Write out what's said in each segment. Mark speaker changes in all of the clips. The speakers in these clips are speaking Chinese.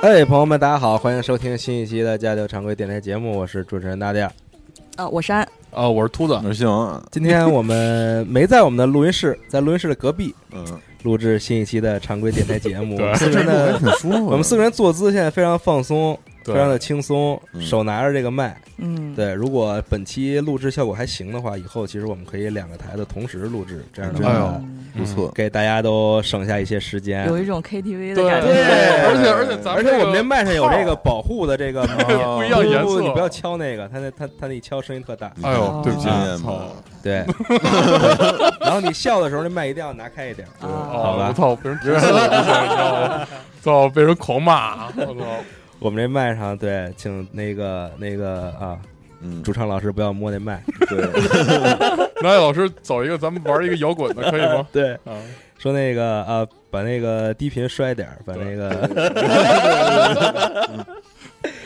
Speaker 1: 哎，朋友们，大家好，欢迎收听新一期的家教常规电台节目，我是主持人大调。
Speaker 2: 啊，我是安，
Speaker 3: 啊，我是秃子，
Speaker 4: 那行啊，
Speaker 1: 今天我们没在我们的录音室，在录音室的隔壁
Speaker 4: 嗯，
Speaker 1: 录制新一期的常规电台节 目。
Speaker 3: 对
Speaker 1: 我们四个人
Speaker 4: 还
Speaker 1: 的，
Speaker 4: 挺舒服的。
Speaker 1: 我们四个人坐姿现在非常放松，非
Speaker 3: 对
Speaker 1: 常的轻松，
Speaker 4: 嗯
Speaker 1: 手拿着这个麦。
Speaker 2: 嗯，，
Speaker 1: 对，如果本期录制效果还行的话，以后其实我们可以两个台的同时录制，这样的
Speaker 3: 哎
Speaker 1: 话
Speaker 3: 呦
Speaker 2: 嗯
Speaker 4: 不错，
Speaker 1: 给大家都省下一些时间。
Speaker 2: 有一种 KTV 的
Speaker 3: 对，
Speaker 2: 感
Speaker 1: 哎对
Speaker 2: 觉，
Speaker 3: 而且而且咱
Speaker 1: 而
Speaker 3: 们
Speaker 1: 且
Speaker 3: 这
Speaker 1: 我
Speaker 3: 个
Speaker 1: 们这麦上有这个保护的 这个
Speaker 3: 不一样颜色
Speaker 1: 不不不你不要敲那个，它那它它那一敲声音特大。
Speaker 3: 哎
Speaker 2: 哦
Speaker 3: 呦，对不起，
Speaker 4: 经验
Speaker 3: 操
Speaker 4: 吧，
Speaker 1: 对，然后你笑的时候，那麦一定要拿开一点。
Speaker 2: 啊
Speaker 1: 好
Speaker 3: 哦，
Speaker 1: 吧
Speaker 3: 我操，被人直接揍了一下，你知道吗？操，被人狂骂，我操，
Speaker 1: 我们这麦上，对，请那个那个啊，
Speaker 4: 嗯，
Speaker 1: 主唱老师不要摸那麦。
Speaker 4: 对，
Speaker 3: 南野老师走一个，咱们玩一个摇滚的，可以吗？
Speaker 1: 对，
Speaker 3: 啊，
Speaker 1: 说那个啊，把那个低频摔点儿，把那个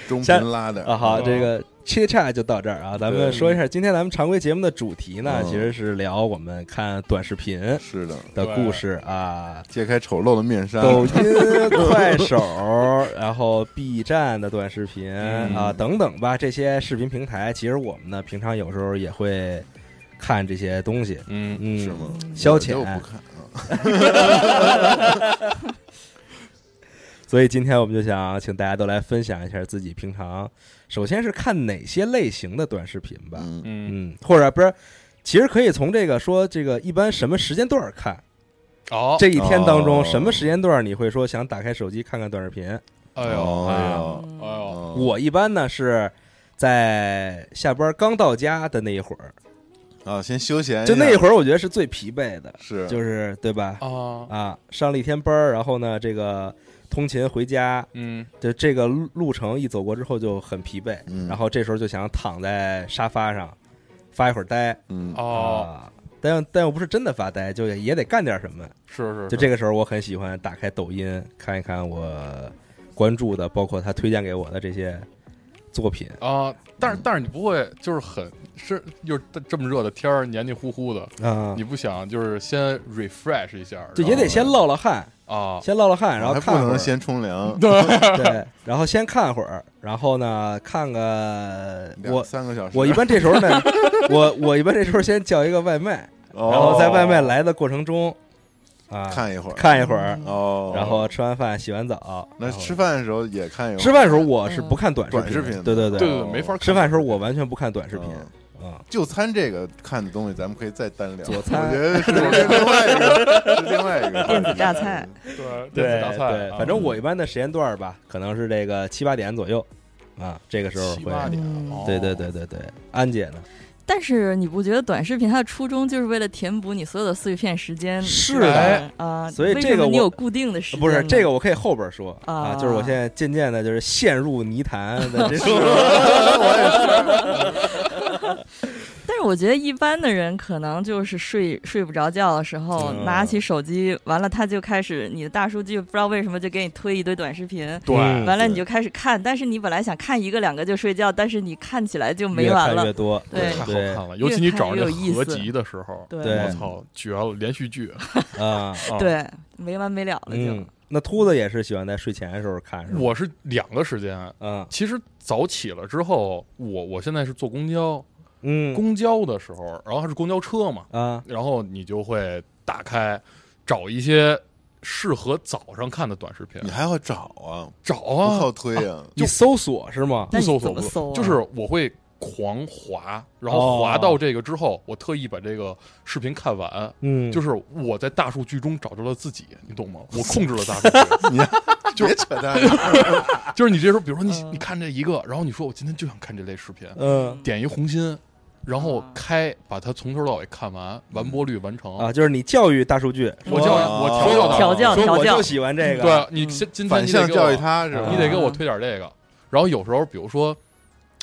Speaker 4: 中
Speaker 1: 下
Speaker 4: 频拉的，
Speaker 1: 啊，好，
Speaker 3: 哦
Speaker 1: 这个切叉就到这儿啊。咱们
Speaker 4: 对
Speaker 1: 说一下今天咱们常规节目的主题呢，
Speaker 4: 嗯
Speaker 1: 其实是聊我们看短视频
Speaker 4: 是的，
Speaker 1: 的
Speaker 3: 对
Speaker 1: 故事啊。
Speaker 4: 揭开丑陋的面纱，嗯
Speaker 1: 抖音、快手，然后 B 站的短视频、
Speaker 3: 嗯
Speaker 1: 啊等等吧，这些视频平台，其实我们呢平常有时候也会看这些东西，
Speaker 3: 嗯，
Speaker 1: 嗯，
Speaker 4: 是吗？
Speaker 1: 消
Speaker 4: 我
Speaker 1: 遣
Speaker 4: 就不看啊，
Speaker 1: 所以今天我们就想请大家都来分享一下自己平常，首先是看哪些类型的短视频吧，
Speaker 4: 嗯，
Speaker 3: 嗯，
Speaker 1: 嗯，或者不是。其实可以从这个说，这个一般什么时间段儿看？
Speaker 3: 哦，
Speaker 1: 这一天当中，
Speaker 4: 哦
Speaker 1: 什么时间段儿你会说想打开手机看看短视频？
Speaker 3: 哎
Speaker 4: 哎
Speaker 3: 呦，
Speaker 4: 呦，
Speaker 1: 哎
Speaker 4: 哎
Speaker 2: 呦
Speaker 4: 呦，
Speaker 3: 哎呦，
Speaker 1: 我一般呢是在下班刚到家的那一会儿，
Speaker 4: 啊，先休闲一
Speaker 1: 就
Speaker 4: 下，
Speaker 1: 那一会儿，我觉得是最疲惫的，
Speaker 4: 是，
Speaker 1: 就是对吧？
Speaker 3: 啊，
Speaker 1: 啊，上了一天班儿，然后呢，这个通勤回家，
Speaker 3: 嗯，
Speaker 1: 就这个路路程一走过之后就很疲惫，
Speaker 4: 嗯
Speaker 1: 然后这时候就想躺在沙发上发一会儿呆
Speaker 4: 嗯，
Speaker 3: 哦，
Speaker 1: 啊，但又但又不是真的发呆，就也也得干点什么。
Speaker 3: 是是，
Speaker 1: 就是这个时候，我很喜欢打开抖音看一看我关注的，包括他推荐给我的这些作品。
Speaker 3: 啊，但是但是你不会就是很是就是这么热的天儿，黏黏糊糊的，
Speaker 1: 啊，
Speaker 3: 你不想就是先 refresh 一下，
Speaker 1: 就也得先
Speaker 3: 唠
Speaker 1: 落了汗，
Speaker 3: 啊，
Speaker 1: 先落了汗，然后
Speaker 4: 哦还不
Speaker 1: 看会
Speaker 4: 能
Speaker 1: 儿，
Speaker 4: 先冲凉，
Speaker 1: 对，然后先看会儿，然后呢，看个
Speaker 4: 两
Speaker 1: 我
Speaker 4: 三个小时，
Speaker 1: 我一般这时候呢，我我一般这时候先叫一个外卖，
Speaker 4: 哦，
Speaker 1: 然后在外卖来的过程中啊
Speaker 4: 看一会儿，
Speaker 1: 看一会儿，
Speaker 4: 哦，
Speaker 1: 然后吃完饭洗完澡，
Speaker 4: 那
Speaker 1: 然后
Speaker 4: 吃饭的时候也看一会儿，
Speaker 1: 吃饭的时候我是不看短
Speaker 4: 短
Speaker 1: 视
Speaker 4: 视
Speaker 1: 频的，对
Speaker 4: 频，哦
Speaker 1: 对
Speaker 3: 嗯对
Speaker 1: 对，
Speaker 3: 对对没法看
Speaker 1: 吃饭的时候我完全不看短视频
Speaker 4: 嗯
Speaker 1: 啊，
Speaker 4: 就餐这个看的东西，咱们可以再单聊。
Speaker 1: 佐餐
Speaker 4: 我觉得是另外一个，是另外一个
Speaker 2: 电子榨菜。
Speaker 3: 对
Speaker 1: 对
Speaker 3: 电子榨菜
Speaker 1: 对，
Speaker 3: 啊，
Speaker 1: 反正我一般的时间段儿吧，可能是这个七八点左右啊，这个时候
Speaker 3: 七
Speaker 1: 会，
Speaker 3: 八点
Speaker 2: 嗯，
Speaker 3: 哦
Speaker 1: 对对对，对对，安姐呢？
Speaker 2: 但是你不觉得短视频它的初衷就是为了填补你所有的碎片时间？
Speaker 1: 是
Speaker 3: 的
Speaker 2: 吧啊，
Speaker 1: 所以
Speaker 2: 为
Speaker 1: 这
Speaker 2: 什么
Speaker 1: 个
Speaker 2: 你
Speaker 1: 我
Speaker 2: 有固定的时间呢，
Speaker 1: 不是这个，我可以后边说啊
Speaker 2: 啊
Speaker 1: 就是我现在渐渐的，就是陷入泥潭的这
Speaker 2: 但是我觉得一般的人可能就是睡睡不着觉的时候，
Speaker 1: 嗯
Speaker 2: 拿起手机，完了他就开始你的大数据不知道为什么就给你推一堆短视频。
Speaker 3: 对
Speaker 1: 嗯
Speaker 2: 完了你就开始看，但是你本来想看一个两个就睡觉，但是你看起来就没
Speaker 1: 越
Speaker 2: 完
Speaker 1: 看
Speaker 2: 了
Speaker 1: 越。多，
Speaker 2: 对
Speaker 3: 太好
Speaker 1: 对
Speaker 3: 看了，尤其你找
Speaker 2: 越
Speaker 3: 那
Speaker 2: 看越有意思
Speaker 3: 合集的时候，
Speaker 2: 对
Speaker 1: 对
Speaker 3: 我操，绝了，连续剧，
Speaker 1: 啊，
Speaker 3: 啊，
Speaker 2: 对，没完没了了就。
Speaker 1: 嗯，那秃子也是喜欢在睡前的时候看，是吧？
Speaker 3: 我是两个时间。
Speaker 1: 嗯
Speaker 3: 其实早起了之后，我我现在是坐公交，
Speaker 1: 嗯
Speaker 3: 公交的时候，然后它是公交车嘛，
Speaker 1: 啊
Speaker 3: 然后你就会打开找一些适合早上看的短视频
Speaker 4: 你，还要找啊，
Speaker 3: 找
Speaker 4: 不
Speaker 3: 啊，
Speaker 4: 靠推啊，
Speaker 1: 你搜索是吗？
Speaker 3: 不搜索
Speaker 2: 那你怎么
Speaker 3: 不
Speaker 2: 搜啊
Speaker 3: 就是我会狂滑，然
Speaker 1: 哦
Speaker 3: 后滑到这个之后，我特意把这个视频看完。
Speaker 1: 嗯，
Speaker 3: 就是是我在大数据中找着了自己，你懂吗？我控制了大数 据，
Speaker 4: 你别扯淡了，
Speaker 3: 就是你这时候，比如说你
Speaker 2: 嗯
Speaker 3: 你看这一个，然后你说我今天就想看这类视频，
Speaker 1: 嗯
Speaker 3: 点一红心，然后
Speaker 2: 啊
Speaker 3: 开，把它从头到尾看完，完播率完成。
Speaker 1: 啊，就是你教育大数据，
Speaker 3: 我
Speaker 1: 说
Speaker 3: 教
Speaker 4: 啊
Speaker 3: 嗯我调教他，
Speaker 2: 调教
Speaker 1: 说我
Speaker 2: 教
Speaker 1: 就喜欢这个，啊嗯
Speaker 3: 对你
Speaker 2: 嗯
Speaker 3: 先今天
Speaker 4: 反
Speaker 3: 你得
Speaker 4: 向
Speaker 3: 给
Speaker 4: 教育
Speaker 3: 我，
Speaker 4: 他是吧？
Speaker 3: 你得给我推点这个。然后有时候，比如说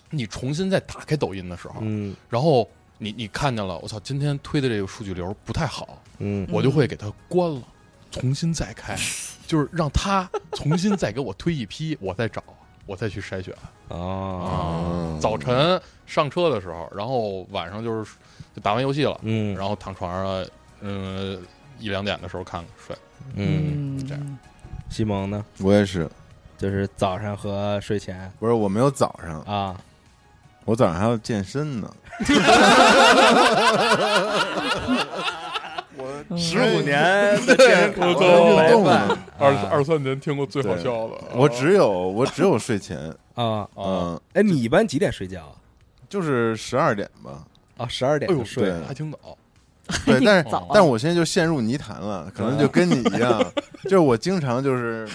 Speaker 3: 你重新再打开抖音的时候，
Speaker 1: 嗯
Speaker 3: 然后你你看见了，我操，今天推的这个数据流不太好，
Speaker 1: 嗯
Speaker 3: 我就会给它关了，重新再开，就是让它重新再给我推一批，我再找，我再去筛选。
Speaker 1: 哦
Speaker 3: 啊，
Speaker 4: 嗯
Speaker 3: 早晨上车的时候，然后晚上就是就打完游戏了，
Speaker 1: 嗯
Speaker 3: 然后躺床上，嗯、一两点的时候看看睡。
Speaker 1: 嗯，
Speaker 3: 这
Speaker 2: 样。
Speaker 1: 西蒙呢？
Speaker 4: 我也是，
Speaker 1: 就是早上和睡前
Speaker 4: 不是我没有早上，
Speaker 1: 啊，
Speaker 4: 我早上还要健身呢。我
Speaker 2: 15
Speaker 4: 哎
Speaker 1: 年的
Speaker 4: 健身
Speaker 3: 卡我都
Speaker 4: 白
Speaker 1: 动
Speaker 4: 办
Speaker 1: 了
Speaker 3: 二二三年听过最好笑的，
Speaker 4: 我只有我只有睡前，
Speaker 1: 啊，
Speaker 4: 嗯，
Speaker 1: 哎，你一般几点睡觉啊？
Speaker 4: 就是十二点吧。
Speaker 1: 啊，十二点
Speaker 3: 哎呦
Speaker 1: 就睡
Speaker 4: 对
Speaker 1: 了
Speaker 3: 还挺早，
Speaker 4: 对，但是
Speaker 1: 啊
Speaker 2: 早
Speaker 4: 但我现在就陷入泥潭了，可能就跟你一样，
Speaker 1: 嗯
Speaker 4: 就是我经常就是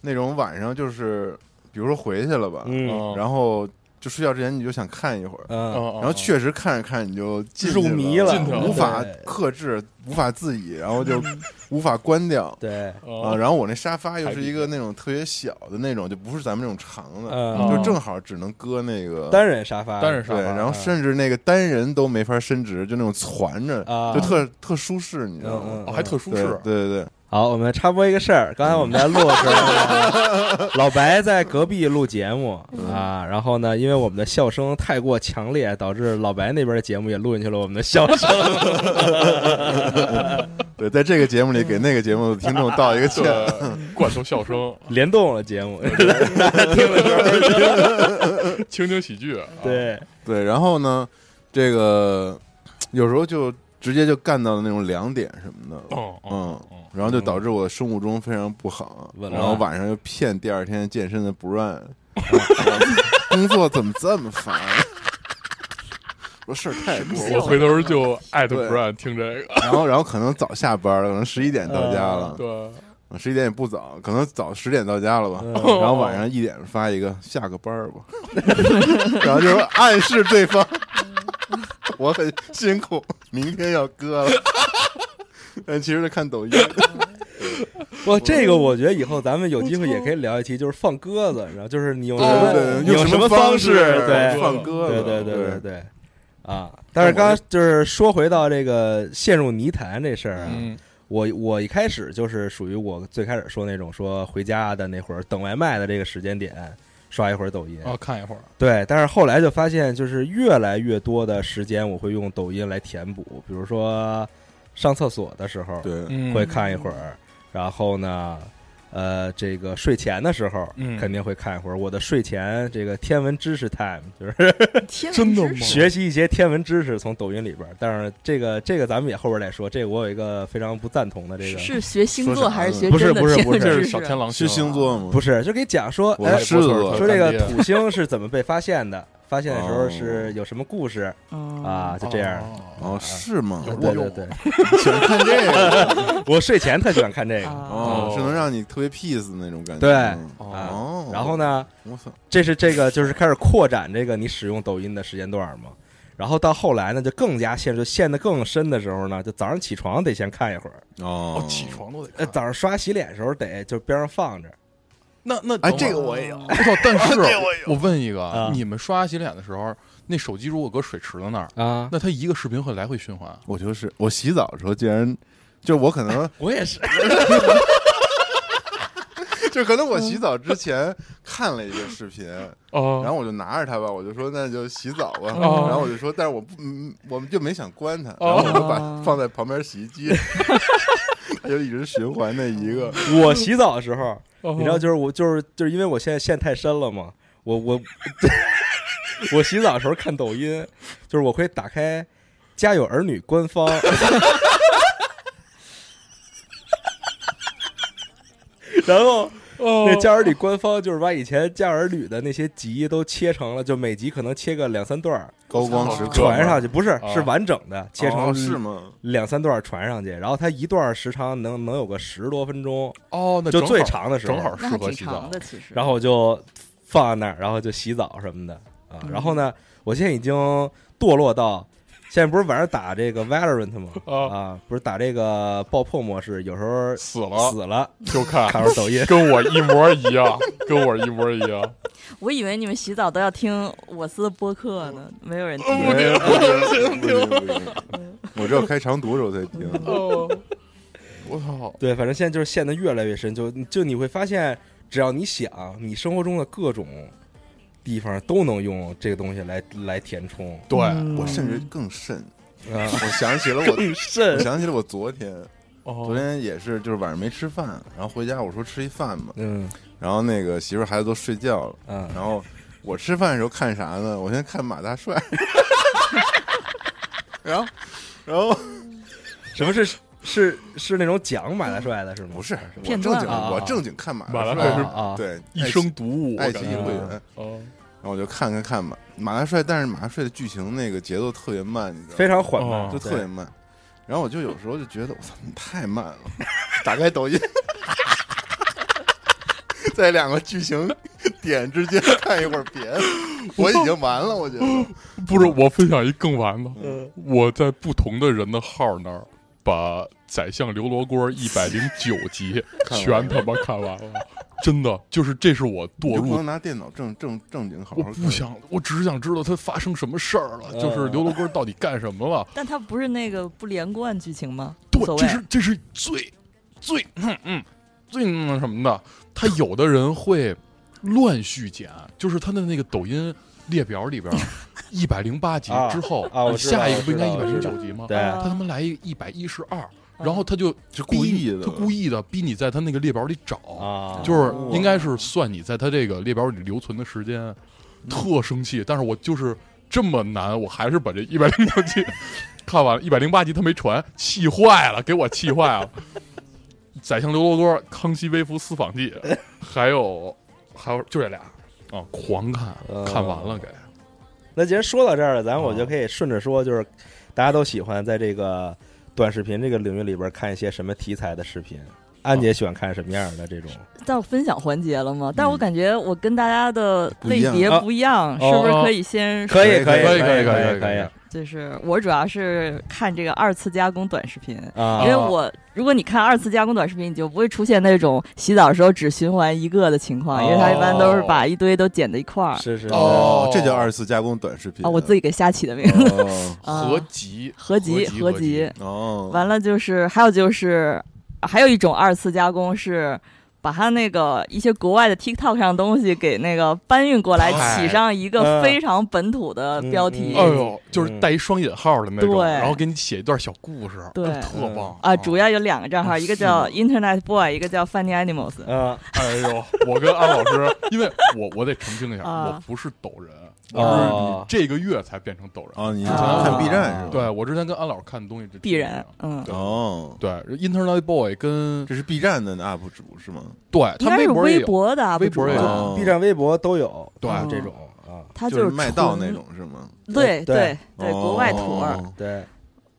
Speaker 4: 那种晚上就是，比如说回去了吧，
Speaker 1: 嗯
Speaker 3: 嗯
Speaker 4: 然后就睡觉之前你就想看一会儿，
Speaker 1: 嗯
Speaker 3: 然
Speaker 4: 然后确实看着看着你就进去
Speaker 1: 入迷了
Speaker 3: 进去了
Speaker 4: 无法
Speaker 1: 对
Speaker 4: 克制，无法自已，然 后就无法关掉
Speaker 1: 对，
Speaker 4: 啊。
Speaker 3: 啊，
Speaker 4: 然后我那沙发又
Speaker 3: 海
Speaker 4: 是
Speaker 3: 底
Speaker 4: 一个那种特别小的那种，就不是咱们那种长的，
Speaker 1: 嗯，
Speaker 4: 就正好只能搁那个
Speaker 1: 单人沙发，
Speaker 3: 单人沙
Speaker 4: 对，
Speaker 3: 发，
Speaker 4: 然后
Speaker 1: 嗯
Speaker 4: 甚至那个单人都没法伸直，就那种攒着，
Speaker 1: 啊
Speaker 4: 就特特舒适，你知道吗？
Speaker 1: 嗯
Speaker 3: 哦还特舒
Speaker 4: 对
Speaker 3: 适，
Speaker 4: 对对对，
Speaker 1: 好，我们插播一个事儿。刚才我们在录的时候， 老白在隔壁录节目啊，然后呢，因为我们的笑声太过强烈，导致老白那边的节目也录进去了我们的笑声。
Speaker 4: 对，在这个节目里给那个节目的听众道一个 歉。
Speaker 3: 对，罐头笑声，
Speaker 1: 联动了节 目，大家听的时候
Speaker 3: 情景喜剧，啊，
Speaker 1: 对，
Speaker 4: 对，然后呢，这个有时候就直接就干到了那种两点什么的，
Speaker 1: 哦
Speaker 3: 嗯
Speaker 4: 嗯
Speaker 3: 嗯嗯，
Speaker 4: 然后就导致我生物钟非常不好，
Speaker 1: 稳
Speaker 4: 然后
Speaker 1: 了啊
Speaker 4: 晚上又骗第二天健身的不让，工作怎么这么烦？ 我事儿太多
Speaker 3: 我
Speaker 4: 了，
Speaker 3: 回头就艾特
Speaker 4: 对
Speaker 3: Brian 听这个，
Speaker 4: 然后然后可能早下班了，可能十一点到家
Speaker 1: 嗯
Speaker 4: 了，
Speaker 3: 对，
Speaker 4: 十一点也不早，可能早十点到家了吧，
Speaker 1: 嗯
Speaker 4: 然后晚上一点发一个下个班儿吧， 然后就暗示对方我很辛苦，明天要割了。但其实是看抖音，
Speaker 1: 我这个我觉得以后咱们有机会也可以聊一期，就是放鸽子，然后就是你用什么、
Speaker 4: 对
Speaker 1: 你用
Speaker 4: 什
Speaker 1: 哦什么
Speaker 4: 方
Speaker 1: 式，对
Speaker 4: 放歌
Speaker 1: 对
Speaker 4: 了，
Speaker 1: 对对
Speaker 4: 对
Speaker 1: 对对，啊！但是刚刚就是说回到这个陷入泥潭这事儿啊，
Speaker 3: 嗯
Speaker 1: 我我一开始就是属于我最开始说那种说回家的那会儿等外卖的这个时间点刷一会儿抖音，
Speaker 3: 啊，看一会儿，
Speaker 1: 对，但是后来就发现就是越来越多的时间我会用抖音来填补，比如说上厕所的时候
Speaker 4: 对
Speaker 3: 嗯
Speaker 1: 会看一会儿，然后呢。呃，这个睡前的时候，
Speaker 3: 嗯
Speaker 1: 肯定会看一会儿。我的睡前这个天文知识 time 就是
Speaker 2: 哎天
Speaker 3: 真的
Speaker 2: 真
Speaker 3: 吗
Speaker 2: 是
Speaker 1: 学习一些天文知识，从抖音里边儿。但是这个这个咱们也后边儿再说。这个我有一个非常不赞同的这个，
Speaker 2: 是学星
Speaker 4: 说啥
Speaker 2: 座还是学
Speaker 1: 不是
Speaker 2: 真的
Speaker 1: 不是
Speaker 2: 天
Speaker 1: 不是
Speaker 2: 文
Speaker 3: 这
Speaker 2: 知
Speaker 3: 是
Speaker 2: 识
Speaker 3: 小天狼啊哎
Speaker 4: 是星座吗？
Speaker 1: 嗯不是就给讲说，
Speaker 4: 我
Speaker 1: 哎
Speaker 4: 是，狮子座
Speaker 1: 说这个土星是怎么被发现的，发现的时候是有什么故事
Speaker 2: 嗯
Speaker 1: 啊？就这样。
Speaker 3: 样，
Speaker 4: 哦，是吗？
Speaker 3: 有
Speaker 1: 对
Speaker 3: 路
Speaker 1: 对
Speaker 3: 用
Speaker 1: 对，
Speaker 4: 喜欢看这个
Speaker 1: 我睡前特喜欢看这个。嗯
Speaker 2: 啊，
Speaker 4: 哦，是能让你特别 peace 的那种感觉。
Speaker 1: 对
Speaker 4: 嗯
Speaker 1: 啊
Speaker 3: 哦，
Speaker 4: 哦，
Speaker 1: 然后呢，
Speaker 4: 我操，
Speaker 1: 这是这个就是开始扩展这个你使用抖音的时间段嘛。然后到后来呢，就更加陷入陷得更深的时候呢，就早上起床得先看一会儿，
Speaker 4: 哦
Speaker 3: 哦，起床都得
Speaker 1: 呃，
Speaker 3: 看，
Speaker 1: 早上刷洗脸的时候得就边上放着，
Speaker 3: 那那等
Speaker 4: 哎，
Speaker 3: 会儿
Speaker 4: 这个我也 有，
Speaker 3: 我操！但是我问一
Speaker 1: 啊
Speaker 3: 个，你们刷牙洗脸的时候，那手机如果搁水池子那儿，
Speaker 1: 啊，
Speaker 3: 那它一个视频会来回循环？
Speaker 4: 我就是我洗澡的时候，竟然就是我可能
Speaker 1: 我也是，
Speaker 4: 就可能我洗澡之前看了一个视频，然
Speaker 3: 哦
Speaker 4: 后我就拿着它吧，我就说那就洗澡吧，
Speaker 3: 哦
Speaker 4: 然后我就说，但是我不，嗯我们就没想关它，然后我就把
Speaker 2: 哦
Speaker 4: 放在旁边洗衣机，它就一直循环那一个，
Speaker 1: 我洗澡的时候，
Speaker 3: 哦
Speaker 1: 你知道，就是我就是就是因为我现在陷太深了嘛，我我我洗澡的时候看抖音，就是我会打开《家有儿女》官方，然后那《
Speaker 3: 那
Speaker 1: 家有儿女》官方就是把以前《家有儿女》的那些集都切成了，就每集可能切个两三段儿
Speaker 4: 高光时刻
Speaker 1: 传上去，不是
Speaker 3: 啊
Speaker 1: 是完整的，切成
Speaker 4: 哦是吗？
Speaker 1: 两三段儿传上去，然后它一段儿时长能能有个十多分钟，
Speaker 3: 哦，那
Speaker 1: 就
Speaker 3: 正好
Speaker 1: 最长的时候，
Speaker 3: 正好适
Speaker 2: 那还
Speaker 3: 合
Speaker 2: 挺
Speaker 3: 洗澡
Speaker 2: 长的，其实。
Speaker 1: 然后我就放在那儿，然后就洗澡什么的啊。然后呢，我现在已经堕落到，现在不是晚上打这个 Valorant 吗？
Speaker 3: 啊
Speaker 1: 啊，不是打这个爆破模式，有时候
Speaker 3: 死了
Speaker 1: 死了，
Speaker 3: 就 看，。
Speaker 1: 看会儿抖音
Speaker 3: 跟我一模一样，跟我一模一样。
Speaker 2: 我以为你们洗澡都要听我司的播客呢，没有人听。
Speaker 4: 哎不听不听不听，我只有开长途时候才听。
Speaker 3: 哦， 我操！
Speaker 1: 对，反正现在就是陷得越来越深，就就你会发现，只要你想，你生活中的各种地方都能用这个东西来来填充
Speaker 3: 对，
Speaker 2: 嗯
Speaker 4: 我甚至更甚，
Speaker 1: 啊。
Speaker 4: 我想起了我，
Speaker 1: 更
Speaker 4: 我
Speaker 1: 甚
Speaker 4: 想起了我昨天，
Speaker 3: 哦
Speaker 4: 昨天也是，就是晚上没吃饭，然后回家我说吃一饭嘛，
Speaker 1: 嗯
Speaker 4: 然后那个媳妇儿孩子都睡觉了，
Speaker 1: 嗯
Speaker 4: 然后我吃饭的时候看啥呢？我先看马大帅，然后然后
Speaker 1: 什么是是是那种奖买大帅的是吗？
Speaker 4: 不是我
Speaker 2: 片
Speaker 4: 正
Speaker 2: 段
Speaker 4: 经
Speaker 1: 啊
Speaker 4: 我正经看马
Speaker 3: 马
Speaker 1: 啊
Speaker 3: 大
Speaker 4: 大
Speaker 3: 帅是
Speaker 4: 帅，
Speaker 1: 啊，
Speaker 4: 对
Speaker 3: 一生独舞，
Speaker 4: 爱
Speaker 3: 我
Speaker 4: 奇
Speaker 3: 感
Speaker 4: 艺
Speaker 3: 觉
Speaker 4: 会员。
Speaker 3: 哦，
Speaker 4: 然后我就看看看吧，马大帅，但是马大帅的剧情那个节奏特别慢，你知道
Speaker 1: 非常缓慢，
Speaker 3: 哦
Speaker 4: 吗？就特别慢。然后我就有时候就觉得，我操，你太慢了。 打开抖音，在两个剧情点之间看一会儿别的，我已经完了，我觉得。
Speaker 3: 不是，我分享一更完的，
Speaker 1: 嗯
Speaker 3: 我在不同的人的号那儿把《宰相刘罗锅》一百零九集
Speaker 4: 看
Speaker 3: 全
Speaker 4: 完
Speaker 3: 他妈看完了，真的，就是这是我
Speaker 4: 我
Speaker 3: 堕
Speaker 4: 就不
Speaker 3: 入
Speaker 4: 能拿电脑正正正经好
Speaker 3: 我
Speaker 4: 好看。
Speaker 3: 不想，我只是想知道他发生什么事儿了，
Speaker 4: 嗯
Speaker 3: 就是刘罗锅到底干什么了？
Speaker 2: 但它不是那个不连贯剧情吗？无
Speaker 3: 对
Speaker 2: 所，谓
Speaker 3: 这是这是最最嗯嗯最那什么的。他有的人会乱续剪，就是他的那个抖音列表 里边，一百零八集
Speaker 1: 啊
Speaker 3: 之后，
Speaker 1: 啊我
Speaker 3: 你
Speaker 1: 知道
Speaker 3: 下一个不应该一
Speaker 1: 我
Speaker 3: 百
Speaker 1: 知
Speaker 3: 零
Speaker 1: 道
Speaker 3: 九集吗？
Speaker 1: 对
Speaker 3: 他
Speaker 2: 啊
Speaker 3: 他妈来一百一十二，然后他就是
Speaker 4: 故意的
Speaker 3: 他故意的逼你在他那个列表里找，
Speaker 2: 哦
Speaker 1: 啊，
Speaker 3: 就是应该是算你在他这个列表里留存的时间，
Speaker 2: 嗯
Speaker 3: 特生气。但是我就是这么难，我还是把这一百零九集看完了，一百零八集他没传，气坏了，给我气坏了。宰相刘罗锅、康熙微服私访记，还有还有就这俩啊，狂看，
Speaker 2: 哦
Speaker 3: 看完了给。
Speaker 1: 那既然说到这儿了，咱们我就可以顺着说，就是大家都喜欢在这个短视频这个领域里边看一些什么题材的视频。安姐喜欢看什么样的这种？
Speaker 2: 到分享环节了吗？但是我感觉我跟大家的
Speaker 4: 不一
Speaker 2: 类
Speaker 4: 样
Speaker 2: 别
Speaker 1: 啊
Speaker 2: 不一样，
Speaker 1: 哦
Speaker 2: 是不是
Speaker 3: 哦
Speaker 2: 可以先
Speaker 1: 可以
Speaker 4: 可以
Speaker 1: 以
Speaker 3: 可
Speaker 1: 以
Speaker 3: 以可以
Speaker 1: 可
Speaker 3: 可以可以
Speaker 1: 以
Speaker 2: 就是我主要是看这个二次加工短视频，
Speaker 1: 啊！
Speaker 2: 因为我如果你看二次加工短视频，你就不会出现那种洗澡的时候只循环一个的情况，因为它一般都是把一堆都剪在一块儿
Speaker 1: 是是
Speaker 4: 哦，这叫二次加工短视频哦
Speaker 2: 啊，我自己
Speaker 4: 己
Speaker 2: 给瞎起的 名字。 啊
Speaker 3: 合集，
Speaker 2: 合集
Speaker 3: 合
Speaker 2: 集，，
Speaker 4: 哦，
Speaker 2: 完了就是还有就是啊还有一种二次加工是。把它那个一些国外的 TikTok 上的东西给那个搬运过来，
Speaker 3: 哎
Speaker 2: 起上一个
Speaker 1: 嗯
Speaker 2: 非常本土的标题，
Speaker 3: 哎呦，就是带一双引号的那
Speaker 2: 嗯
Speaker 3: 种，
Speaker 2: 对
Speaker 3: 然后给你写一段小故事，
Speaker 2: 对
Speaker 3: 特棒
Speaker 2: 啊，主要有两个账号，一个叫 Internet Boy，一个叫 Funny Animals。
Speaker 1: 啊
Speaker 3: 哎呦，我跟安老师，因为我我得澄清一下，
Speaker 2: 啊
Speaker 3: 我不是抖人，
Speaker 1: 哦
Speaker 3: 我是这个月才变成抖人。
Speaker 4: 哦，你是
Speaker 2: 啊
Speaker 4: 看 B 站是吧？
Speaker 3: 对我之前跟安老师看的东西是
Speaker 2: 必然，嗯，
Speaker 4: 哦，
Speaker 3: 对 Internet Boy 跟
Speaker 4: 这是 B 站的 UP 主是吗？
Speaker 3: 对
Speaker 2: 应该
Speaker 3: 他微
Speaker 2: 是
Speaker 3: 博也
Speaker 2: 微
Speaker 3: 有，
Speaker 2: 博哦的 UP
Speaker 3: 微
Speaker 2: 主
Speaker 3: 博也有
Speaker 2: 吧，
Speaker 4: 哦
Speaker 1: ，B 站、微博都有，
Speaker 3: 对
Speaker 1: 啊这种啊，
Speaker 2: 他
Speaker 4: 就是
Speaker 2: 是
Speaker 4: 卖到
Speaker 2: 纯
Speaker 4: 那，种是吗？
Speaker 2: 对
Speaker 1: 对
Speaker 2: 对，
Speaker 4: 哦
Speaker 2: 国外土儿。
Speaker 1: 对，啊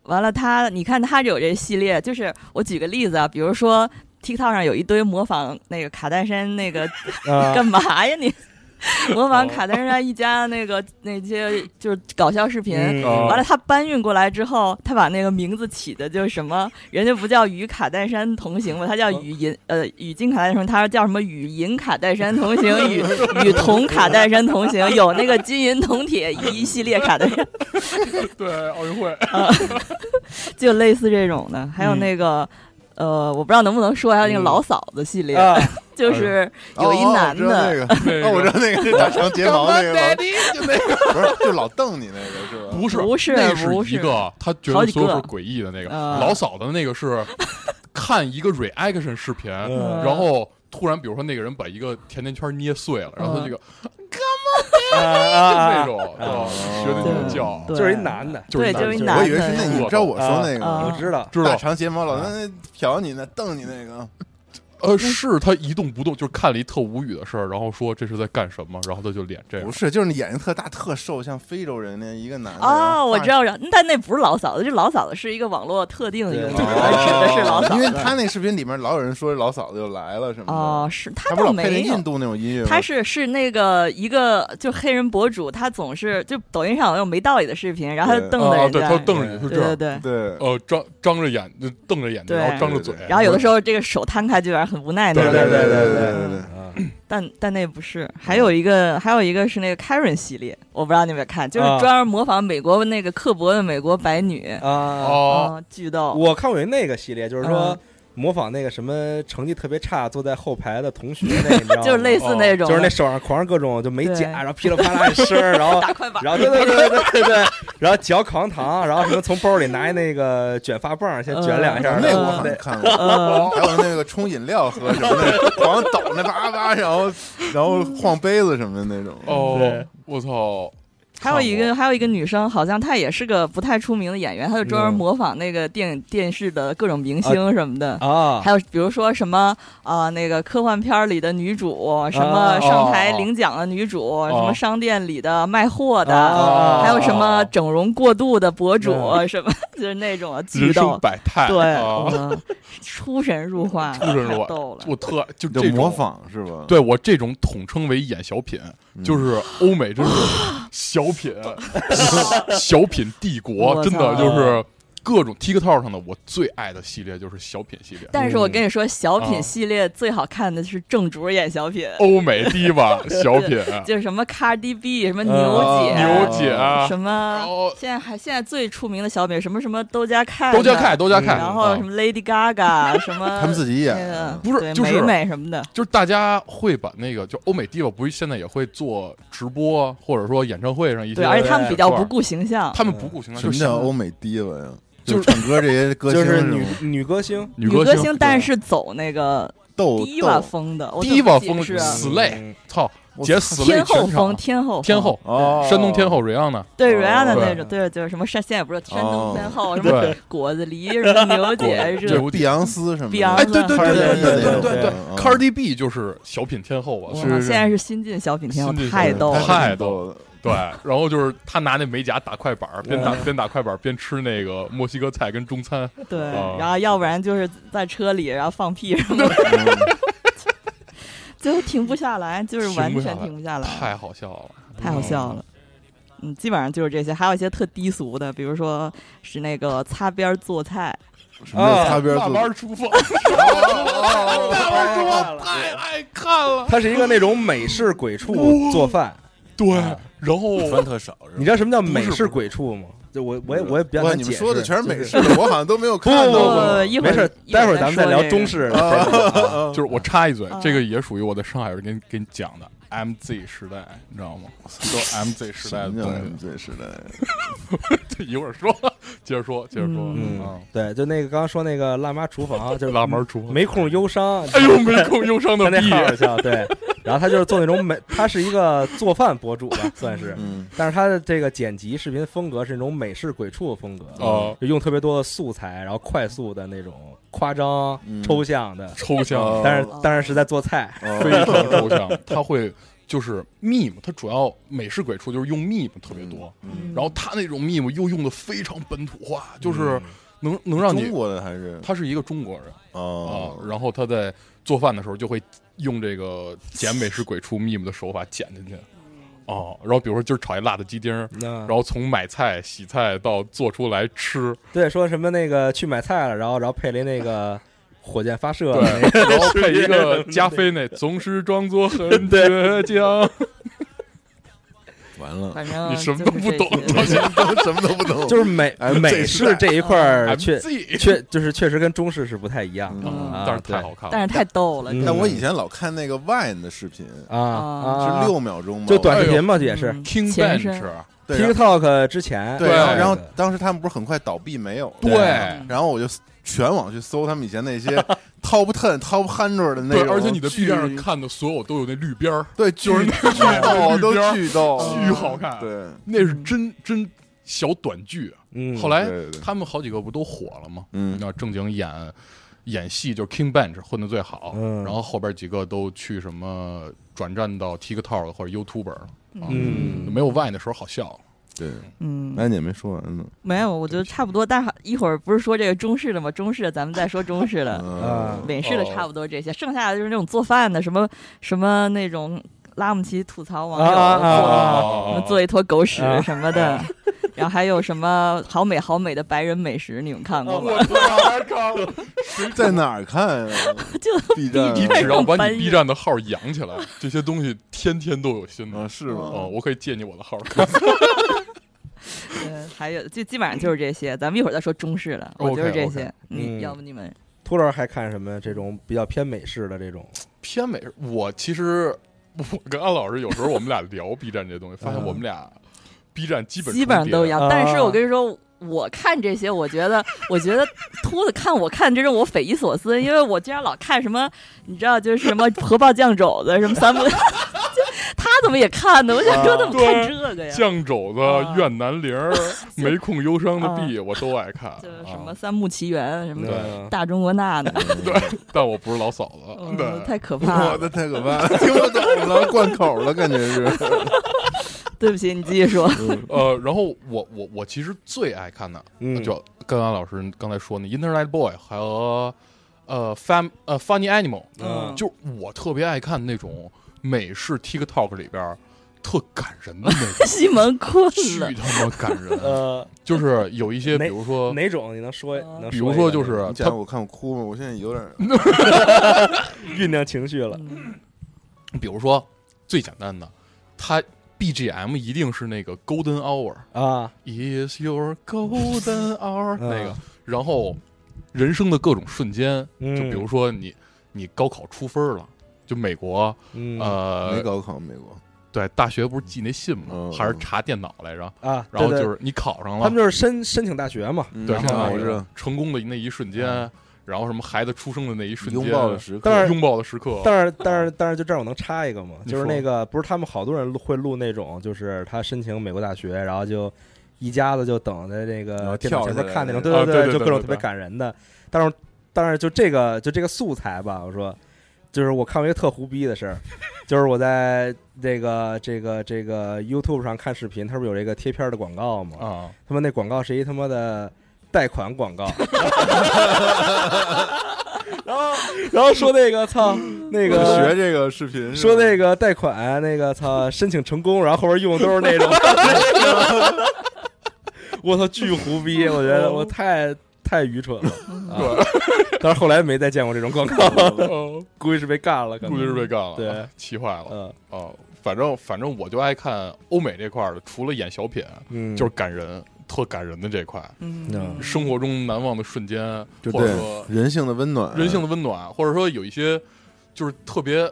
Speaker 2: 完了，他你看他有这系列，就是我举个例子啊，比如说 TikTok 上有一堆模仿那个卡戴珊那个
Speaker 1: 啊哦
Speaker 2: 干嘛呀你？ 模仿卡戴珊一家那个那些就是搞笑视频，
Speaker 1: 嗯
Speaker 3: 哦
Speaker 2: 完了，他搬运过来之后，他把那个名字起的就是什么，人家不叫与卡戴珊同行吧，他叫与银呃与金卡戴珊同行，他叫什么与银卡戴珊同行，与与铜卡戴珊同行，有那个金银铜铁一系列卡戴珊，
Speaker 3: 对奥运会，
Speaker 2: 就类似这种的，还有那个。呃，我不知道能不能说，还有那个
Speaker 1: 嗯
Speaker 2: 老嫂子系列，
Speaker 1: 啊，
Speaker 2: 就是有一
Speaker 4: 哦
Speaker 2: 男的，
Speaker 4: 哦我知道那个，哦，我知道那个是大长睫毛那个老，
Speaker 3: 就那个
Speaker 4: 不是就老瞪你那个是吧？
Speaker 3: 不是
Speaker 2: 不是
Speaker 3: 那
Speaker 2: 不
Speaker 3: 是一
Speaker 2: 是
Speaker 3: 个他觉
Speaker 2: 好
Speaker 3: 得
Speaker 2: 几
Speaker 3: 所有
Speaker 2: 个
Speaker 3: 事儿诡异的那个
Speaker 2: 嗯
Speaker 3: 老嫂子的那 个是看一个 reaction 视频，
Speaker 1: 嗯
Speaker 3: 然后突然比如说那个人把一个甜甜圈捏碎了，然
Speaker 2: 嗯
Speaker 3: 后他这个
Speaker 1: 啊
Speaker 3: 就
Speaker 1: 啊
Speaker 3: 那
Speaker 1: 啊
Speaker 3: 种
Speaker 1: 啊
Speaker 3: 啊学的那种叫，
Speaker 2: 对
Speaker 1: 就是一男的，
Speaker 3: 就是
Speaker 2: 对，就是
Speaker 3: 一男
Speaker 2: 一
Speaker 3: 的
Speaker 2: 男的，
Speaker 4: 我以为是那，你知道我说那个
Speaker 2: 啊
Speaker 1: 我
Speaker 4: 吗？
Speaker 1: 知道，
Speaker 3: 知
Speaker 4: 大
Speaker 3: 道
Speaker 4: 长睫毛老那瞟你那瞪你那个，
Speaker 3: 呃，是他一动不动，就是看了一特无语的事儿，然后说这是在干什么，然后他就脸这样
Speaker 4: 不。是，就是你眼睛特大特瘦，像非洲人那一个男的。然
Speaker 2: 哦，
Speaker 4: 后
Speaker 2: 我
Speaker 4: 画
Speaker 2: 知。道，我知道，但那不是老嫂子，这老嫂子是一个网络特定的一个名字，
Speaker 1: 对
Speaker 2: 指的是老嫂
Speaker 4: 哦因
Speaker 2: 子。
Speaker 4: 为他那视频里面老有人说老嫂子又来了什么的，
Speaker 2: 哦，是他
Speaker 4: 他不是
Speaker 2: 倒
Speaker 4: 老配
Speaker 2: 没
Speaker 4: 那
Speaker 2: 有
Speaker 4: 印。度那种音乐吗？
Speaker 2: 他是是那个一个就黑人博主，他总是就抖音上有那种没道理的视频，然后他就瞪着
Speaker 3: 啊，
Speaker 2: 人
Speaker 3: 对，
Speaker 2: 家，
Speaker 3: 他瞪着你是
Speaker 2: 对
Speaker 3: 这
Speaker 2: 对对，
Speaker 3: 样，
Speaker 4: 对，
Speaker 3: 呃，张张着眼，就瞪着眼睛，
Speaker 2: 对
Speaker 3: 然后张着嘴
Speaker 4: 对对，
Speaker 2: 然后有的时候这个手摊开就有点很无奈那
Speaker 1: 对
Speaker 2: 种，
Speaker 1: 对
Speaker 4: 对
Speaker 1: 对
Speaker 4: 对
Speaker 1: 对
Speaker 4: 对对
Speaker 1: 啊
Speaker 2: 但但那不是，
Speaker 1: 嗯
Speaker 2: 还有一个还有一个是那个 Karen 系列，我不知道你们看，就是
Speaker 1: 啊
Speaker 2: 专门模仿美国那个刻薄的美国白女，
Speaker 1: 啊
Speaker 3: 哦，
Speaker 2: 嗯，巨逗，
Speaker 1: 我看过有那个系列，就是说
Speaker 2: 嗯
Speaker 1: 模仿那个什么成绩特别差坐在后排的同学 那，你知道吗？
Speaker 2: 就是类似那种，
Speaker 1: 哦就是那手上狂上各种就美
Speaker 2: 对
Speaker 1: 甲，然后噼里啪啦一声儿，然后
Speaker 2: 打快板，
Speaker 1: 然后对对对对对对，然后嚼口香糖，然后什么从包里拿一那个卷发棒先卷两下，
Speaker 2: 嗯
Speaker 1: 然
Speaker 4: 那
Speaker 1: 后
Speaker 4: 我好
Speaker 1: 对
Speaker 4: 像看过，
Speaker 2: 呃，
Speaker 4: 还有那个冲饮料喝什么的，狂抖那叭叭，然后然后晃杯子什么的那种。
Speaker 3: 哦
Speaker 1: 对，
Speaker 3: 我操！
Speaker 2: 嗯还有一
Speaker 3: 看
Speaker 2: 个还有一个女生，好像她也是个不太出名的演员，她就专
Speaker 1: 嗯
Speaker 2: 门模仿那个电影电视的各种明星什么的。
Speaker 1: 啊
Speaker 2: 还有比如说什么啊、那个科幻片儿里的女主，什
Speaker 1: 啊
Speaker 2: 么上台
Speaker 3: 哦
Speaker 2: 领奖的女主，什
Speaker 3: 哦
Speaker 2: 么商店里的卖货的，
Speaker 1: 啊
Speaker 2: 还有什么整容过度的博主，
Speaker 1: 嗯
Speaker 2: 什么 就是那种
Speaker 3: 人
Speaker 2: 激
Speaker 3: 生
Speaker 2: 动，
Speaker 3: 百态，
Speaker 2: 对，
Speaker 3: 啊
Speaker 2: 嗯出神入化，
Speaker 3: 出神入
Speaker 2: 太
Speaker 3: 化
Speaker 2: 逗了。
Speaker 3: 我特就
Speaker 4: 就
Speaker 3: 这种
Speaker 4: 模。仿是吧？
Speaker 3: 对我这种统称为演小品，
Speaker 4: 嗯
Speaker 3: 就是欧美真是小 品，小品帝国，
Speaker 2: 我
Speaker 3: 真的
Speaker 2: 操
Speaker 3: 就是各种 TikTok 上的我最爱的系列就是小品系列，
Speaker 2: 但是我跟你说，小
Speaker 3: 啊
Speaker 2: 品系列最好看的是正主演小品，
Speaker 3: 欧美第吧小品，
Speaker 2: 就是什么 Cardi B，什么牛
Speaker 1: 啊
Speaker 2: 姐，
Speaker 3: 嗯牛姐啊，
Speaker 2: 什
Speaker 3: 然
Speaker 2: 么。
Speaker 3: 后
Speaker 2: 现在还现在最出名的小品，什么什么都加看，嗯
Speaker 3: 都加看，都加看，
Speaker 2: 然后
Speaker 3: 啊嗯
Speaker 2: 什么 Lady Gaga 什么，
Speaker 4: 他们自己演
Speaker 2: 那个
Speaker 3: 不是
Speaker 2: 对
Speaker 3: 就是
Speaker 2: 美美什么的，
Speaker 3: 就是大家会把那个，就欧美地方不是现在也会做直播，或者说演唱会上一些，
Speaker 2: 对，嗯而且他们比较不
Speaker 3: 顾，
Speaker 2: 顾形象，
Speaker 3: 他们不顾形象，就
Speaker 4: 什么
Speaker 3: 是
Speaker 4: 叫欧美低了呀？
Speaker 3: 就是
Speaker 4: 是唱歌这些歌
Speaker 1: 就
Speaker 4: 星
Speaker 1: 是
Speaker 4: 吗
Speaker 1: 女女歌星
Speaker 3: 女
Speaker 2: 歌
Speaker 3: 星，
Speaker 2: 但是走那个
Speaker 4: 斗
Speaker 2: 低洼
Speaker 4: 斗
Speaker 2: 风的，
Speaker 3: 低
Speaker 2: 洼
Speaker 3: 洼风
Speaker 2: 是
Speaker 3: 死累
Speaker 1: 嗯
Speaker 3: 操，
Speaker 4: 我
Speaker 3: 姐死了
Speaker 2: 天
Speaker 3: 一
Speaker 2: 后
Speaker 3: 全场
Speaker 2: 风，，天后风
Speaker 3: 天后，
Speaker 4: 哦，
Speaker 3: 山东天后 Rihanna，
Speaker 2: 对
Speaker 4: 哦
Speaker 2: Rihanna 那
Speaker 1: 对
Speaker 2: 种，对，就是什么山，现在不是山
Speaker 4: 哦
Speaker 2: 东天后，什么
Speaker 3: 对
Speaker 2: 果子狸，什么牛姐，
Speaker 3: 果子
Speaker 2: 是
Speaker 3: 狸
Speaker 4: 碧昂斯什么的，
Speaker 2: 碧昂
Speaker 3: 哎，
Speaker 2: 斯
Speaker 3: 对对对对对对对对，Cardi B 就是小品天后吧，
Speaker 2: 哇
Speaker 3: 是
Speaker 4: 是是
Speaker 2: 现在是新晋小品天后
Speaker 3: 新，晋小
Speaker 2: 太
Speaker 3: 品
Speaker 2: 逗
Speaker 3: 天后
Speaker 2: 了，
Speaker 3: 太啊
Speaker 4: 逗了，
Speaker 3: 对，然后就是他拿那美甲打快板儿，边打边打快板儿边吃那个墨西哥菜跟中餐，
Speaker 2: 对
Speaker 3: 哦，
Speaker 2: 然后要不然就是在车里，然后放屁什么的，
Speaker 3: 嗯
Speaker 2: 就停不下来，就是完全停不下来，
Speaker 3: 太好笑了，
Speaker 2: 太好笑了。嗯，基本上就是这些，还有一些特低俗的，比如说是那个擦边做菜，
Speaker 4: 什么叫擦边
Speaker 3: 慢慢
Speaker 4: 做？
Speaker 3: 厨房，啊
Speaker 1: 哦
Speaker 3: 太爱看了，
Speaker 1: 它是一个那种美式鬼畜做饭，
Speaker 4: 哦
Speaker 3: 对，然后
Speaker 5: 穿特少是吧？
Speaker 1: 你知道什么叫美
Speaker 3: 不是
Speaker 1: 式鬼畜吗？就我我也我也比较
Speaker 4: 哇，
Speaker 1: 难
Speaker 4: 你
Speaker 1: 解
Speaker 4: 们
Speaker 1: 释。
Speaker 4: 说的全是美式
Speaker 1: 就，
Speaker 4: 我好像都没有
Speaker 1: 不
Speaker 4: 看
Speaker 1: 不
Speaker 4: 到
Speaker 1: 不
Speaker 4: 过
Speaker 1: 不，
Speaker 2: 呃一
Speaker 1: 没
Speaker 2: 会儿
Speaker 1: 事，
Speaker 2: 一会
Speaker 1: 待
Speaker 2: 儿
Speaker 1: 会儿
Speaker 2: 再
Speaker 1: 咱们再
Speaker 2: 说
Speaker 1: 聊
Speaker 2: 这个
Speaker 1: 中式的。
Speaker 4: 啊
Speaker 3: 就是我插一嘴
Speaker 1: 嗯
Speaker 2: 啊，
Speaker 3: 这个也属于我在上海人给你给你讲的 MZ 时代，你知道吗？都 MZ 时代
Speaker 4: 什
Speaker 3: 的
Speaker 4: 么 叫
Speaker 3: 东
Speaker 4: MZ 时代？
Speaker 3: 西，一会儿说，接着说，接着说，
Speaker 1: 嗯
Speaker 3: 啊，
Speaker 1: 对，就那个刚刚说那个辣妈厨房，就是
Speaker 3: 拉门厨，
Speaker 1: 没空忧伤。
Speaker 3: 哎呦，没空忧伤
Speaker 1: 他
Speaker 3: 的
Speaker 1: 那
Speaker 3: 逼，
Speaker 1: 号儿叫对，然后他就是做那种美，他是一个做饭博主吧，算是，
Speaker 4: 嗯，
Speaker 1: 但是他的这个剪辑视频风格是那种美式鬼畜风格，
Speaker 3: 哦
Speaker 1: 就用特别多的素材，然后快速的那种夸张、
Speaker 4: 嗯
Speaker 1: 抽象的，
Speaker 3: 抽象
Speaker 4: 哦，
Speaker 1: 但是但是是在做菜，
Speaker 3: 非
Speaker 4: 哦
Speaker 3: 常抽象，他会就是 meme，他主要美式鬼畜就是用 meme 特别多，
Speaker 2: 嗯
Speaker 3: 然后他那种 meme 又用的非常本土化，就是能能让
Speaker 4: 中
Speaker 3: 你，
Speaker 4: 国的还是
Speaker 3: 他是一个中国人。啊，
Speaker 4: 哦，
Speaker 3: 然后他在做饭的时候就会用这个剪美式鬼畜 meme 的手法剪进去。哦，然后比如说今儿炒一辣的鸡丁儿，
Speaker 1: 那
Speaker 3: 然后从买菜、洗菜到做出来吃，
Speaker 1: 对说什么那个去买菜了，然后然后佩林那个火箭发射，
Speaker 3: 对，
Speaker 1: 那个
Speaker 3: 然后配一个 加菲那总是装作很倔强，
Speaker 4: 完 了，
Speaker 2: 反正
Speaker 3: 你什么都不懂
Speaker 2: 就是这些
Speaker 3: 到现
Speaker 4: 什么都不懂，
Speaker 1: 就是美
Speaker 4: 哎这
Speaker 1: 美
Speaker 4: 是
Speaker 1: 式这一块
Speaker 3: 哎
Speaker 1: 儿确
Speaker 3: MZ，
Speaker 1: 确就是确实跟中式是不太一样的
Speaker 4: 嗯
Speaker 3: 啊
Speaker 1: 啊
Speaker 3: 但是太
Speaker 1: 对
Speaker 3: 好看了
Speaker 2: 但。是太逗了，
Speaker 1: 嗯
Speaker 4: 哎但我以前老看那个 Vine 的视频，
Speaker 1: 啊
Speaker 2: 啊
Speaker 1: 啊
Speaker 4: 哦是，六秒钟吗？
Speaker 1: 就短视频嘛，也是
Speaker 2: 嗯
Speaker 3: King
Speaker 2: 前身
Speaker 3: Bench，
Speaker 4: 对然后
Speaker 1: TikTok 之前啊
Speaker 4: 对，啊
Speaker 3: 对
Speaker 4: 然后然后当时他们不是很快倒闭没有？
Speaker 3: 对
Speaker 2: 对
Speaker 4: 然后我就全网去搜他们以前那些 top ten、top hundred 的那
Speaker 3: 对，
Speaker 4: 种剧，
Speaker 3: 而且你的 B 站上看的所有都有那绿边儿，
Speaker 4: 对，就是
Speaker 3: 就是那
Speaker 4: 巨逗，都巨逗，嗯
Speaker 3: 巨好看，
Speaker 4: 对，
Speaker 3: 那是真真小短剧。
Speaker 1: 嗯，
Speaker 3: 后来
Speaker 4: 对对对
Speaker 3: 他们好几个不都火了吗？
Speaker 4: 嗯，
Speaker 3: 那正经演演戏就是 King Bench 混的最好，
Speaker 1: 嗯
Speaker 3: 然后后边几个都去什么转战到 TikTok 了或者 YouTuber 了，啊
Speaker 1: 嗯
Speaker 3: 就没有 Vine 的时候好笑了。
Speaker 4: 对。
Speaker 2: 嗯，
Speaker 4: 楠姐没说完呢，
Speaker 2: 没有，我觉得差不多。但是一会儿不是说这个中式的吗？中式的咱们再说中式的，
Speaker 1: 啊
Speaker 4: 嗯，
Speaker 2: 美式的
Speaker 3: 哦
Speaker 2: 差不多这些，剩下的就是那种做饭的，什么什么那种拉姆齐吐槽网友
Speaker 1: 啊啊啊
Speaker 2: 做
Speaker 3: 哦
Speaker 2: 做一坨狗屎
Speaker 1: 啊
Speaker 2: 什么的，然后还有什么好美好美的白人美食，你们看
Speaker 4: 嗯
Speaker 2: 过
Speaker 1: 哦
Speaker 2: 吗？
Speaker 3: 我操！靠
Speaker 4: 在哪儿 看啊？
Speaker 2: 就
Speaker 4: B 站啊
Speaker 3: 你
Speaker 2: 站
Speaker 3: 只要把
Speaker 2: 翻
Speaker 3: 你
Speaker 2: 译
Speaker 3: B 站的号养起来， 这些东西天天都有新
Speaker 4: 啊，
Speaker 3: 的。
Speaker 4: 是吗？
Speaker 3: 哦，我可以借你我的号。
Speaker 2: 嗯还有就基本上就是这些，咱们一会儿再说中式的，我
Speaker 3: OK，
Speaker 2: 就是这些。
Speaker 1: 嗯
Speaker 2: 你要不你们
Speaker 1: 秃老师还看什么这种比较偏美式的这种？
Speaker 3: 偏美，我其实我跟安老师有时候我们俩聊 B 站这东西，发现我们俩 B 站基本
Speaker 2: 嗯基本上都一
Speaker 3: 样。
Speaker 2: 样
Speaker 1: 啊。
Speaker 2: 但是我跟你说，我看这些，我觉得，我觉得秃子看我看这让我匪夷所思，因为我经常老看什么，你知道，就是什么核爆酱肘子，什么三不， 就他怎么也看呢？我想说，
Speaker 4: 啊
Speaker 2: 怎么看这个呀？
Speaker 3: 酱肘子、
Speaker 2: 啊
Speaker 3: 怨南 铃儿、没空忧伤的 B，我都爱看。
Speaker 2: 就是什
Speaker 3: 啊
Speaker 2: 么三木奇缘，什么
Speaker 3: 对
Speaker 1: 嗯
Speaker 2: 大中国娜娜，
Speaker 3: 对， 但我不是老嫂子。
Speaker 2: 嗯
Speaker 3: 对，
Speaker 2: 太可怕
Speaker 4: 哦我
Speaker 2: 了。
Speaker 4: 的太可怕了，听不 懂了，灌口了，感觉 是。
Speaker 2: 对不起，你继续说。
Speaker 3: 呃，然后我我我其实最爱看的
Speaker 1: 嗯，
Speaker 3: 就跟安老师刚才说那《Internet Boy》和呃《Fam 呃 Funny Animal》，
Speaker 1: 嗯
Speaker 3: 就我特别爱看那种美式 TikTok 里边儿特感人 的那种，
Speaker 2: 西蒙困
Speaker 3: 巨
Speaker 2: 了，嗯
Speaker 3: 他妈感
Speaker 4: 嗯
Speaker 3: 人。
Speaker 1: 呃，
Speaker 3: 就是有一些，比
Speaker 1: 哪
Speaker 3: 如说，
Speaker 1: 哪种你能说？
Speaker 2: 嗯
Speaker 1: 能
Speaker 3: 比如说
Speaker 1: 一个
Speaker 3: 就是
Speaker 4: 你
Speaker 3: 他
Speaker 4: 讲我看我哭吗？我现在有点
Speaker 1: 酝酿情绪了，
Speaker 2: 嗯
Speaker 3: 比如说最简单的，他 BGM 一定是那个 Golden Hour。
Speaker 4: 嗯
Speaker 1: 啊，
Speaker 3: Is your golden hour
Speaker 1: 嗯
Speaker 3: 那个，然后人生的各种瞬间，
Speaker 1: 嗯
Speaker 3: 就比如说你你高考出分儿了，就美国
Speaker 1: 嗯
Speaker 4: 没
Speaker 3: 呃，
Speaker 4: 高考美国，
Speaker 3: 对，大学不是寄那信吗？
Speaker 4: 嗯
Speaker 3: 还是查电脑来着？
Speaker 1: 啊，
Speaker 3: 然
Speaker 1: 对
Speaker 3: 后
Speaker 1: 对
Speaker 3: 就是你考上
Speaker 1: 他们
Speaker 3: 了，
Speaker 1: 就是申申请大学嘛，
Speaker 4: 嗯
Speaker 3: 对，
Speaker 1: 然
Speaker 4: 是
Speaker 1: 后
Speaker 4: 吧
Speaker 3: 那
Speaker 4: 我知
Speaker 3: 个
Speaker 4: 道
Speaker 3: 成功的那一瞬间，然后什么孩子出生的那一瞬间，
Speaker 4: 拥抱的时刻
Speaker 1: 但，是
Speaker 3: 拥抱的时刻，
Speaker 1: 但是但是但是，就这儿我能插一个吗？
Speaker 3: 你
Speaker 1: 就是
Speaker 3: 说
Speaker 1: 那个不是他们好多人录会录那种，就是他申请美国大学，然后就一家子就等在那
Speaker 4: 然
Speaker 1: 个
Speaker 4: 后
Speaker 1: 电脑
Speaker 4: 跳
Speaker 1: 前
Speaker 4: 下
Speaker 1: 头
Speaker 4: 来
Speaker 1: 看那种，
Speaker 4: 那
Speaker 3: 个
Speaker 1: 对
Speaker 3: 啊对对
Speaker 1: 就
Speaker 3: 对
Speaker 1: 各种
Speaker 3: 对
Speaker 1: 特别
Speaker 3: 对
Speaker 1: 感人的。但是但是就这个就这个素材吧，我说就是我看过一个特胡逼的事儿，就是我在这个这个这个 YouTube 上看视频，它不是有这个贴片儿的广告吗？
Speaker 3: 啊，
Speaker 1: 他妈那广告是一他妈的贷款广 告，然后然后说那个操那
Speaker 4: 我学
Speaker 1: 个
Speaker 4: 这个视频，
Speaker 1: 说那
Speaker 4: 个
Speaker 1: 个贷款那个操申请成功，然后后边用的都是那种，我操巨胡逼，我觉得我太太愚蠢了，
Speaker 3: 嗯
Speaker 1: 啊、但是后来没再见过这种广告，
Speaker 3: 哦
Speaker 1: 估计是被干了，可
Speaker 3: 估计
Speaker 1: 能
Speaker 3: 是被干了，
Speaker 1: 对，
Speaker 3: 气坏了
Speaker 1: 嗯
Speaker 3: 哦。反正反正我就爱看欧美这块儿的，除了演小品，
Speaker 1: 嗯，
Speaker 3: 就是感人，特感人的这块。
Speaker 1: 嗯
Speaker 2: 嗯，
Speaker 3: 生活中难忘的瞬间，
Speaker 4: 就
Speaker 3: 或者
Speaker 4: 对
Speaker 3: 说
Speaker 4: 人性的温暖，
Speaker 3: 人性的温暖，或者说有一些就是特别嘖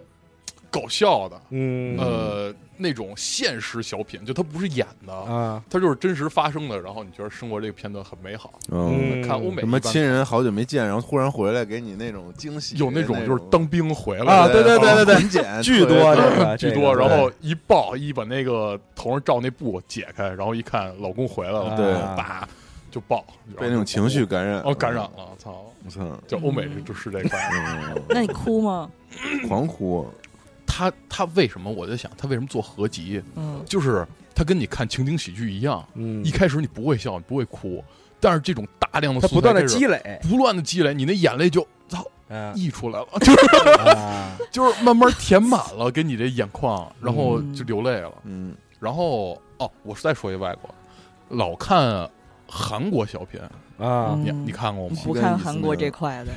Speaker 3: 搞笑的，
Speaker 1: 嗯
Speaker 3: 呃，那种现实小品，就它不是演的，
Speaker 1: 啊
Speaker 3: 它就是真实发生的。然后你觉得生活这个片段很美好，
Speaker 1: 嗯
Speaker 4: 嗯，
Speaker 3: 看欧美
Speaker 4: 什么
Speaker 3: 一般
Speaker 4: 亲人好久没见，然后忽然回来给你那种惊喜，
Speaker 3: 有
Speaker 4: 那
Speaker 3: 那种就是
Speaker 4: 当
Speaker 3: 当兵回来
Speaker 1: 啊对对对对对
Speaker 4: 很 简
Speaker 1: 巨多啊
Speaker 4: 特
Speaker 1: 这
Speaker 4: 别
Speaker 1: 个
Speaker 3: 嗯 巨
Speaker 1: 这个
Speaker 3: 多，然
Speaker 1: 对
Speaker 3: 后一抱一把那个头上罩那布解开，然后一看老公回来了，
Speaker 4: 对
Speaker 1: 啊
Speaker 3: 叭就抱，然后
Speaker 4: 被那种情绪感染，
Speaker 3: 哦感染了，操！
Speaker 4: 我操，
Speaker 3: 就欧美就是这块儿，
Speaker 4: 嗯
Speaker 2: 那你哭吗？
Speaker 4: 狂哭，
Speaker 3: 嗯他他为什么我在想他为什么做合集？
Speaker 2: 嗯，
Speaker 3: 就是他跟你看情景喜剧一样，
Speaker 1: 嗯
Speaker 3: 一，开始你不会笑，你不会哭，但是这种大量的
Speaker 1: 它
Speaker 3: 素材
Speaker 1: 不断的
Speaker 3: 开始
Speaker 1: 积累，
Speaker 3: 不断的积累，你那眼泪就操
Speaker 1: 啊
Speaker 3: 溢出来了，就是
Speaker 1: 啊
Speaker 3: 就是慢慢填满了给你这眼眶，然后
Speaker 2: 嗯
Speaker 3: 就流泪了。
Speaker 4: 嗯，
Speaker 3: 然后哦，我再说一外国，老看韩国小品，
Speaker 1: 啊
Speaker 2: 嗯
Speaker 3: 你你看过吗？
Speaker 2: 不看韩国这块的，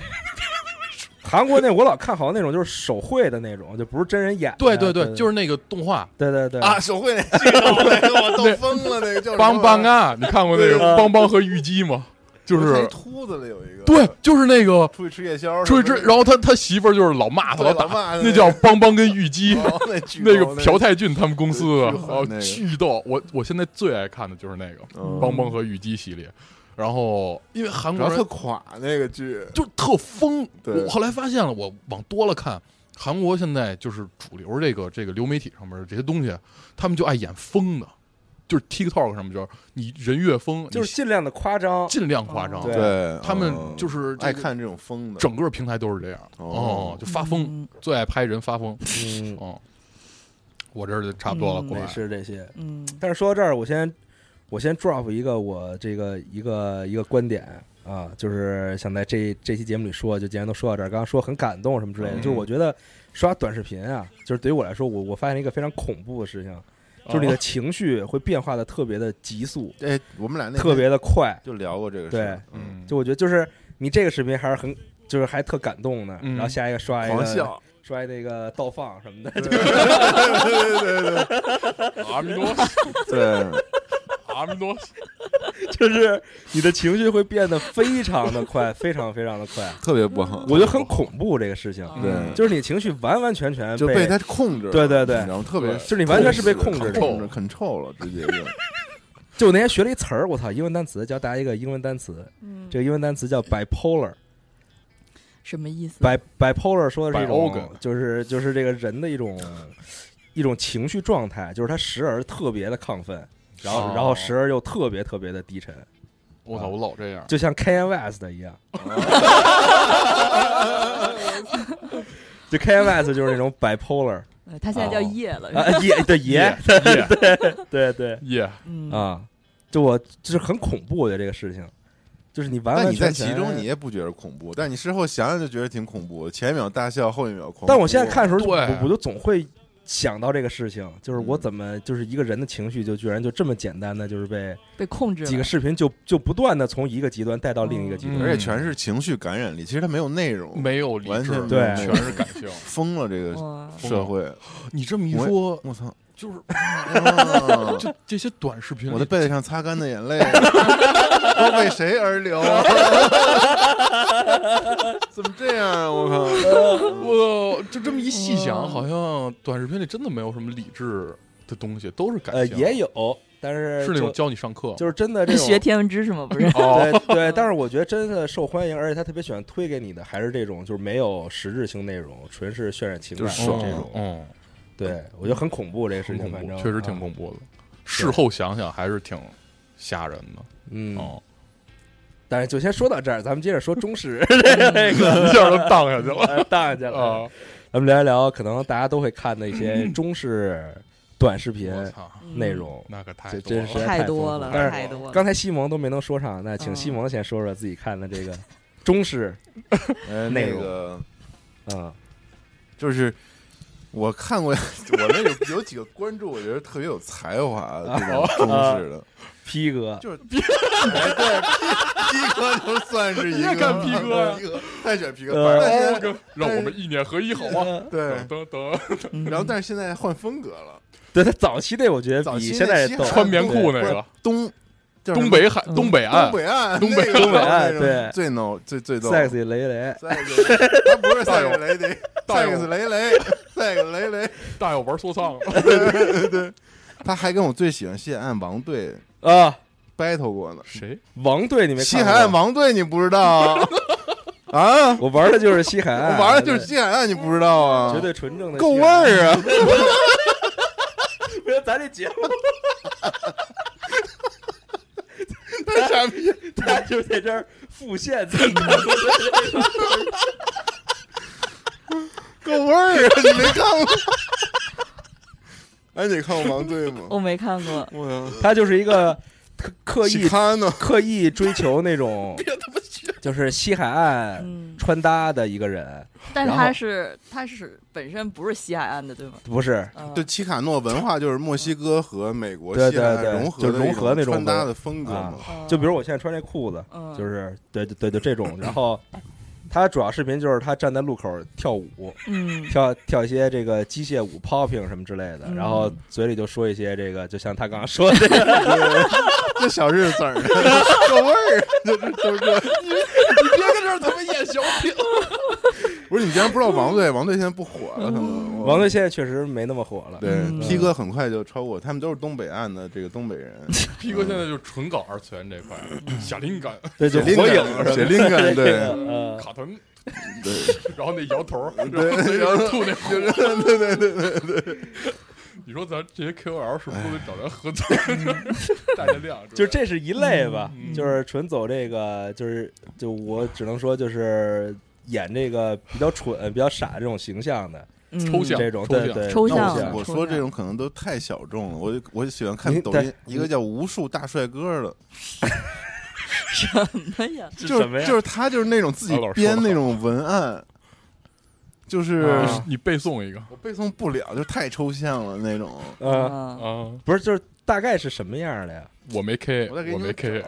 Speaker 1: 韩国那我老看好像那种就是手绘的那种，就不是真人演的。
Speaker 3: 对
Speaker 1: 对
Speaker 3: 对对，就是那个动画
Speaker 1: 对对对
Speaker 4: 啊，手绘那技能， 那个我逗疯了，那个叫
Speaker 3: 《
Speaker 4: 什么
Speaker 3: 邦邦啊》，你看过那个
Speaker 1: 对啊
Speaker 3: 《邦邦和虞姬》吗？就
Speaker 4: 我看一
Speaker 3: 是
Speaker 4: 秃子里有一个，
Speaker 3: 对，就是那个
Speaker 4: 出去吃夜宵什
Speaker 3: 追
Speaker 4: 么的，
Speaker 3: 追，然后他他媳妇儿就是老骂他，
Speaker 4: 对
Speaker 3: 打
Speaker 4: 老骂他
Speaker 3: 那叫邦邦跟虞姬。
Speaker 4: 哦那巨
Speaker 3: 那
Speaker 4: 高
Speaker 3: 个朴泰俊他们公司
Speaker 4: 对巨狠
Speaker 3: 啊
Speaker 4: 那，个
Speaker 3: 巨逗！我我现在最爱看的就是那个
Speaker 4: 嗯
Speaker 3: 邦邦和虞姬系列，然后因为韩
Speaker 4: 然
Speaker 3: 国
Speaker 4: 后特
Speaker 3: 人
Speaker 4: 垮那个剧，
Speaker 3: 就特疯，
Speaker 4: 对
Speaker 3: 我后来发现了，我往多了看，韩国现在就是主流这个这个流媒体上面这些东西，他们就爱演疯的，就是 TikTok 上面就是你人越疯，你
Speaker 1: 就是尽量的夸 张。
Speaker 3: 尽量夸
Speaker 2: 哦
Speaker 3: 张，
Speaker 1: 对
Speaker 4: 对嗯
Speaker 3: 他们就是是这
Speaker 4: 爱
Speaker 3: 个
Speaker 4: 看这种疯的，
Speaker 3: 整个平台都是这样，
Speaker 4: 哦
Speaker 3: 哦，就发疯，
Speaker 2: 嗯
Speaker 3: 最爱拍人发疯，
Speaker 1: 嗯，
Speaker 3: 哦，我这儿就差不多了，
Speaker 2: 嗯
Speaker 3: 过
Speaker 1: 美
Speaker 3: 来，
Speaker 1: 式这些。
Speaker 2: 嗯
Speaker 1: 但是说到这儿，我先我先 drop 一个我这个一个一个观点啊，就是想在这这期节目里说，就既然都说到这儿，刚刚说很感动什么之类的，
Speaker 3: 嗯
Speaker 1: 就是我觉得刷短视频啊，就是对于我来说，我我发现一个非常恐怖的事情，就是你的情绪会变化的特别的急速，
Speaker 4: 哎，我们俩那天
Speaker 1: 特别的快。
Speaker 4: 就聊过这个事
Speaker 1: 对
Speaker 4: 儿，嗯，
Speaker 3: 嗯，
Speaker 1: 就我觉得就是你这个视频还是很。就是还特感动呢，
Speaker 3: 嗯
Speaker 1: 然后下一个刷一
Speaker 4: 狂
Speaker 1: 个
Speaker 4: 笑，
Speaker 1: 摔那个倒放什么的，
Speaker 3: 阿米诺斯，
Speaker 4: 对，
Speaker 3: 阿米诺斯，
Speaker 1: 就是你的情绪会变得非常的快，非常非常的快。
Speaker 4: 特别不好，
Speaker 1: 我觉得很恐怖这个事情，
Speaker 4: 对
Speaker 3: 嗯
Speaker 1: 就是你情绪完完全全
Speaker 4: 就
Speaker 1: 被
Speaker 4: 被他控制了，
Speaker 1: 对对对
Speaker 4: 然后特别
Speaker 1: 就是你完全是被控制的。
Speaker 4: 控制 control 了，直接就
Speaker 1: 就我那天学了一词儿，我操，英文单词，教大家一个英文单词，
Speaker 2: 嗯
Speaker 1: 这个英文单词叫 bipolar。
Speaker 2: 什么意思？
Speaker 1: bi bipolar 说的是一
Speaker 3: Biogen
Speaker 1: 种，就是就是这个人的一种一种情绪状态，就是他时而特别的亢奋，然后、
Speaker 3: 哦
Speaker 1: 然后时而又特别特别的低沉，
Speaker 3: 我操，我老这样，
Speaker 1: 就像 Kanye West 一样。
Speaker 3: 哦
Speaker 1: 就 Kanye West 就是那种 bipolar
Speaker 2: 呃他现在叫叶了，是吧
Speaker 1: 啊，爷对爷，
Speaker 3: 耶
Speaker 1: 对对
Speaker 3: 耶，
Speaker 2: 嗯，
Speaker 1: 啊，就我就是很恐怖，我觉得这个事情，就是你完
Speaker 4: 但
Speaker 1: 完
Speaker 4: 你在
Speaker 1: 全全
Speaker 4: 其中你。也不觉得恐怖，但你事后想想就觉得挺恐怖的，前一秒大笑，后一秒狂哭。
Speaker 1: 但我现在看的时候，
Speaker 3: 对
Speaker 1: 我我就总会想到这个事情，就是我
Speaker 4: 嗯
Speaker 1: 怎么就是一个人的情绪就居然就这么简单的就是被
Speaker 2: 被控制了
Speaker 1: 几个视频就就不断的从一个极端带到另一个极端，
Speaker 3: 嗯
Speaker 4: 而且全是情绪感染力，其实它没有内容，
Speaker 3: 没有理
Speaker 4: 完
Speaker 3: 智
Speaker 4: 全，
Speaker 1: 没有内
Speaker 3: 全
Speaker 4: 容
Speaker 3: 是感性。
Speaker 4: 疯了这
Speaker 1: 哦
Speaker 4: 个
Speaker 2: 哇
Speaker 4: 社会。
Speaker 3: 你这么一说，
Speaker 4: 我操！
Speaker 3: 就是
Speaker 4: 啊
Speaker 3: 这这些短视频里，
Speaker 4: 我的被子上擦干的眼泪 都为谁而流啊？ 怎么这样啊！我靠！
Speaker 3: 我就这么一细想，好像短视频里真的没有什么理智的东西，都是感
Speaker 1: 呃
Speaker 3: 性，
Speaker 1: 也有，但是
Speaker 3: 是那种
Speaker 1: 就
Speaker 3: 教你上课，
Speaker 1: 就是真的 这种
Speaker 2: 学天文知识吗？ 不是，
Speaker 3: 哦，
Speaker 1: 对对，但是我觉得真的受欢迎，而且他特别喜欢推给你的还是这种就是没有实质性内容，纯是渲染情感
Speaker 4: 就
Speaker 1: 的
Speaker 4: 是爽
Speaker 1: 这种，
Speaker 3: 嗯，
Speaker 1: 对我觉得很恐怖这个事
Speaker 3: 挺啊
Speaker 1: 情，
Speaker 3: 恐
Speaker 1: 反
Speaker 3: 怖，
Speaker 1: 正啊
Speaker 3: 确实挺
Speaker 1: 怖，
Speaker 3: 恐怖的。事后想想还是挺吓人的。
Speaker 1: 嗯，
Speaker 3: 哦，
Speaker 1: 但是就先说到这儿，咱们接着说中 式
Speaker 3: 一下就荡下去了
Speaker 1: 呃荡下去了。
Speaker 3: 啊！
Speaker 1: 咱们聊一聊，可能大家都会看的一 些中式短视频
Speaker 3: 我操，
Speaker 2: 嗯
Speaker 1: 内容。
Speaker 3: 那可嗯太
Speaker 1: 这
Speaker 3: 多
Speaker 1: 真是
Speaker 3: 了。
Speaker 2: 太
Speaker 1: 多
Speaker 2: 多了，
Speaker 1: 但是
Speaker 2: 太多了。
Speaker 1: 刚才西蒙都没能说上，那请
Speaker 2: 嗯
Speaker 1: 西蒙先说说自己看的这个中式，
Speaker 4: 哎，
Speaker 1: 内
Speaker 4: 那
Speaker 1: 容
Speaker 4: 个
Speaker 1: 嗯
Speaker 4: 就是我看过， 我那有有几个关注，我觉得特别有才华的这种中式的，
Speaker 1: ，P 哥，
Speaker 4: 就是哎对，P 哥就算是一个
Speaker 3: 你也看 P 哥呀
Speaker 4: P 哥太喜欢 P 哥，
Speaker 1: 呃
Speaker 4: 但是现在
Speaker 3: 让我们一年合一好啊吗？
Speaker 4: 对
Speaker 3: 等，等等，
Speaker 2: 嗯
Speaker 4: 然后但是现在换风格了，
Speaker 1: 对他早期那我觉得
Speaker 4: 早
Speaker 1: 比
Speaker 4: 期
Speaker 1: 现
Speaker 4: 那
Speaker 1: 在
Speaker 4: 西
Speaker 1: 逗，
Speaker 4: 汉
Speaker 3: 穿棉裤那
Speaker 4: 不是
Speaker 3: 个，
Speaker 4: 东叫什么
Speaker 3: 东北海
Speaker 2: 嗯
Speaker 3: 东北岸
Speaker 4: 东，北岸
Speaker 3: 东北
Speaker 4: 那个
Speaker 1: 东北岸
Speaker 4: 那种
Speaker 1: 对
Speaker 4: 最 no 最最逗。
Speaker 1: sexy 雷雷，
Speaker 4: 赛克斯他不是赛克雷迪，
Speaker 3: 大
Speaker 4: 赛
Speaker 3: 勇
Speaker 4: 克斯雷雷，赛克斯雷雷，
Speaker 3: 大有玩说唱了。
Speaker 4: 他还跟我最喜欢西海岸王队
Speaker 1: 啊，
Speaker 4: battle 过呢。
Speaker 3: 谁？
Speaker 1: 王队你没
Speaker 4: 西
Speaker 1: 看过？
Speaker 4: 海岸王队你不知道啊？ 啊，
Speaker 1: 我玩的就是西海
Speaker 4: 我
Speaker 1: 岸，
Speaker 4: 玩的就是西海岸，你不知道啊？
Speaker 1: 绝对纯正的，
Speaker 4: 够味！ 儿啊！
Speaker 1: 不是咱这节目，
Speaker 4: 太傻逼！
Speaker 1: 他就在这儿复现自 己，
Speaker 4: 够味儿啊！你没看过？哎，你看过王队吗？
Speaker 2: 我没看过，
Speaker 4: 我操！
Speaker 1: 他就是一个刻刻
Speaker 4: 西
Speaker 1: 意
Speaker 4: 卡呢？
Speaker 1: 刻意追求那 种，就是西海岸
Speaker 2: 嗯，
Speaker 1: 穿搭的一个人，
Speaker 2: 但
Speaker 1: 然后
Speaker 2: 他是他是本身不是西海岸的，对吗？
Speaker 1: 不是，
Speaker 2: 嗯
Speaker 4: 对，，奇卡诺文化就是墨西哥和美国
Speaker 1: 对
Speaker 4: 西海岸
Speaker 1: 对对
Speaker 4: 融
Speaker 1: 就
Speaker 4: 合的
Speaker 1: 融
Speaker 4: 一
Speaker 1: 合那种
Speaker 4: 穿搭
Speaker 1: 风
Speaker 4: 的风格
Speaker 1: 啊
Speaker 4: 嘛。
Speaker 2: 嗯
Speaker 1: 就比如我现在穿这裤子，
Speaker 2: 嗯
Speaker 1: 就是对对对对这种，然后他主要视频就是他站在路口跳舞，
Speaker 2: 嗯
Speaker 1: 跳跳一些这个机械舞 popping 什么之类的，
Speaker 2: 嗯
Speaker 1: 然后嘴里就说一些这个，就像他刚刚说的这个，
Speaker 4: 这小日子儿，够味儿啊！就是就是这。
Speaker 3: 你别跟这儿他妈演小品。
Speaker 4: 不是你竟然不知道王队？王队现在不火了，他们
Speaker 1: 王队现在确实没那么火了。
Speaker 4: 对
Speaker 2: 嗯
Speaker 4: P 哥很快就超过，他们都是东北岸的这个东北人，
Speaker 3: P 哥现在就纯搞二次元这块，夏令感、
Speaker 1: 对，就火影什么的
Speaker 4: 写灵感，
Speaker 1: 这个
Speaker 4: 对
Speaker 2: 嗯
Speaker 1: 呃，
Speaker 3: 卡腾，
Speaker 4: 对
Speaker 3: 然后那摇头，然后
Speaker 4: 对，
Speaker 3: 然
Speaker 4: 然
Speaker 3: 后
Speaker 4: 后
Speaker 3: 吐那口。
Speaker 4: 对对对对对对，
Speaker 3: 你说咱这些 KOL 是不是得找咱合作，带着量？
Speaker 1: 就这是一类吧，
Speaker 3: 嗯
Speaker 1: 就是纯走这个，就是就我只能说就是演这个比较蠢、比较傻这种形象的
Speaker 2: 嗯
Speaker 3: 抽象
Speaker 1: 这种，
Speaker 3: 抽象
Speaker 1: 对对，
Speaker 2: 抽
Speaker 4: 那
Speaker 2: 象
Speaker 1: 抽
Speaker 4: 我我说这种可能都太小众了，我就我就喜欢看
Speaker 1: 你
Speaker 4: 抖
Speaker 1: 但
Speaker 4: 音，一个叫无数大帅哥的，
Speaker 2: 什么呀？
Speaker 1: 是
Speaker 4: 就
Speaker 1: 什么
Speaker 4: 是
Speaker 1: 呀
Speaker 4: 就是他就是那种自己
Speaker 3: 老师
Speaker 4: 编
Speaker 3: 说得
Speaker 4: 那种文案，就是
Speaker 1: 啊
Speaker 3: 你背诵一个
Speaker 4: 我背诵不了，就太抽象了那种。
Speaker 1: 呃，
Speaker 2: 嗯
Speaker 3: 啊！
Speaker 1: 不是，就是大概是什么样的呀？
Speaker 3: 我没 K，
Speaker 4: 我再给你
Speaker 3: 我没 K，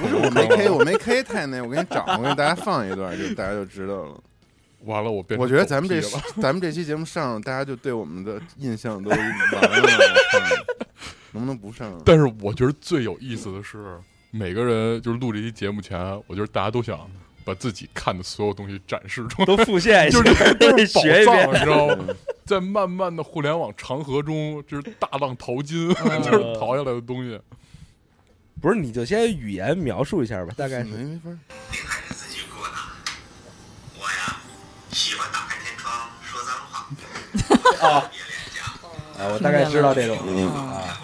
Speaker 4: 不是我没 K，我没 K 太那，我给你找，我给大家放一段，就大家就知道了。
Speaker 3: 完了我变成
Speaker 4: 我觉得咱们这
Speaker 3: 狗屁了
Speaker 4: 咱们这期节目上，大家就对我们的印象都完了，我看能不能不上？啊
Speaker 3: 但是我觉得最有意思的是，每个人就是录这期节目前，我觉得大家都想把自己看的所有东西展示 出 来，
Speaker 1: 都复现一下
Speaker 3: 就是这，
Speaker 1: 都
Speaker 3: 都
Speaker 1: 得
Speaker 3: 是宝
Speaker 1: 学一遍
Speaker 3: 藏，。你知道吗？在漫漫的互联网长河中，就是大浪淘 金，
Speaker 1: 嗯
Speaker 3: 就是淘下来的东西。
Speaker 1: 不是，你就先语言描述一下吧，大概是
Speaker 4: 哎
Speaker 2: 嗯
Speaker 4: 没没法儿，
Speaker 5: 别看着自己哭了，我呀喜欢打开天窗说脏话，别脸颊。
Speaker 1: 啊，我大概知道这
Speaker 2: 嗯
Speaker 1: 种。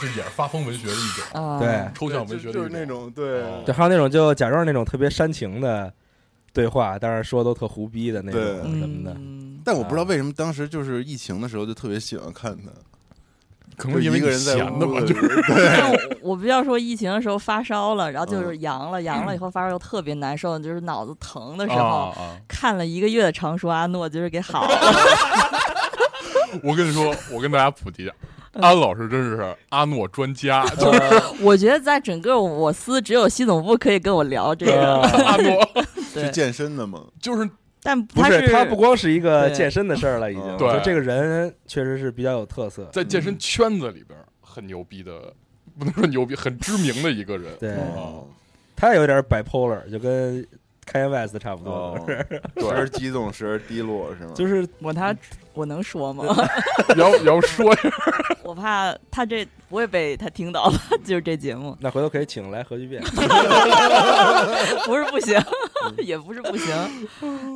Speaker 3: 这也是发疯文学的一种，
Speaker 2: 啊，
Speaker 1: 对，
Speaker 3: 抽象文
Speaker 4: 就
Speaker 3: 学
Speaker 4: 就是
Speaker 3: 的
Speaker 4: 那
Speaker 3: 一种。
Speaker 4: 种对
Speaker 3: 哦
Speaker 1: 对，还有那种就假装那种特别煽情的对话，但是说都特胡逼的那种
Speaker 4: 对
Speaker 1: 什么的。呃
Speaker 2: 嗯，
Speaker 4: 但我不知道为什么当时就是疫情的时候就特别喜欢看它，
Speaker 3: 可
Speaker 4: 就
Speaker 3: 能因为
Speaker 4: 一个
Speaker 3: 你
Speaker 4: 人在
Speaker 3: 闲的
Speaker 4: 屋
Speaker 3: 吧，
Speaker 4: 子
Speaker 3: 就
Speaker 4: 里
Speaker 3: 是
Speaker 2: 但我我比较说疫情的时候发烧了，然后
Speaker 1: 嗯
Speaker 2: 就是阳了，阳了以后发烧又特别难受，就是脑子疼 的时
Speaker 3: 啊
Speaker 1: 哦
Speaker 2: 候，
Speaker 3: 啊！
Speaker 2: 看了一个月的《常熟阿诺》，就是给好了。
Speaker 3: 我跟你说，我跟大家普及一下，安老师真是阿诺专家，就是
Speaker 1: 呃
Speaker 2: 我觉得在整个我司，只有西总部可以跟我聊这个，
Speaker 3: 阿 诺，
Speaker 4: 呃是
Speaker 2: 对，
Speaker 4: 健身的嘛，
Speaker 3: 就是
Speaker 2: 但
Speaker 1: 不
Speaker 2: 是
Speaker 1: 他不光是一个
Speaker 2: 对
Speaker 1: 健身的事儿了，已经。
Speaker 4: 对
Speaker 1: 就这个人确实是比较有特色。
Speaker 3: 在健身圈子里边很牛逼的， 不能说牛逼，很知名的一个人。
Speaker 1: 对
Speaker 2: 嗯
Speaker 3: 啊，
Speaker 4: 哦
Speaker 1: 他有点 bipolar，就跟 Kanye West 差不多，
Speaker 4: 哦，时而激动，时而低落，是吗？
Speaker 1: 就是
Speaker 2: 我他我能说吗？
Speaker 4: 嗯
Speaker 3: 要要说一下，
Speaker 2: 我怕他这不会被他听到吧？ 就是这节目
Speaker 1: 那回头可以请来核聚变。
Speaker 2: 不是不行， 也不是不行，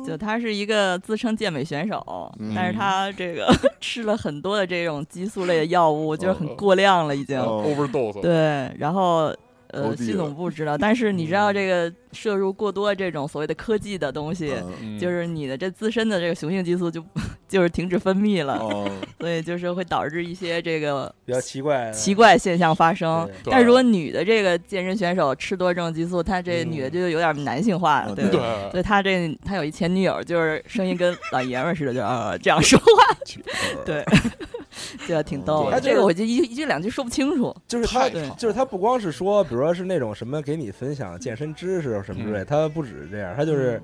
Speaker 2: 就他是一个自称健美选手，
Speaker 4: 嗯
Speaker 2: 但是他这 个吃了很多的这种激素类的药物，就是很过量了已经。
Speaker 4: 哦
Speaker 3: overdose，
Speaker 2: 对，然后。
Speaker 4: 投
Speaker 2: 呃，
Speaker 4: 递了嗯
Speaker 2: 系统部知道，但是你知道这个摄入过多这种所谓的科技的东西，
Speaker 4: 嗯
Speaker 3: 嗯
Speaker 2: 就是你的这自身的这个雄性激素就就是停止分泌了，
Speaker 4: 哦，
Speaker 2: 所以就是会导致一些这个
Speaker 1: 比较奇怪，
Speaker 2: 奇怪现象发生
Speaker 1: 哎对。
Speaker 2: 但如果女的这个健身选手吃多这种激素，她这女的就有点男性化了，
Speaker 4: 嗯
Speaker 2: 对吧？
Speaker 3: 对，
Speaker 2: 所以她这她有一前女友，就是声音跟老爷们儿似的，就呃这样说话，对， 对，挺逗
Speaker 1: 她
Speaker 2: 的。
Speaker 1: 就是
Speaker 2: 这个我就一一句两句说不清楚，
Speaker 1: 就是他
Speaker 3: 太
Speaker 2: 对
Speaker 3: 长，
Speaker 1: 就是他不光是说，比如说是那种什么给你分享健身知识什么之
Speaker 3: 嗯
Speaker 1: 类，他不只是这样，他就是
Speaker 2: 嗯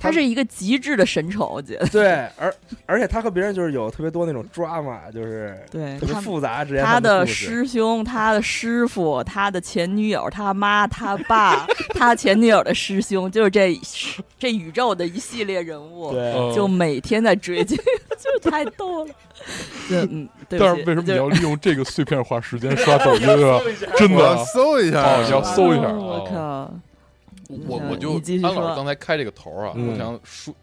Speaker 2: 她是一个极致的神丑，我觉得。
Speaker 1: 对，而而且他和别人就是有特别多那种 drama，就是
Speaker 2: 对
Speaker 1: 特别
Speaker 2: 他
Speaker 1: 复杂之间
Speaker 2: 他
Speaker 1: 的
Speaker 2: 的
Speaker 1: 故事
Speaker 2: 师兄、他的师傅、他的前女友、他妈、他爸、他前女友的师兄，就是这这宇宙的一系列人物。
Speaker 1: 对，
Speaker 3: 嗯
Speaker 2: 就每天在追剧， 就是太逗了。对，嗯，对不
Speaker 3: 但
Speaker 2: 起
Speaker 3: 是为什么
Speaker 2: 就
Speaker 3: 你要利用这个碎片化时间刷抖音 啊？ 真
Speaker 4: 我
Speaker 3: 的
Speaker 4: 要
Speaker 3: 啊，
Speaker 4: 搜一下
Speaker 3: 哦你要
Speaker 4: 啊
Speaker 3: 搜一下
Speaker 2: 哦我靠，
Speaker 3: 我
Speaker 2: 嗯
Speaker 3: 我就
Speaker 2: 你继续
Speaker 3: 安老
Speaker 2: 说
Speaker 3: 师刚才开这个头啊，
Speaker 1: 嗯
Speaker 3: 我想说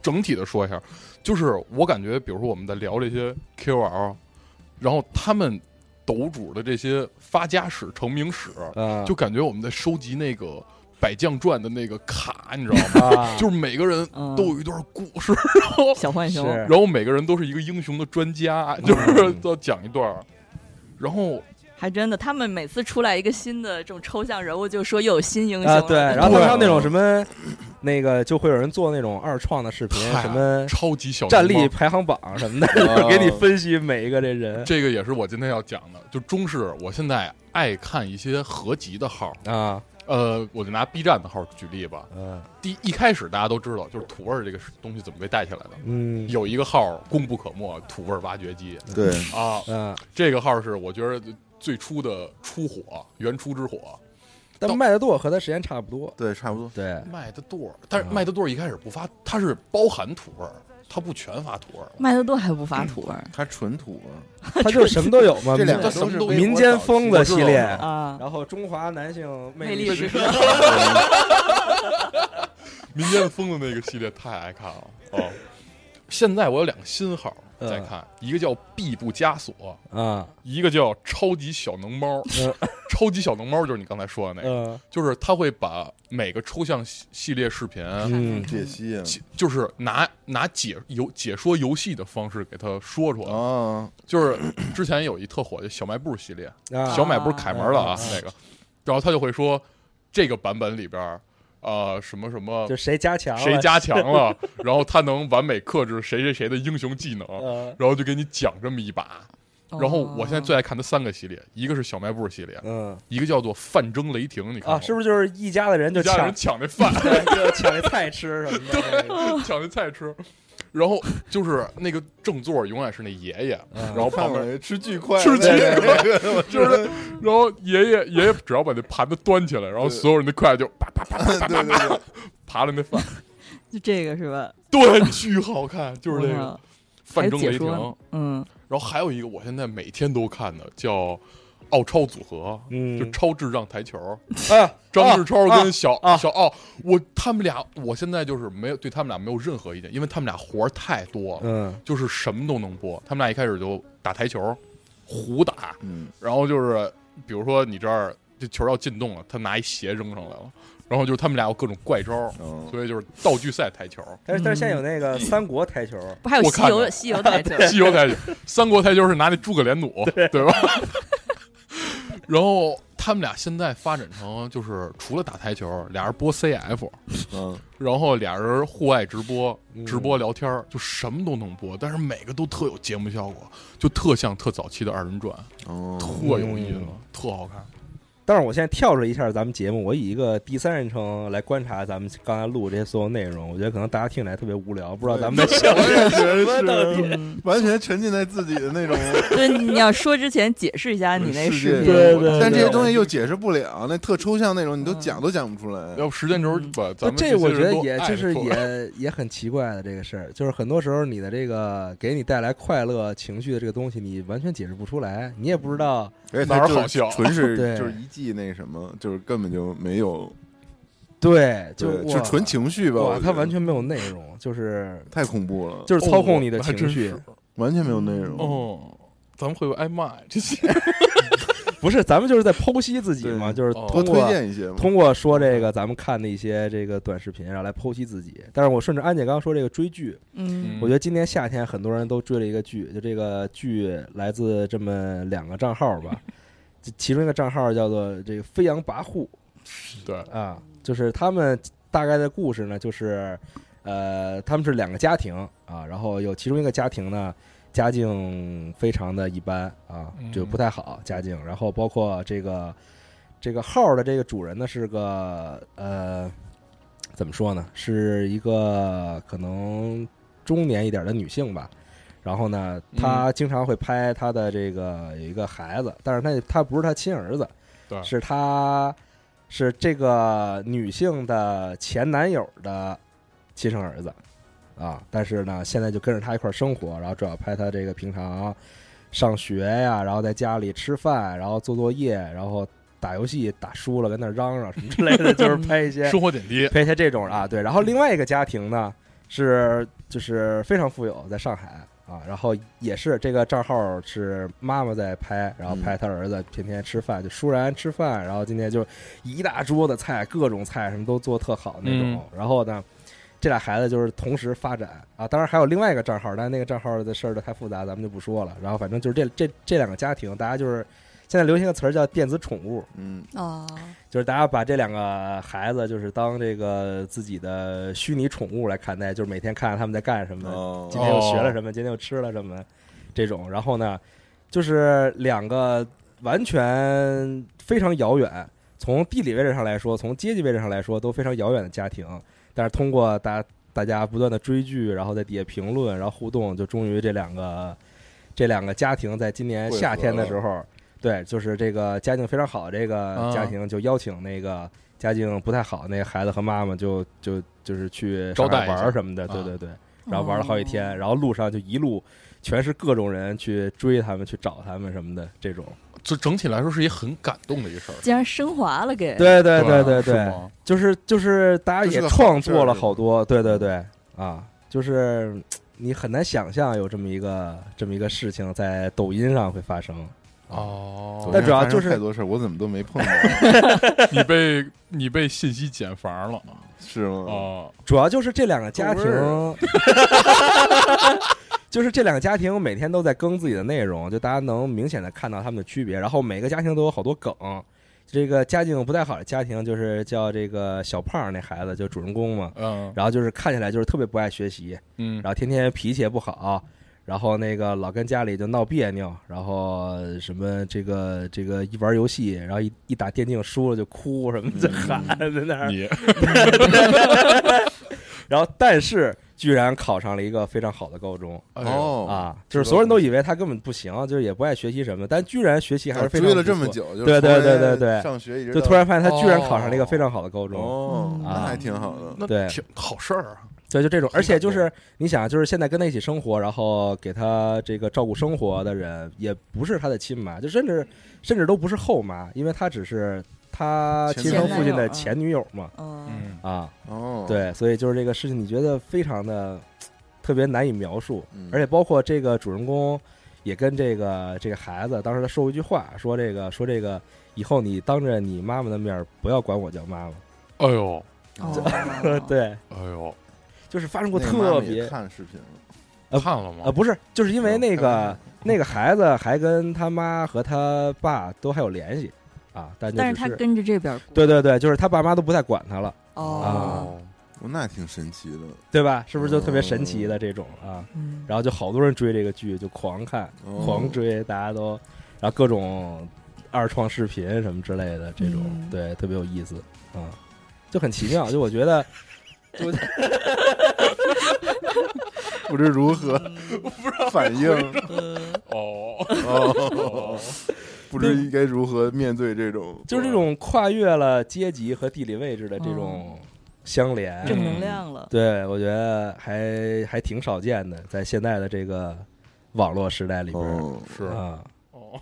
Speaker 3: 整体的说一下，就是我感觉，比如说我们在聊这些 KOL，然后他们抖主的这些发家史、成名史，
Speaker 1: 啊，
Speaker 3: 就感觉我们在收集那个《百将传》的那个卡，你知道吗？
Speaker 1: 啊，
Speaker 3: 就是每个人
Speaker 2: 嗯
Speaker 3: 都有一段故事，然后
Speaker 2: 小浣熊，
Speaker 1: 是
Speaker 3: 然后每个人都是一个英雄的专家，
Speaker 1: 嗯
Speaker 3: 就是都讲一段儿，然后
Speaker 2: 还真的，他们每次出来一个新的这种抽象人物，就说又有新英雄
Speaker 1: 啊，
Speaker 2: 了。
Speaker 1: 对，然后他们还有那
Speaker 3: 哦
Speaker 1: 种什么，那个就会有人做那种二创的视频，
Speaker 3: 嗨
Speaker 1: 什么
Speaker 3: 超级小
Speaker 1: 战
Speaker 3: 流
Speaker 1: 力
Speaker 3: 氓
Speaker 1: 排行榜什么的，
Speaker 4: 哦
Speaker 1: 给你分析每一个这人
Speaker 3: 这个也是我今天要讲的，就中式，我现在爱看一些合集的号，
Speaker 1: 啊，
Speaker 3: 呃，我就拿 B 站的号举例吧。
Speaker 1: 嗯
Speaker 3: 第一开始大家都知道，就是土味儿这个东西怎么被带起来的。
Speaker 1: 嗯
Speaker 3: 有一个号功不可没，土味儿挖掘机
Speaker 4: 对，
Speaker 3: 啊，
Speaker 1: 啊，
Speaker 3: 这个号是我觉得最初的初火，原初之火。
Speaker 1: 但麦德多和他时间差不多，
Speaker 4: 对，差不多。
Speaker 1: 对，
Speaker 3: 麦德多尔，但是麦德多尔一开始不发，它是包含土味儿，它不全发土味儿。
Speaker 2: 麦德多还不发图儿
Speaker 4: 它纯土啊，
Speaker 1: 他就什么都有嘛，
Speaker 4: 这两个
Speaker 1: 民
Speaker 3: 什么
Speaker 4: 都是
Speaker 3: 都啊
Speaker 4: 微博
Speaker 1: 民间疯子系列，
Speaker 3: 我
Speaker 2: 啊，
Speaker 1: 然后中华男性
Speaker 2: 魅
Speaker 1: 力
Speaker 2: 力
Speaker 1: 时
Speaker 2: 时
Speaker 1: 刻
Speaker 2: 刻，
Speaker 3: 民间风的那个系列太爱看了哦。 嗯现在我有两个新号在看，一个叫“毕不枷锁
Speaker 1: 啊，”，
Speaker 3: 一个叫“超级小能猫
Speaker 1: 嗯”。
Speaker 3: 超级小能猫就是你刚才说的那个，
Speaker 1: 嗯
Speaker 3: 就是他会把每个抽象系系列视频，
Speaker 1: 嗯
Speaker 4: 解析啊，
Speaker 3: 解就是拿拿解游解说游戏的方式给他说出来。
Speaker 4: 啊，
Speaker 3: 就是之前有一特火的小卖部系列，
Speaker 1: 啊，
Speaker 3: 小买不是凯门了啊
Speaker 1: 啊，
Speaker 3: 那个，然后他就会说这个版本里边儿，呃，什么什么
Speaker 1: 就谁加强了
Speaker 3: 谁加强 了，然后他能完美克制谁谁谁的英雄技能，
Speaker 1: 呃
Speaker 3: 然后就给你讲这么一把。然后我现在最
Speaker 2: 哦
Speaker 3: 爱看的三个系列，一个是小卖部系列，
Speaker 1: 嗯
Speaker 3: 一个叫做《范争雷霆》，你看
Speaker 1: 啊，是不是就是一家的人
Speaker 3: 一
Speaker 1: 就
Speaker 3: 家
Speaker 1: 抢
Speaker 3: 人抢那饭，
Speaker 1: 对，就抢那菜吃什么的，啊
Speaker 3: 抢那菜吃，然后就是那个正座永远是那爷 爷，然后旁
Speaker 4: 看
Speaker 3: 边
Speaker 4: 我吃巨快，
Speaker 3: 吃巨
Speaker 4: 快，
Speaker 3: 就是，然后爷爷爷爷只要把那盘子端起来，然后所有人的筷子就啪啪啪啪啪
Speaker 4: 对对对，
Speaker 3: 扒了那饭，
Speaker 2: 就这个是吧？嗯
Speaker 3: 对，巨好看，就是这
Speaker 2: 我
Speaker 3: 个
Speaker 2: 靠还
Speaker 3: 范
Speaker 2: 有
Speaker 3: 蒸
Speaker 2: 解
Speaker 3: 雷霆。
Speaker 2: 说呢，嗯，
Speaker 3: 然后还有一个我现在每天都看的叫奥超组合，
Speaker 1: 嗯
Speaker 3: 就超智障台球，
Speaker 1: 啊，
Speaker 3: 张志超跟小、
Speaker 1: 啊啊
Speaker 3: 小奥，我他们俩，我现在就是没有对他们俩没有任何意见，因为他们俩活儿太多了，
Speaker 1: 嗯
Speaker 3: 就是什么都能播。他们俩一开始就打台球，胡打，
Speaker 4: 嗯，
Speaker 3: 然后就是比如说你这儿这球要进洞了，他拿一鞋扔上来了，然后就是他们俩有各种怪招，
Speaker 4: 哦
Speaker 3: 所以就是道具赛台球。
Speaker 1: 但是但是现在有那个三国台球，
Speaker 2: 不还有
Speaker 3: 我
Speaker 2: 西
Speaker 3: 看
Speaker 2: 游
Speaker 3: 着
Speaker 2: 西游台球，
Speaker 3: 西游台球，三国台球是拿那诸葛连弩，对吧？ 然后他们俩现在发展成就是除了打台球，俩人播 CF，
Speaker 4: 嗯，
Speaker 3: 然后俩人户外直播
Speaker 1: 嗯，
Speaker 3: 直播聊天儿，就什么都能播，但是每个都特有节目效果，就特像特早期的二人转，
Speaker 1: 嗯
Speaker 4: 哦，
Speaker 3: 特有意思，特好看。
Speaker 1: 但是我现在跳出一下咱们节目，我以一个第三人称来观察咱们刚才录这些所有内容，我觉得可能大家听起来特别无聊，不知道咱们在想
Speaker 4: 我也觉
Speaker 1: 什么
Speaker 4: 得
Speaker 1: 到
Speaker 4: 是，
Speaker 1: 底。
Speaker 2: 嗯，
Speaker 4: 完全沉浸在自己 的那种
Speaker 2: 对，你要说之前解释一下你那
Speaker 4: 世
Speaker 2: 视频，嗯
Speaker 4: 界，
Speaker 1: 对对
Speaker 4: 但这些
Speaker 1: 对
Speaker 4: 东西又解释不了，那特抽象那种，你都
Speaker 3: 嗯
Speaker 4: 讲都讲不出来。
Speaker 3: 要不时间轴
Speaker 2: 嗯
Speaker 3: 把
Speaker 1: 不，
Speaker 3: 咱们
Speaker 1: 这我
Speaker 3: 些
Speaker 1: 觉
Speaker 3: 人
Speaker 1: 得
Speaker 3: 都
Speaker 1: 也
Speaker 3: 艾
Speaker 1: 就
Speaker 3: 特
Speaker 1: 是
Speaker 3: 出来
Speaker 1: 也也很奇怪的这个事儿，就是很多时候你的这个给你带来快乐情绪的这个东西，你完全解释不出来，你也不知道。
Speaker 4: 而且
Speaker 3: 哪
Speaker 4: 它
Speaker 3: 儿
Speaker 4: 就是
Speaker 3: 好笑啊
Speaker 4: 纯是
Speaker 1: 对
Speaker 4: 就是一季那什么，就是根本就没有，
Speaker 1: 对，就
Speaker 4: 对，
Speaker 1: 哇
Speaker 4: 是纯情绪吧？我
Speaker 1: 哇，
Speaker 4: 觉得
Speaker 1: 它完全没有内容，就是
Speaker 4: 太恐怖了，
Speaker 1: 就是操控你的
Speaker 3: 哦还
Speaker 1: 情
Speaker 3: 真
Speaker 1: 绪
Speaker 3: 是。
Speaker 4: 完全没有内容。
Speaker 3: 哦，咱们会不会挨骂呀这些？
Speaker 1: 不是，咱们就是在剖析自己嘛，
Speaker 4: 对
Speaker 1: 就是
Speaker 3: 哦
Speaker 4: 多
Speaker 1: 通
Speaker 4: 推
Speaker 1: 过
Speaker 4: 荐一些嘛。
Speaker 1: 通过说这个咱们看的一些这个短视频，然后来剖析自己。但是我顺着安姐刚刚说这个追剧，
Speaker 2: 嗯，
Speaker 1: 我觉得今年夏天很多人都追了一个剧，就这个剧来自这么两个账号吧，这其中一个账号叫做这个飞扬跋扈
Speaker 3: 对，
Speaker 1: 啊，就是他们大概的故事呢，就是呃，他们是两个家庭啊，然后有其中一个家庭呢。家境非常的一般啊，就不太好家境。然后包括这个这个号的这个主人呢是个呃，怎么说呢，是一个可能中年一点的女性吧。然后呢，她经常会拍她的这个有一个孩子，但是她她不是她亲儿子，
Speaker 3: 对
Speaker 1: 是她是这个女性的前男友的亲生儿子啊。但是呢，现在就跟着她一块儿生活，然后主要拍她这个平常上学呀，然后在家里吃饭，然后做作业，然后打游戏打输了跟那儿嚷嚷什么之类的，就是拍一些
Speaker 3: 生活点滴，
Speaker 1: 陪一些这种啊，对。然后另外一个家庭呢，是就是非常富有，在上海啊，然后也是这个账号是妈妈在拍，然后拍他儿子天天吃饭，就倏然吃饭，然后今天就一大桌子菜，各种菜什么都做特好那种。然后呢，这俩孩子就是同时发展啊。当然还有另外一个账号，但那个账号的事儿都太复杂，咱们就不说了。然后反正就是这这这两个家庭，大家就是现在流行个词儿叫电子宠物，
Speaker 4: 嗯，
Speaker 2: 啊，
Speaker 1: 就是大家把这两个孩子就是当这个自己的虚拟宠物来看待，就是每天看看他们在干什么，
Speaker 4: 哦
Speaker 1: 今天又学了什么，今天又吃了什么，这种。然后呢，就是两个完全非常遥远，从地理位置上来说，从阶级位置上来说都非常遥远的家庭，但是通过大大家不断的追剧，然后在底下评论，然后互动，就终于这两个这两个家庭在今年
Speaker 4: 汇合
Speaker 1: 夏天的时
Speaker 4: 了
Speaker 1: 候，对，就是这个家境非常好，这个
Speaker 3: 啊
Speaker 1: 家庭就邀请那个。家境不太好，那个孩子和妈妈就就就是去
Speaker 3: 招
Speaker 1: 上海
Speaker 3: 待一下
Speaker 1: 玩儿什么的，
Speaker 3: 啊
Speaker 1: 对对对。然后玩了好几天，然后路上就一路全是各种人去追他们、去找他们什么的这种。
Speaker 3: 就整体来说是一很感动的一事儿。
Speaker 2: 竟然升华了给，
Speaker 1: 对对对对
Speaker 3: 啊是
Speaker 1: 对，
Speaker 3: 吗
Speaker 1: 就是就是大家
Speaker 4: 啊这是
Speaker 1: 也
Speaker 4: 个好
Speaker 1: 创
Speaker 4: 事儿
Speaker 1: 作了
Speaker 4: 是
Speaker 1: 好多，对对对啊，就是嗯你很难想象有这么一个这么一个事情在抖音上会发生。
Speaker 3: 哦
Speaker 1: 但主要就是
Speaker 4: 发生太多事儿，我怎么都没 碰到，
Speaker 3: 你被你被信息茧房了
Speaker 4: 是
Speaker 1: 嗯哦
Speaker 4: 吗？
Speaker 3: 啊！
Speaker 1: 主要就是这两个家
Speaker 4: 口味
Speaker 1: 庭
Speaker 4: 儿，
Speaker 1: 就是这两个家庭每天都在更自己的内容，就大家能明显的看到他们的区别。然后每个家庭都有好多梗，这个家境不太好的家庭就是叫这个小胖儿那孩子，就主人公嘛，
Speaker 3: 嗯
Speaker 1: 然后就是看起来就是特别不爱学习，
Speaker 3: 嗯
Speaker 1: 然后天天脾气也不好，然后那个老跟家里就闹别扭，然后什么这个这个一玩游戏，然后一一打
Speaker 4: 嗯
Speaker 3: 哦
Speaker 1: 电竞输了就哭什么就喊在那儿，
Speaker 3: 你
Speaker 1: 然后但是居然考上了一个非常好的高中
Speaker 3: 哎呦，
Speaker 4: 哦
Speaker 1: 啊，就是所有人都以为他根本不行，就是也不爱学习什么的，但居然学习还是非常
Speaker 4: 哎追了这
Speaker 1: 不
Speaker 4: 么
Speaker 1: 错，
Speaker 4: 久，就是
Speaker 1: 对对对对对
Speaker 4: 从上学一直
Speaker 1: 就
Speaker 4: 到
Speaker 1: 突然发现他居然考上了一个非常好的高中，
Speaker 4: 哦，
Speaker 1: 嗯
Speaker 4: 那还挺好的。
Speaker 3: 那
Speaker 1: 对
Speaker 3: 挺好事儿啊，
Speaker 1: 对，就
Speaker 4: 哦
Speaker 1: 这种，而且就
Speaker 3: 感
Speaker 1: 是你想，就是现在跟他一起生活，然后给他这个照顾生活的人，也不是他的亲妈，就甚至甚至都不是后妈，因为他只是他亲生父亲的前女友嘛。
Speaker 2: 嗯，
Speaker 1: 啊，
Speaker 4: 啊哦，，
Speaker 1: 对，所以就是这个事情，你觉得非常的特别难以描述，
Speaker 4: 嗯
Speaker 1: 而且包括这个主人公也跟这个这个孩子，当时他说过一句话，说这个说这个以后你当着你妈妈的面儿不要管我叫妈妈。
Speaker 3: 哎呦
Speaker 2: 哦
Speaker 1: 对，
Speaker 3: 哎呦，
Speaker 1: 就是发生过
Speaker 4: 那个妈妈
Speaker 1: 特
Speaker 4: 也
Speaker 1: 别
Speaker 4: 看视频了，
Speaker 1: 呃
Speaker 3: 看了吗？
Speaker 1: 啊，不是，就是因为那
Speaker 4: 看
Speaker 1: 个那个孩子还跟他妈和他爸都还有联系啊，但就
Speaker 2: 但是
Speaker 1: 只
Speaker 2: 他
Speaker 1: 是
Speaker 2: 跟着这边过
Speaker 1: 对对啊对，就是他爸妈都不再管他了，
Speaker 2: 哦，
Speaker 4: 哦那挺神奇的。
Speaker 1: 对吧？是不是就特别神奇的这种啊？
Speaker 2: 嗯
Speaker 1: 然后就好多人追这个剧，就狂看、
Speaker 4: 哦
Speaker 1: 狂追，大家都，然后各种二创视频什么之类的，这种、
Speaker 2: 嗯
Speaker 1: 对特别有意思啊，就很奇妙。就我觉 得，就
Speaker 4: 不知如何反应，
Speaker 1: 啊
Speaker 3: 哦，
Speaker 4: 哦，不知应该如何面对这种，
Speaker 1: 就是这种跨越了阶级和地理位置的这种相
Speaker 3: 嗯
Speaker 1: 连，
Speaker 2: 正能量了，
Speaker 1: 对，我觉得还还挺少见的，在现在的这个网络时代里边儿、
Speaker 4: 哦，
Speaker 3: 是
Speaker 1: 啊，
Speaker 3: 哦，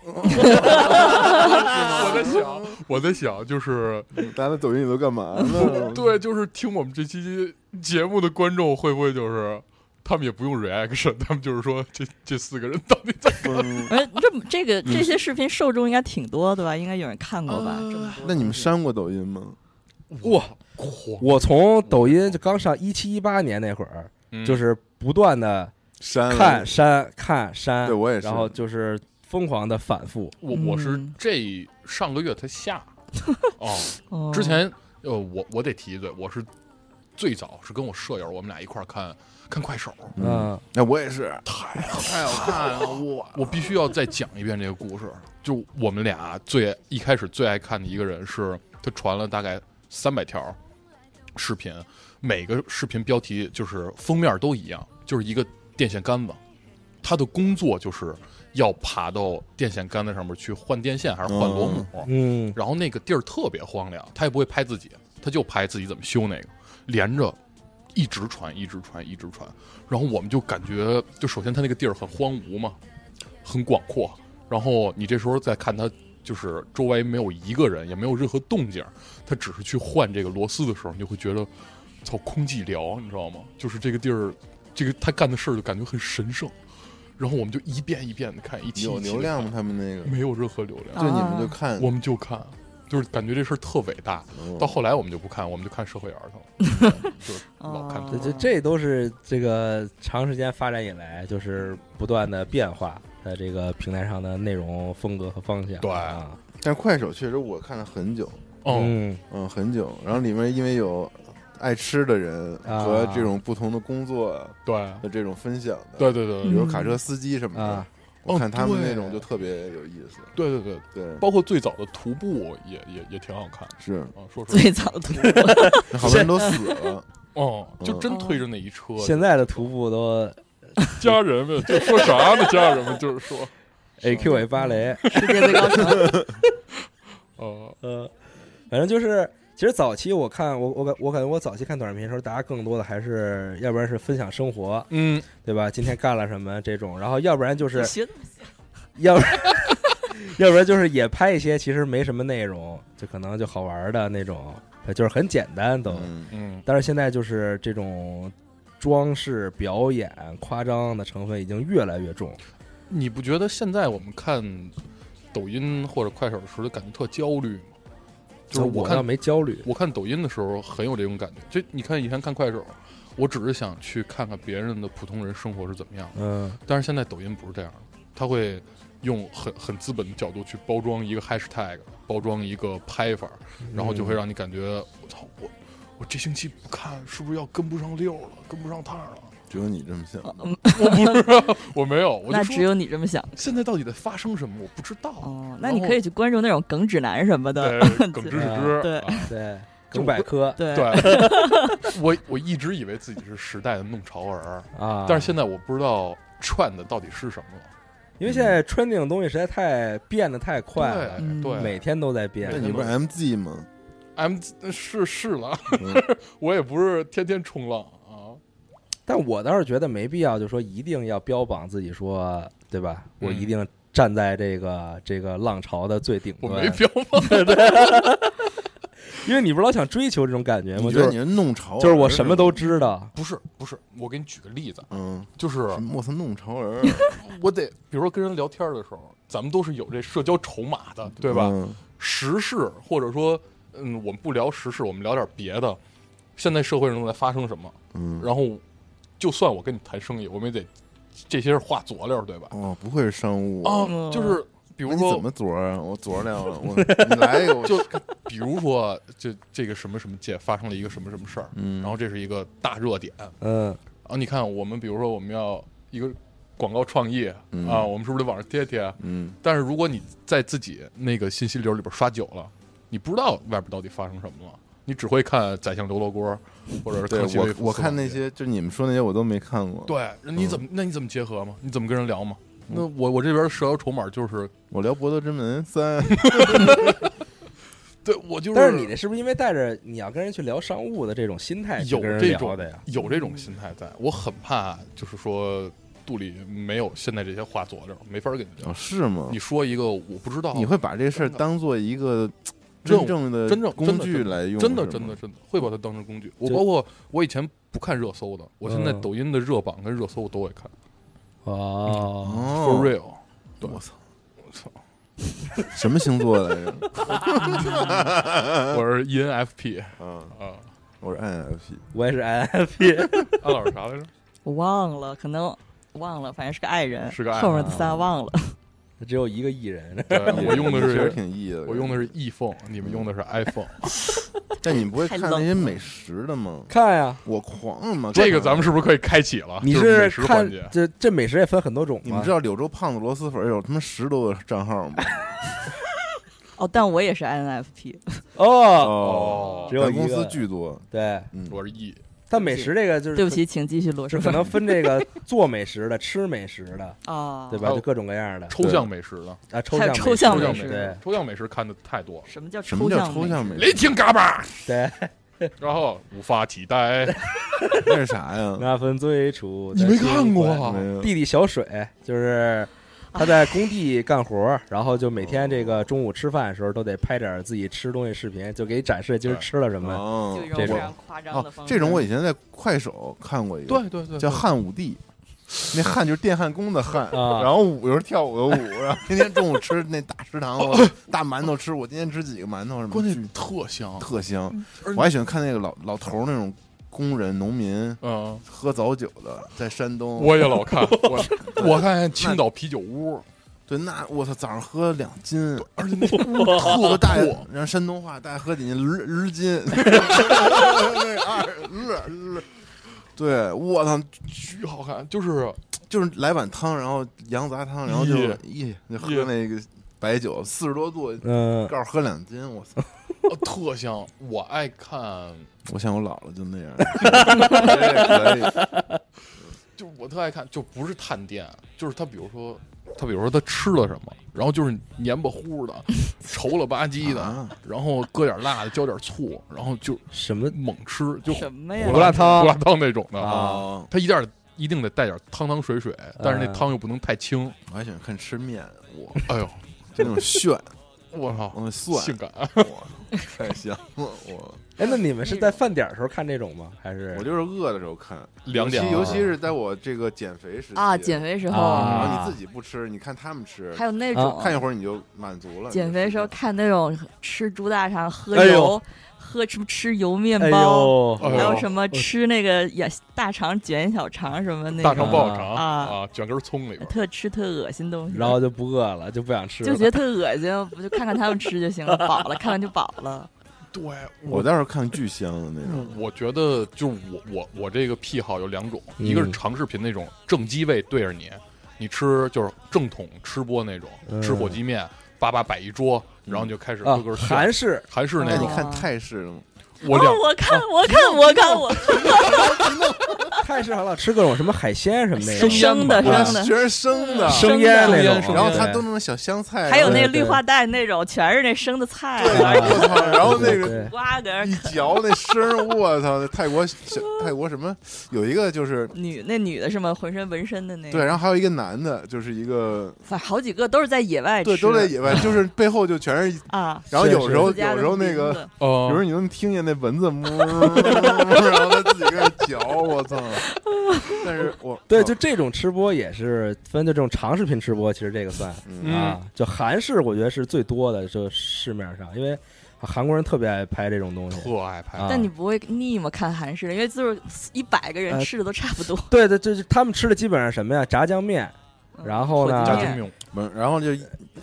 Speaker 3: 我在想，我在想，就是
Speaker 4: 大家的抖音里都干嘛
Speaker 1: 嗯
Speaker 4: 呢？
Speaker 3: 对，就是听我们这期节目的观众会不会就是他们也不用 reaction，他们就是说这这四个人到底在
Speaker 4: 嗯
Speaker 2: 而哎这么这个这些视频受众应该挺多的吧？应该有人看过吧？
Speaker 3: 呃
Speaker 2: 这么多
Speaker 4: 那你们删过抖音吗？
Speaker 1: 哇！
Speaker 3: 狂，
Speaker 1: 我从抖音就刚上一七一八年那会儿，
Speaker 3: 嗯
Speaker 4: 嗯
Speaker 1: 就是不断的
Speaker 4: 删了
Speaker 1: 看删看删，
Speaker 4: 嗯对我也是
Speaker 1: 然后就是疯狂的反复，
Speaker 3: 我我是
Speaker 2: 嗯
Speaker 3: 这上个月 才下哦，
Speaker 2: 哦
Speaker 3: 之前呃，我我得提一嘴，我是最早是跟我舍友，我们俩一块儿看看快手，
Speaker 1: 嗯、
Speaker 4: 哎，我也是，
Speaker 3: 太好看了！我我必须要再讲一遍这个故事。就我们俩最一开始最爱看的一个人是，他传了大概三百条视频，每个视频标题就是封面都一样，就是一个电线杆子。他的工作就是要爬到电线杆子上面去换电线，还是换螺母。
Speaker 1: 嗯，
Speaker 3: 然后那个地儿特别荒凉，他也不会拍自己，他就拍自己怎么修那个，连着一直传，一直传，一直传。然后我们就感觉，就首先他那个地儿很荒芜嘛，很广阔。然后你这时候再看他，就是周围没有一个人，也没有任何动静，他只是去换这个螺丝的时候，你就会觉得，操，空寂寥，你知道吗？就是这个地儿，这个他干的事儿就感觉很神圣。然后我们就一遍一遍的看，一期
Speaker 4: 有
Speaker 3: 一期地
Speaker 4: 流量吗？
Speaker 3: 看？
Speaker 4: 他们 那个，啊
Speaker 3: 没有任何流量。
Speaker 4: 就你们就看，
Speaker 3: 我们就看，就是感觉这事儿特伟大。
Speaker 4: 哦
Speaker 3: 到后来我们就不看，我们就看社会儿童，嗯就是老看
Speaker 1: 这
Speaker 2: 哦
Speaker 1: 这这都是这个长时间发展以来，就是不断的变化在这个平台上的内容风格和方向，
Speaker 3: 对
Speaker 1: 啊，
Speaker 4: 但快手确实我看了很久，
Speaker 3: 哦，
Speaker 1: 嗯
Speaker 4: 嗯，很久。然后里面因为有爱吃的人
Speaker 1: 啊
Speaker 4: 和这种不同的工作
Speaker 3: 对，
Speaker 4: 的这种分享的，
Speaker 3: 对对对
Speaker 4: 比
Speaker 3: 对
Speaker 4: 如卡车司机什么的
Speaker 1: 啊，
Speaker 4: 我看
Speaker 3: 哦
Speaker 4: 他们
Speaker 3: 对
Speaker 4: 那种就特别有意思。
Speaker 3: 对对对，
Speaker 4: 对，
Speaker 3: 包括最早的徒步也也也挺好看
Speaker 4: 是
Speaker 3: 啊，说实话，
Speaker 2: 最早的图，
Speaker 4: 好多人都死了，
Speaker 3: 哦，就真推着那一车，
Speaker 1: 现在的徒步都
Speaker 3: 家人们就说啥呢？ 家人们就是说，
Speaker 1: A Q A 芭蕾，
Speaker 2: 世界最高层，
Speaker 3: 呃，
Speaker 1: 呃，反正就是，其实早期我看我我感我感觉我早期看短视频的时候，大家更多的还是要不然是分享生活，
Speaker 3: 嗯，
Speaker 1: 对吧？今天干了什么这种，然后要不然就是
Speaker 2: 学得
Speaker 1: 要不然 要不然就是也拍一些其实没什么内容，就可能就好玩的那种，就是很简单都。
Speaker 4: 嗯，
Speaker 3: 嗯，
Speaker 1: 但是现在就是这种装饰、表演、夸张的成分已经越来越重，
Speaker 3: 你不觉得现在我们看抖音或者快手的时候，感觉特焦虑吗？就是
Speaker 1: 我
Speaker 3: 我看嗯
Speaker 1: 倒没焦虑。
Speaker 3: 我看抖音的时候很有这种感觉。就你看以前看快手，我只是想去看看别人的普通人生活是怎么样的，
Speaker 1: 嗯，
Speaker 3: 但是现在抖音不是这样的，他会用很很资本的角度去包装一个 hashtag，包装一个拍法，然后就会让你感觉我操我我这星期不看是不是要跟不上溜了，跟不上趟了？
Speaker 4: 只有你这么想。
Speaker 3: 我不知道，我没有，我
Speaker 2: 那
Speaker 3: 就
Speaker 2: 只
Speaker 3: 说
Speaker 2: 有你哦这么想
Speaker 3: 现在到底在发生什么，我不知道。
Speaker 2: 哦。那你可以去关注那种梗指南什么的，
Speaker 3: 对，耿直直
Speaker 1: 对
Speaker 3: 啊
Speaker 2: 对
Speaker 1: 对，耿百科
Speaker 2: 对
Speaker 3: 对， 我我一直以为自己是时代的弄潮儿，
Speaker 1: 啊，
Speaker 3: 但是现在我不知道 trend 到底是什么了。
Speaker 1: 因为现在 trending 的东西实在太变得太快了，
Speaker 2: 嗯
Speaker 3: 对对，
Speaker 1: 每天都在变
Speaker 4: 那。哎你
Speaker 3: 哎
Speaker 4: 不是 MZ 吗？
Speaker 3: M 是是了，
Speaker 4: 嗯
Speaker 3: 我也不是天天冲浪啊。
Speaker 1: 但我倒是觉得没必要，就说一定要标榜自己说，对吧？
Speaker 3: 嗯
Speaker 1: 我一定站在这个这个浪潮的最顶
Speaker 3: 我没
Speaker 1: 端，
Speaker 3: 标 榜，
Speaker 1: 因为你不是老想追求这种感觉
Speaker 3: 哎
Speaker 1: 吗？
Speaker 4: 你觉
Speaker 1: 就
Speaker 4: 得
Speaker 1: 是
Speaker 4: 你是弄潮儿？
Speaker 1: 就是我什么都知道，
Speaker 3: 不是不是，我给你举个例子，
Speaker 4: 嗯，
Speaker 3: 就是
Speaker 4: 什么我操，弄潮儿，啊
Speaker 3: 我得，比如说跟人聊天的时候，咱们都是有这社交筹码的， 对吧？
Speaker 4: 嗯
Speaker 3: 时事或者说，嗯，我们不聊时事，我们聊点别的。现在社会上都在发生什么？
Speaker 4: 嗯，
Speaker 3: 然后，就算我跟你谈生意，我们也得这些是话佐料，对吧？
Speaker 4: 哦，不愧是商务
Speaker 3: 啊，
Speaker 2: 嗯
Speaker 3: 就是比
Speaker 4: 比
Speaker 3: 如
Speaker 4: 怎
Speaker 3: 说，
Speaker 4: 么昨儿啊？我昨儿聊了， 我你来一个，我
Speaker 3: 就比如说，就这个什么什么界发生了一个什么什么事儿，
Speaker 4: 嗯
Speaker 3: 然后这是一个大热点。
Speaker 1: 嗯，
Speaker 3: 啊，你看我们比如说我们要一个广告创意、
Speaker 4: 嗯
Speaker 3: 啊，我们是不是得往上贴贴？
Speaker 4: 嗯
Speaker 3: 但是如果你在自己那个信息流里边刷久了，你不知道外边到底发生什么了，你只会看宰相刘罗锅，或者是
Speaker 4: 对
Speaker 3: 康熙微
Speaker 4: 我
Speaker 3: 服
Speaker 4: 我
Speaker 3: 私
Speaker 4: 看
Speaker 3: 访
Speaker 4: 那
Speaker 3: 帖，
Speaker 4: 些，嗯就你们说那些我都没看过。，
Speaker 3: 对，那你怎么、那你怎么结合嘛？你怎么跟人聊嘛？
Speaker 4: 嗯
Speaker 3: 那我我这边的社交筹码就是，
Speaker 4: 我聊《博德之门三》
Speaker 3: 对我就是，
Speaker 1: 但是你这是不是因为带着你要跟人去聊商务的这种心态去
Speaker 3: 有
Speaker 1: 跟人
Speaker 3: 这
Speaker 1: 聊
Speaker 3: 种
Speaker 1: 的呀？
Speaker 3: 有这种心态在，我很怕就是说肚里没有现在这些话佐料，没法跟你聊。
Speaker 4: 哦，是吗？
Speaker 3: 你说一个我不知道，
Speaker 4: 你会把这事儿当做一个
Speaker 3: 真的
Speaker 4: 真正的
Speaker 3: 真正
Speaker 4: 工具来用，
Speaker 3: 真的
Speaker 4: 是吗
Speaker 3: 真的，真的会把它当成工具。我
Speaker 1: 就
Speaker 3: 包括我以前不看热搜的，我现在
Speaker 1: 嗯
Speaker 3: 抖音的热榜跟热搜我都会看。
Speaker 1: 哦，
Speaker 3: For
Speaker 4: 哦，
Speaker 3: real，对
Speaker 4: 我操，
Speaker 3: 我操，
Speaker 4: 什么星座来着？
Speaker 3: 我是 E ENFP
Speaker 4: 嗯，
Speaker 3: 啊，
Speaker 4: 我是哎 INFP，
Speaker 1: 我 也是 INFP，
Speaker 3: 安老师啥来着？
Speaker 2: 我忘了，可能忘了，反正是个爱人，
Speaker 3: 是个爱人
Speaker 2: 后面的仨忘了。
Speaker 1: 只有一个艺人，
Speaker 3: 对我用的
Speaker 4: 确实
Speaker 3: 是
Speaker 4: 挺 E 的，嗯
Speaker 3: 我用的是 iPhone，你们用的是 iPhone。
Speaker 4: 但你不会
Speaker 2: 太
Speaker 4: 看
Speaker 2: 冷
Speaker 4: 那些美食的吗？
Speaker 1: 看呀，
Speaker 4: 我狂啊嘛，
Speaker 3: 这个咱们是不是可以开启了？
Speaker 1: 你
Speaker 3: 就是美食
Speaker 1: 看
Speaker 3: 环节，
Speaker 1: 这这美食也分很多种
Speaker 4: 你们
Speaker 1: 嘛
Speaker 4: 知，道柳州胖子螺蛳粉有他妈十多个账号 吗？
Speaker 2: 哦，但我也是 INFP，
Speaker 1: 哦，
Speaker 4: 哦
Speaker 1: 只有
Speaker 4: 咱公
Speaker 1: 一个
Speaker 4: 司巨多，
Speaker 1: 对，
Speaker 4: 嗯，
Speaker 3: 我是 E，
Speaker 1: 但美食这个就是
Speaker 2: 对不起，请继续罗
Speaker 1: 是
Speaker 2: 生
Speaker 1: 可能分这个做美食的、吃美食的，
Speaker 2: 啊，
Speaker 1: 对吧？
Speaker 3: 哦
Speaker 1: 就各种各样的
Speaker 3: 抽象美食的，
Speaker 1: 啊，抽象
Speaker 2: 还有
Speaker 1: 美食
Speaker 2: 抽象
Speaker 3: 抽象
Speaker 2: 美
Speaker 3: 美
Speaker 2: 食
Speaker 1: 对
Speaker 3: 食，抽象美食看的太多了。
Speaker 2: 什么叫
Speaker 4: 什么叫抽象美
Speaker 3: 雷
Speaker 4: 食？
Speaker 3: 霆嘎巴，
Speaker 1: 对，
Speaker 3: 然后无法替代。
Speaker 4: 那是啥呀？
Speaker 3: 嗯
Speaker 1: 那份最初
Speaker 3: 你没看过
Speaker 1: 啊？
Speaker 3: 啊
Speaker 4: 没？有
Speaker 1: 弟弟小水
Speaker 2: 啊
Speaker 1: 就是他在工地干活儿，然后就每天这个中午吃饭的时候都得拍点自己吃东西视频，就给你展示
Speaker 4: 啊
Speaker 1: 今儿吃了什么。
Speaker 4: 哦
Speaker 2: 就一
Speaker 1: 这
Speaker 2: 种非
Speaker 1: 种
Speaker 2: 常夸张的
Speaker 4: 哦
Speaker 2: 方，式。
Speaker 4: 这种我以前在快手看过一个，
Speaker 3: 对对对，对
Speaker 4: 叫汉武帝，那汉就是电焊工的焊，
Speaker 1: 啊
Speaker 4: 然后舞就是跳舞的舞，然后天天中午吃那大 食堂，我大馒头吃，我今天吃几个馒头什么，
Speaker 3: 关
Speaker 4: 巨
Speaker 3: 键特香，
Speaker 4: 特香
Speaker 3: 哦而。
Speaker 4: 我还喜欢看那个老老头儿那种工人农民
Speaker 3: 嗯。
Speaker 4: 喝早酒的，在山东。
Speaker 3: 我也老看，我哦我看青岛啤酒屋，
Speaker 4: 对那我操，早上喝两斤，
Speaker 3: 而且那
Speaker 4: 吐了大
Speaker 3: 吐，
Speaker 4: 让山东话大家喝几斤，日 日斤，二日日。对，我操，
Speaker 3: 巨好看，就是
Speaker 4: 就是来碗汤，然后羊杂汤，然后就
Speaker 3: 耶
Speaker 4: 咦，就喝
Speaker 3: 耶
Speaker 4: 那个白酒，四十多度，
Speaker 1: 嗯，
Speaker 4: 告诉喝两斤，我 操！
Speaker 3: 呃特香。我爱看，
Speaker 4: 我想我老了就那 样，我也可以
Speaker 3: 就我特爱看，就不是探店，就是他比如说他比如说他吃了什么，然后就是黏巴糊的，稠了吧唧的
Speaker 4: 啊，
Speaker 3: 然后搁点辣的，浇点醋，然后就
Speaker 1: 什么
Speaker 3: 猛吃，就
Speaker 2: 什么呀
Speaker 3: 胡？
Speaker 1: 胡辣汤
Speaker 3: 胡辣汤那种
Speaker 1: 啊
Speaker 3: 的。
Speaker 4: 哦
Speaker 3: 他一定儿一定得带点汤汤水水，但是那
Speaker 1: 嗯
Speaker 3: 汤又不能太清。
Speaker 4: 我还喜欢看吃面，我
Speaker 3: 哎呦，
Speaker 4: 就那种炫，
Speaker 3: 我操，
Speaker 4: 我蒜，
Speaker 3: 性感！
Speaker 4: 我太香了，我
Speaker 1: 哎，那你们是在饭点儿的时候看这种吗？还是
Speaker 4: 我就是饿的时候看，
Speaker 3: 两点啊
Speaker 4: 尤其尤其是在我这个减肥时期
Speaker 2: 啊，减肥时候
Speaker 1: 啊
Speaker 4: 然后你自己不吃，你看他们吃，
Speaker 2: 还有那种
Speaker 4: 看一会儿你就满足了。
Speaker 2: 减肥时候
Speaker 4: 你
Speaker 2: 看那种吃猪大肠、喝
Speaker 1: 哎呦
Speaker 2: 油、喝什么吃油面
Speaker 1: 哎
Speaker 2: 包，
Speaker 1: 呦，
Speaker 3: 哎呦
Speaker 2: 还有什么吃那个也大肠卷小肠什么那
Speaker 3: 大
Speaker 2: 种
Speaker 3: 肠爆肠
Speaker 2: 啊
Speaker 3: 啊，卷根葱里边。
Speaker 2: 特吃特恶心东西，
Speaker 1: 然后就不饿了，就不想吃了，
Speaker 2: 就觉得 特恶心，不就看看他们吃就行了，饱了看完就饱了。
Speaker 3: 对，
Speaker 4: 吃我倒是看巨香的那
Speaker 2: 嗯
Speaker 4: 种，
Speaker 3: 我觉得就是我我我这个癖好有两种，
Speaker 1: 嗯
Speaker 3: 一个是长视频那种正机位对着你，你吃就是正统吃播那种，
Speaker 1: 嗯
Speaker 3: 吃火鸡面，叭叭摆一桌，然后你就开始
Speaker 1: 啊
Speaker 3: 咯咯，炫
Speaker 1: 韩式
Speaker 3: 韩式那
Speaker 4: 那
Speaker 3: 种
Speaker 4: 你，看泰式的吗？
Speaker 3: 我两
Speaker 2: 哦我看我看我看我
Speaker 1: 太适合了，吃各种什么海鲜什么的，
Speaker 2: 生生的
Speaker 4: 啊
Speaker 2: 生的，
Speaker 4: 全是生的，
Speaker 1: 生腌那
Speaker 3: 生腌
Speaker 1: 种，啊
Speaker 4: 然后
Speaker 3: 生
Speaker 4: 他
Speaker 1: 对
Speaker 4: 都弄小香菜，
Speaker 2: 还有那
Speaker 1: 对
Speaker 2: 绿
Speaker 1: 对
Speaker 2: 化带那种，全是那生的菜，
Speaker 4: 对
Speaker 2: 完了
Speaker 4: 我操然后那个
Speaker 1: 对
Speaker 2: 瓜搁那儿
Speaker 4: 一嚼那声儿，我操！那泰国小泰国什么有一个就是
Speaker 2: 女那女的是吗？浑身纹身的那个，
Speaker 4: 对，然后还有一个男的，就是一个
Speaker 2: 反正好几个都是在野外吃
Speaker 4: 对
Speaker 2: 的，
Speaker 4: 都在野外，就是背后就全是一，
Speaker 2: 啊。
Speaker 4: 然后
Speaker 1: 是
Speaker 4: 有时候
Speaker 2: 自家
Speaker 4: 有
Speaker 2: 的
Speaker 4: 时候那
Speaker 2: 名
Speaker 4: 个啊
Speaker 2: 字
Speaker 3: 哦
Speaker 1: 嗯
Speaker 4: 有时候你能听见那蚊子嗡，然后它自己在那嚼，我 操！但是我嗯
Speaker 1: 对，就这种吃播也是分就这种长视频吃播，其实这个算
Speaker 4: 嗯
Speaker 3: 嗯
Speaker 1: 啊，就韩式我觉得是最多的，就市面上，因为韩国人特别爱拍这种东西。
Speaker 3: 特爱拍
Speaker 1: 啊
Speaker 2: 但你不会腻吗？看韩式的，因为就是一百个人
Speaker 1: 呃
Speaker 2: 吃的都差 不多。
Speaker 1: 对对，就是他们吃的基本上什么呀？炸酱面，然后呢
Speaker 2: 嗯火
Speaker 3: 炸
Speaker 2: 鸡
Speaker 3: 酱
Speaker 2: 面
Speaker 3: 面
Speaker 4: 嗯然后就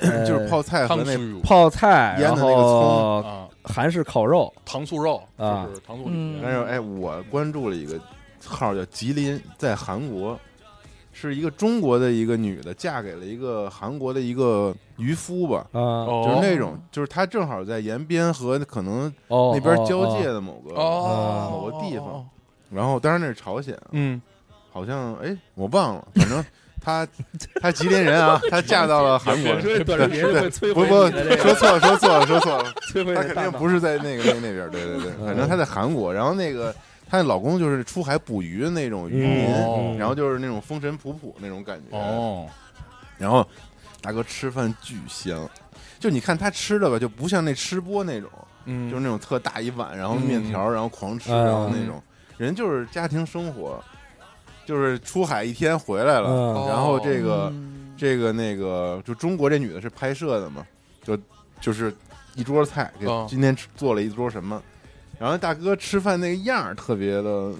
Speaker 1: 呃
Speaker 4: 就是泡菜和
Speaker 3: 糖
Speaker 4: 那
Speaker 3: 醋
Speaker 1: 泡菜，
Speaker 4: 腌
Speaker 1: 然
Speaker 4: 的那个
Speaker 1: 后
Speaker 3: 啊，
Speaker 1: 韩式烤肉，
Speaker 3: 糖醋肉
Speaker 1: 啊
Speaker 3: 就是糖醋里
Speaker 2: 嗯
Speaker 4: 但
Speaker 3: 脊
Speaker 4: 是哎，我关注了一个号叫吉林，在韩国，是一个中国的一个女的，嫁给了一个韩国的一个渔夫吧，
Speaker 1: 啊，哦
Speaker 4: 就是
Speaker 3: 哦
Speaker 4: 那种，就是她正好在延边和可能
Speaker 1: 哦，
Speaker 4: 那边
Speaker 1: 哦
Speaker 4: 交界
Speaker 1: 哦
Speaker 4: 的某个，
Speaker 3: 哦
Speaker 4: 某个地方，然后当然那是朝鲜，
Speaker 3: 嗯，
Speaker 4: 好像哎我忘了，反 正她她吉林人啊，她嫁到了韩国人。
Speaker 1: 这短视频会摧
Speaker 4: 不
Speaker 1: 毁
Speaker 4: 不，
Speaker 1: 你的这个，
Speaker 4: 说错了，说错了，说错 了，
Speaker 1: 摧毁
Speaker 4: 她
Speaker 1: 你的
Speaker 4: 肯
Speaker 1: 大
Speaker 4: 定
Speaker 1: 脑
Speaker 4: 不是在那个那那边儿，对对对，反正她在韩国，然后那个她老公就是出海捕鱼的那种渔民，
Speaker 1: 嗯
Speaker 4: 然后就是那种风尘仆仆那种感觉。，
Speaker 3: 哦，
Speaker 4: 然后大哥吃饭巨香，就你看他吃的吧，就不像那吃播那种，
Speaker 3: 嗯，
Speaker 4: 就
Speaker 3: 是
Speaker 4: 是那种特大一碗，然后面条，然后狂吃，
Speaker 1: 嗯
Speaker 4: 然后那种人就是家庭生活，就是出海一天回来了，
Speaker 1: 嗯
Speaker 4: 然后这个、
Speaker 2: 嗯
Speaker 4: 这个那个，就中国这女的是拍摄的嘛，就就是一桌菜，给
Speaker 3: 哦
Speaker 4: 今天吃做了一桌什么，然后大哥吃饭那个样儿特别的，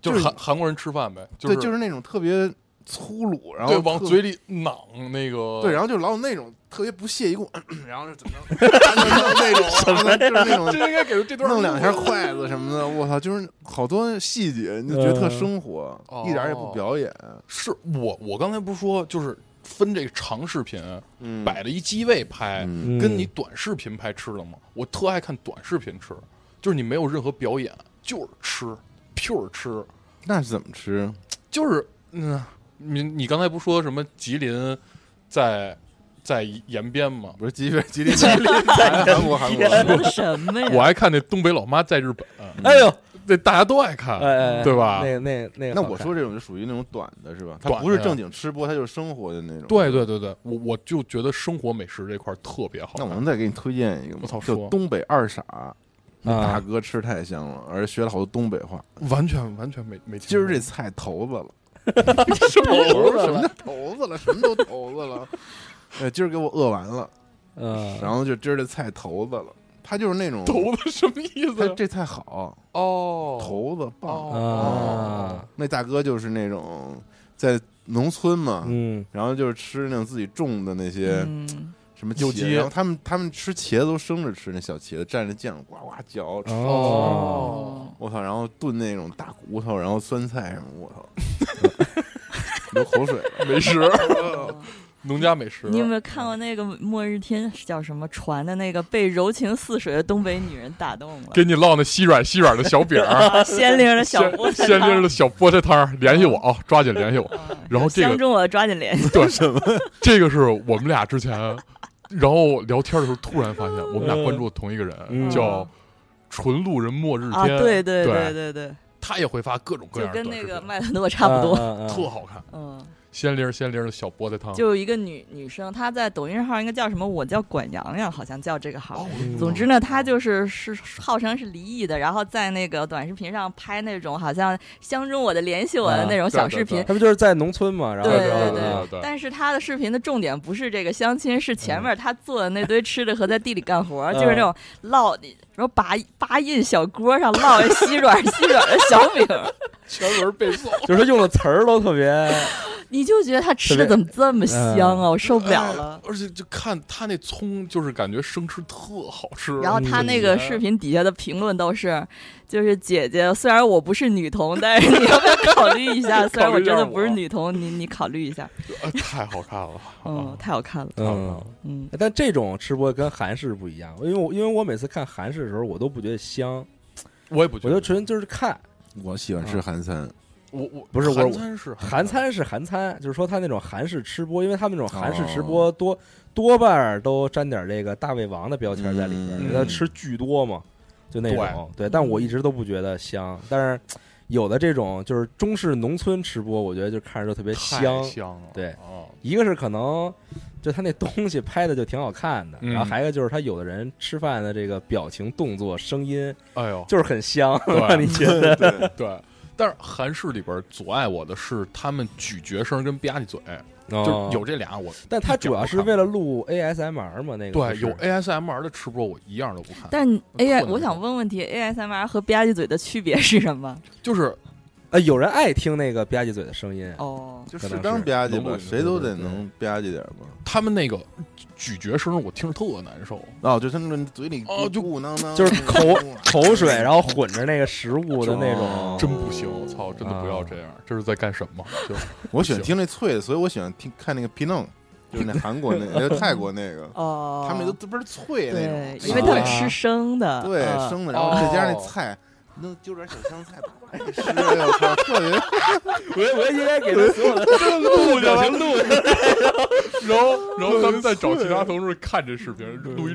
Speaker 3: 就是
Speaker 4: 就是
Speaker 3: 韩韩国人吃饭呗，
Speaker 4: 对，
Speaker 3: 就
Speaker 4: 就是是那种特别粗鲁，然后
Speaker 3: 对往
Speaker 4: 特
Speaker 3: 嘴里攮那个，
Speaker 4: 对，然后就老有那种特别不屑一顾， 咳咳然后就怎么着，那种什么就是那种
Speaker 3: 这应该给这段
Speaker 4: 弄两下筷子什么的，我操，就是好多细节，你就觉得特生活，
Speaker 3: 嗯
Speaker 4: 一点儿也不表演。
Speaker 3: 是我我刚才不是说就是分这个长视频
Speaker 4: 嗯
Speaker 3: 摆了一机位拍，
Speaker 4: 嗯
Speaker 1: 嗯
Speaker 3: 跟你短视频拍吃了吗？我特爱看短视频吃，就是你没有任何表演，就是吃，pure 吃，
Speaker 4: 那是怎么吃？
Speaker 3: 就是嗯，你你刚才不说什么吉林在在延边吗？
Speaker 4: 不是吉林， 吉林，吉林，韩国，韩国，韩国
Speaker 2: 说什么
Speaker 3: 我
Speaker 2: 呀？
Speaker 3: 爱看那东北老妈在日本，
Speaker 1: 哎呦，
Speaker 3: 那大家都爱看，
Speaker 1: 哎哎，哎
Speaker 3: 对吧？
Speaker 1: 那那那个好看，
Speaker 4: 啊那我说这种就属于那种短的，是吧？它
Speaker 3: 短的
Speaker 4: 不是正经吃播，它就是生活的那种。
Speaker 3: 对。对对对，我我就觉得生活美食这块儿特别好
Speaker 4: 那
Speaker 3: 看。
Speaker 4: 我能再给你推荐一个吗
Speaker 3: 我操？
Speaker 4: 就
Speaker 3: 说
Speaker 4: 东北二傻，大
Speaker 1: 啊，
Speaker 4: 哥吃太香了，而且学了好多东北话。
Speaker 3: 完全完全没没听
Speaker 4: 今儿
Speaker 3: 过
Speaker 4: 这菜头子了。
Speaker 3: 生
Speaker 4: 头
Speaker 3: 活
Speaker 4: 子什么叫头子了？什么都头子了？哎，今儿给我饿完了，
Speaker 3: 啊
Speaker 1: 嗯，
Speaker 4: 然后就今儿这菜头子了。他就是那种，
Speaker 3: 头子什么意
Speaker 4: 他
Speaker 3: 思？啊
Speaker 4: 这菜好，
Speaker 3: 哦，
Speaker 4: 头子棒。
Speaker 1: 啊，
Speaker 4: 那大哥就是那种在农村嘛，
Speaker 1: 嗯，
Speaker 4: 然后就是吃那种自己种的那些
Speaker 2: 嗯，
Speaker 4: 什么
Speaker 3: 有
Speaker 4: 茄子，
Speaker 3: 机
Speaker 4: 然后他们他们吃茄子都生着吃，那小茄子蘸着酱呱呱嚼。吃
Speaker 1: 哦，
Speaker 3: 哦，
Speaker 4: 我操！然后炖那种大骨头，然后酸菜什么，我操， 流口水了。
Speaker 3: 美食， 农家美食。
Speaker 2: 你有没有看过那个《末日天》是叫什么传的那个被柔情似水的东北女人打动了？
Speaker 3: 给你烙那稀软稀软的小饼儿，
Speaker 2: 啊，鲜灵儿的小菠菜
Speaker 3: 鲜
Speaker 2: 汤，嗯
Speaker 3: 鲜溜的小菠菜汤儿，联系我啊，抓紧联系我。
Speaker 2: 啊
Speaker 3: 然后这个
Speaker 2: 相中我抓紧联系。
Speaker 3: 对，什么？这个是我们俩之前，然后聊天的时候突然发现，我们俩关注的同一个人，
Speaker 1: 嗯
Speaker 3: 叫纯路人末日天。
Speaker 2: 啊，对对
Speaker 3: 对
Speaker 2: 对对，
Speaker 3: 他也会发各种各
Speaker 2: 就
Speaker 3: 样的
Speaker 2: 跟
Speaker 3: 短视
Speaker 2: 那个
Speaker 3: 频，
Speaker 2: 麦德诺差不多。
Speaker 1: 多
Speaker 3: 特好看，
Speaker 2: 嗯，
Speaker 3: 鲜灵儿鲜灵儿的小菠菜汤。
Speaker 2: 就有一个女女生，她在抖音号应该叫什么？我叫管洋洋，好像叫这个号
Speaker 3: 哦。
Speaker 2: 总之呢，她就是是号称是离异的，然后在那个短视频上拍那种好像相中我的联系
Speaker 3: 啊
Speaker 2: 我的那种小视频。
Speaker 1: 他不就是哦在农村嘛，然后啊
Speaker 2: 对对
Speaker 3: 对对对，
Speaker 2: 但是她的视频的重点不是这个相亲，是前面她做的那堆吃的和在地里干活，
Speaker 1: 嗯
Speaker 2: 就是那种烙，然后拔拔印小锅上烙一稀软稀软的小饼，
Speaker 3: 全文背诵。
Speaker 1: 就是他用的词儿都特别，
Speaker 2: 你就觉得它吃的怎么这么香啊，我受不了了。
Speaker 3: 而且就看他那葱，就是感觉生吃特好吃。
Speaker 2: 然后他那个视频底下的评论都是，就是姐姐，虽然我不是女童，但是你要不要考虑一下？虽然我真的不是女童，你你考虑一下。
Speaker 3: 呃太好看了，啊
Speaker 2: 嗯，太好看了，
Speaker 1: 嗯，
Speaker 2: 嗯，
Speaker 1: 但这种吃播跟韩式不一样，因为我因为我每次看韩式的时候，我都不觉得香，
Speaker 3: 我也不觉
Speaker 1: 我就，
Speaker 3: 得
Speaker 1: 纯就是看
Speaker 4: 我喜欢吃韩餐，
Speaker 3: 我我
Speaker 1: 不是我
Speaker 3: 韩餐是
Speaker 1: 韩，餐是韩餐，就是说他那种韩式吃播，因为他们那种
Speaker 3: 哦
Speaker 1: 韩式吃播多、多半儿都沾点这个大胃王的标签在里边，
Speaker 4: 嗯
Speaker 1: 因为他吃巨多嘛，就那种对但我
Speaker 3: 嗯
Speaker 1: 一直都不觉得香，但是有的这种就是中式农村吃播，我觉得就看着就特别
Speaker 3: 太
Speaker 1: 香。
Speaker 3: 香了，
Speaker 1: 对
Speaker 3: 啊，
Speaker 1: 一个是可能就他那东西拍的就挺好看的，
Speaker 3: 嗯
Speaker 1: 然后还有一个就是他有的人吃饭的这个表情、动作、声音
Speaker 3: 哎呦，
Speaker 1: 就是很香，
Speaker 3: 对
Speaker 1: 让你觉得
Speaker 4: 对，
Speaker 3: 对。但是韩式里边阻碍我的是他们咀嚼声跟吧唧嘴，
Speaker 1: 哦
Speaker 3: 就有这俩我。
Speaker 1: 但他主要是为
Speaker 3: 了
Speaker 1: 了录 ASMR 嘛，那个
Speaker 3: 对
Speaker 1: 不是
Speaker 3: 有 ASMR 的吃播，我一样都不看。
Speaker 2: 但 A I，
Speaker 3: 困难
Speaker 2: 我想问问题，ASMR 和吧唧嘴的区别是什么？
Speaker 3: 就是
Speaker 1: 呃，有人爱听那个吧唧嘴的声音，
Speaker 2: 哦，
Speaker 4: 就
Speaker 1: 可能
Speaker 4: 适当吧唧
Speaker 3: 能
Speaker 4: 吧，
Speaker 3: 够
Speaker 4: 谁都得能吧唧点吧。
Speaker 3: 他们那个咀嚼声，我听着特难受。
Speaker 4: 哦，就他那个嘴里
Speaker 3: 哦就
Speaker 4: 鼓鼓囊囊，
Speaker 1: 就是口
Speaker 4: 啊
Speaker 1: 口水，然后混着那个食物的那
Speaker 4: 哦
Speaker 1: 种，
Speaker 4: 啊
Speaker 3: 真不行，我操，真的不要这样，这是在干什么？就
Speaker 4: 我喜欢听那脆的，所以我喜欢听看那个皮弄，就是那韩国那 个，就泰国那个，
Speaker 2: 哦，
Speaker 4: 他们那都倍儿脆那
Speaker 2: 对，
Speaker 4: 种，
Speaker 2: 因为他们
Speaker 1: 啊
Speaker 2: 吃生的，
Speaker 4: 对
Speaker 2: 嗯
Speaker 4: 生的，然后再加上那菜，弄揪点小香菜，叭叭 一吃，我操，特别
Speaker 1: 我我应该给他所有 的录下来录，
Speaker 3: 然后，然后咱们再找其他同事看这视频，录一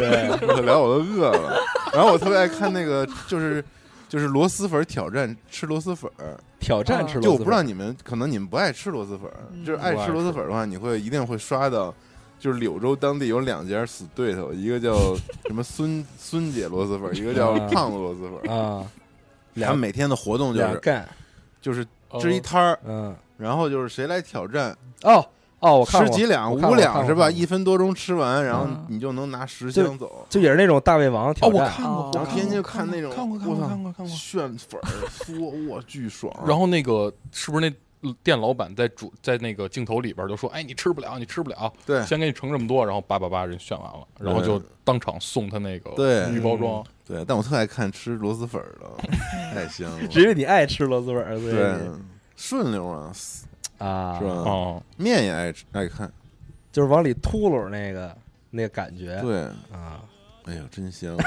Speaker 1: 对，
Speaker 4: 我聊我都饿了。然后我特别爱看那个，就是就是螺蛳粉挑战吃螺蛳粉儿，
Speaker 1: 挑战吃螺蛳粉，
Speaker 4: 就我不知道你们可能你们不爱吃螺蛳粉儿，
Speaker 2: 嗯
Speaker 4: 就是爱吃螺蛳粉儿的话，你会一定会刷到。就是柳州当地有两家死对头，一个叫什么孙孙姐螺蛳粉儿，一个叫
Speaker 1: 啊
Speaker 4: 胖子螺蛳粉
Speaker 1: 啊，
Speaker 4: 儿。他们
Speaker 1: 两
Speaker 4: 每天的活动就
Speaker 1: 两
Speaker 4: 是
Speaker 1: 干，
Speaker 4: 就是支一摊儿，
Speaker 1: 嗯，
Speaker 4: 然后就是谁来挑战
Speaker 1: 哦哦，我看
Speaker 4: 吃
Speaker 1: 过
Speaker 4: 几两
Speaker 1: 我看
Speaker 4: 五
Speaker 1: 过
Speaker 4: 两是吧？
Speaker 1: 我看过
Speaker 4: 一分多钟吃完，然后
Speaker 2: 嗯
Speaker 4: 你就能拿十
Speaker 1: 就
Speaker 4: 箱走。
Speaker 1: 就也是那种大胃王挑
Speaker 3: 哦，我
Speaker 1: 战，
Speaker 3: 看过，
Speaker 4: 然后天天就看
Speaker 3: 看
Speaker 4: 那种，
Speaker 3: 看过看
Speaker 4: 我
Speaker 3: 过
Speaker 4: 操
Speaker 3: 看过看过。
Speaker 4: 炫粉儿嗦，哇，巨爽。
Speaker 3: 然后那个是不是那店老板在主在那个镜头里边就说：“哎，你吃不了，你吃不了，
Speaker 4: 对
Speaker 3: 先给你盛这么多。”然后叭叭叭人炫完了，然后就当场送他那个
Speaker 4: 对
Speaker 1: 嗯
Speaker 3: 预包装。
Speaker 4: 对，但我特爱看吃螺蛳粉儿 的，太香了。
Speaker 1: 只有你爱吃螺蛳粉儿，所以
Speaker 4: 对
Speaker 1: 你，
Speaker 4: 顺溜啊，是
Speaker 1: 啊，
Speaker 4: 吧？
Speaker 3: 哦，
Speaker 4: 面也爱吃爱看，
Speaker 1: 就是往里秃噜那个那个感觉，
Speaker 4: 对，
Speaker 1: 啊，
Speaker 4: 哎呦，真香啊。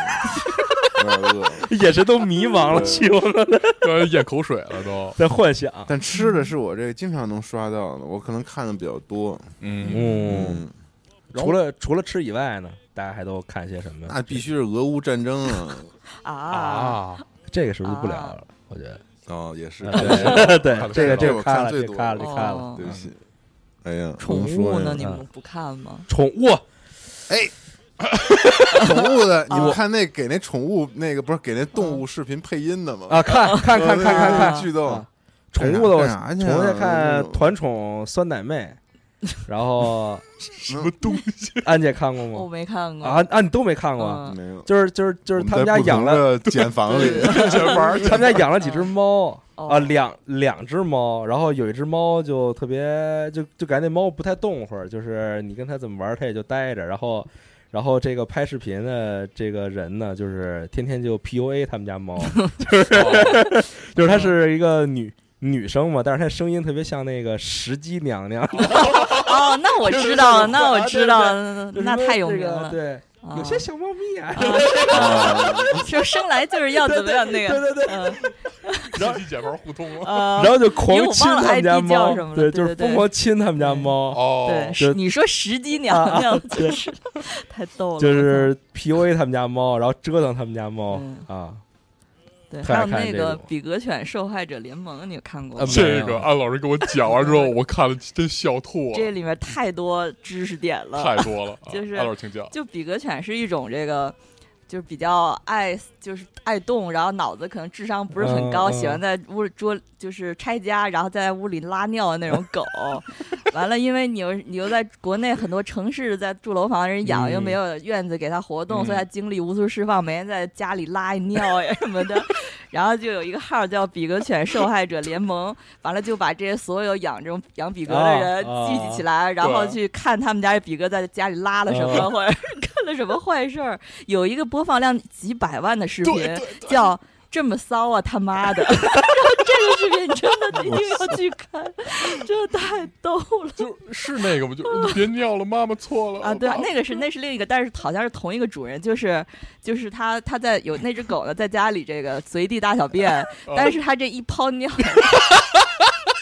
Speaker 4: 有点饿 了，
Speaker 1: 眼神都迷茫了，气我了，
Speaker 3: 让人咽口水了都。
Speaker 1: 在幻想，
Speaker 4: 但吃的是我这个经常能刷到的，我可能看的比较多。
Speaker 3: 嗯，
Speaker 1: 嗯。
Speaker 4: 嗯，
Speaker 1: 除了除了吃以外呢，大家还都看些什么呀？
Speaker 4: 那必须是俄乌战争
Speaker 2: 啊，
Speaker 4: 啊！
Speaker 3: 啊，
Speaker 1: 这个是不是不聊了？我觉得，啊
Speaker 4: 哦，也是，
Speaker 1: 对
Speaker 3: 看
Speaker 1: 对，
Speaker 3: 了
Speaker 1: 这个
Speaker 3: 看了
Speaker 1: 这个了，
Speaker 4: 我看最
Speaker 1: 这个
Speaker 4: 多
Speaker 1: 看了，
Speaker 2: 了
Speaker 1: 这看了。
Speaker 2: 哦
Speaker 4: 对不起。哎呀，
Speaker 2: 宠
Speaker 4: 不能说
Speaker 2: 物呢？
Speaker 4: 呀
Speaker 2: 你
Speaker 1: 嗯
Speaker 2: 们不看吗？
Speaker 1: 宠物
Speaker 4: 宠 物的，你们看那给那宠物那个不是给那动物视频配音的吗？
Speaker 1: 啊，
Speaker 2: 哦
Speaker 1: 看看看看看
Speaker 2: 啊
Speaker 1: 看，
Speaker 4: 剧动
Speaker 1: 啊，宠物的我
Speaker 4: 干啥去啊
Speaker 1: 宠物在
Speaker 4: 那
Speaker 1: 看
Speaker 4: 种
Speaker 1: 团宠酸奶 妹，然后
Speaker 4: 什么
Speaker 1: 东西？安姐看过
Speaker 2: 我
Speaker 1: 吗？
Speaker 2: 没看过
Speaker 1: 啊，啊，你都没看过？
Speaker 2: 嗯
Speaker 4: 没有，
Speaker 1: 就是就是就是他们家养了。
Speaker 4: 了茧房里
Speaker 1: 他们家养了几只猫
Speaker 2: 哦
Speaker 1: 啊，两两只猫，然后有一只猫就特别，就就感觉那猫不太动会儿，就是你跟它怎么玩，它也就待着。然后，然后这个拍视频的这个人呢，就是天天就 PUA 他们家 猫，就是就是她是一个女女生嘛，但是她声音特别像那个石矶娘娘，
Speaker 2: 哦，那我知道了，那我知道了，那
Speaker 1: 就是
Speaker 2: 太有
Speaker 1: 这
Speaker 2: 名
Speaker 1: 个
Speaker 2: 了。
Speaker 1: 对，
Speaker 2: 啊
Speaker 1: 有些小猫咪啊，
Speaker 2: 就生来就是要怎么样那
Speaker 1: 对
Speaker 2: 个，
Speaker 1: 对对，
Speaker 2: 嗯
Speaker 3: 信息解放互通了。
Speaker 2: 呃
Speaker 1: 然，后就狂
Speaker 2: 因为我
Speaker 1: 亲
Speaker 2: 忘了
Speaker 1: 他们家
Speaker 2: ID 叫
Speaker 1: 猫
Speaker 2: 什么，了对
Speaker 1: 就是
Speaker 2: 对对
Speaker 1: 疯狂亲他们家
Speaker 2: 对
Speaker 1: 猫。
Speaker 3: 哦，
Speaker 2: 对，
Speaker 1: 就是啊
Speaker 2: 你说石矶娘娘就是 太逗了，
Speaker 1: 就是 PUA 他们家猫，然后折腾他们家猫、
Speaker 2: 嗯
Speaker 1: 啊。
Speaker 2: 对，
Speaker 1: 太爱
Speaker 2: 还有
Speaker 1: 看
Speaker 2: 那
Speaker 1: 这
Speaker 2: 个
Speaker 1: 种
Speaker 2: 比格犬受害者联盟，你有看过
Speaker 1: 啊
Speaker 2: 吗？
Speaker 3: 这个安老师给我讲完之后，我看了真笑吐
Speaker 2: 这
Speaker 3: 了，
Speaker 2: 里面太多知识点了，
Speaker 3: 太多了。啊
Speaker 2: 就是
Speaker 3: 安老师请讲。
Speaker 2: 就比格犬是一种这个。就是比较爱就是爱动，然后脑子可能智商不是很高，
Speaker 1: 嗯嗯
Speaker 2: 喜欢在屋里捉就是拆家，然后在屋里拉尿的那种狗。 完了，因为你又你又在国内很多城市在住楼房，人养
Speaker 1: 嗯
Speaker 2: 又没有院子给它活动，
Speaker 1: 嗯
Speaker 2: 所以它精力无处释放，每天在家里拉尿呀什么的。 然后就有一个号叫“比格犬受害者联盟”，完了就把这些所有养这种养比格的人
Speaker 1: 啊啊
Speaker 2: 聚集起来，然后去看他们家比格在家里拉了什么，
Speaker 1: 啊
Speaker 3: 哦
Speaker 2: 或者 干了什么坏事儿。有一个播放量几百万的视
Speaker 3: 对
Speaker 2: 频，叫“这么骚啊他妈的”，然 后这个视频 真的一定要去看，真的太逗了
Speaker 3: 就是那个吗？就是你别尿了，妈妈错了
Speaker 2: 啊！对啊，
Speaker 3: 我
Speaker 2: 那个是那是另一个，但是好像是同一个主人，就是就是他他在有那只狗呢，在家里这个随地大小便，
Speaker 3: 哦啊
Speaker 2: 但是他这一泡 尿。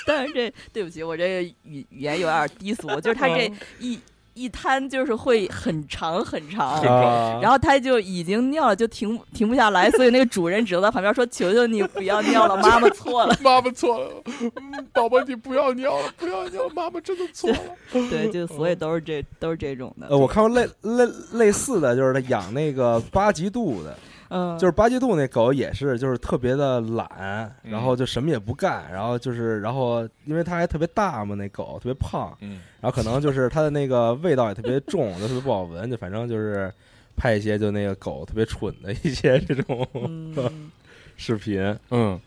Speaker 2: 但是这对不起，我这个语语言有点低俗，就是他
Speaker 3: 哦
Speaker 2: 这一一滩就是会很长很长，
Speaker 1: 啊，
Speaker 2: 呃然后他就已经尿了，就停停不下来，所以那个主人只能在旁边说：“求求你不要尿了，妈妈错了。
Speaker 3: 妈妈错了，嗯宝宝你不要尿了，不要尿了，妈妈真的错 了。”
Speaker 2: 对，就所以都是这都是这种的
Speaker 1: 呃，，我看过类类类似的就是他养那个巴吉度的，
Speaker 2: 嗯，
Speaker 1: 就是巴吉度那狗也是，就是特别的懒，
Speaker 3: 嗯
Speaker 1: 然后就什么也不干，然后就是，然后因为它还特别大嘛，那狗特别胖，
Speaker 3: 嗯，
Speaker 1: 然后可能就是它的那个味道也特别重，就特别不好闻，就反正就是拍一些就那个狗特别蠢的一些这种
Speaker 2: 嗯，
Speaker 1: 视频，
Speaker 3: 嗯，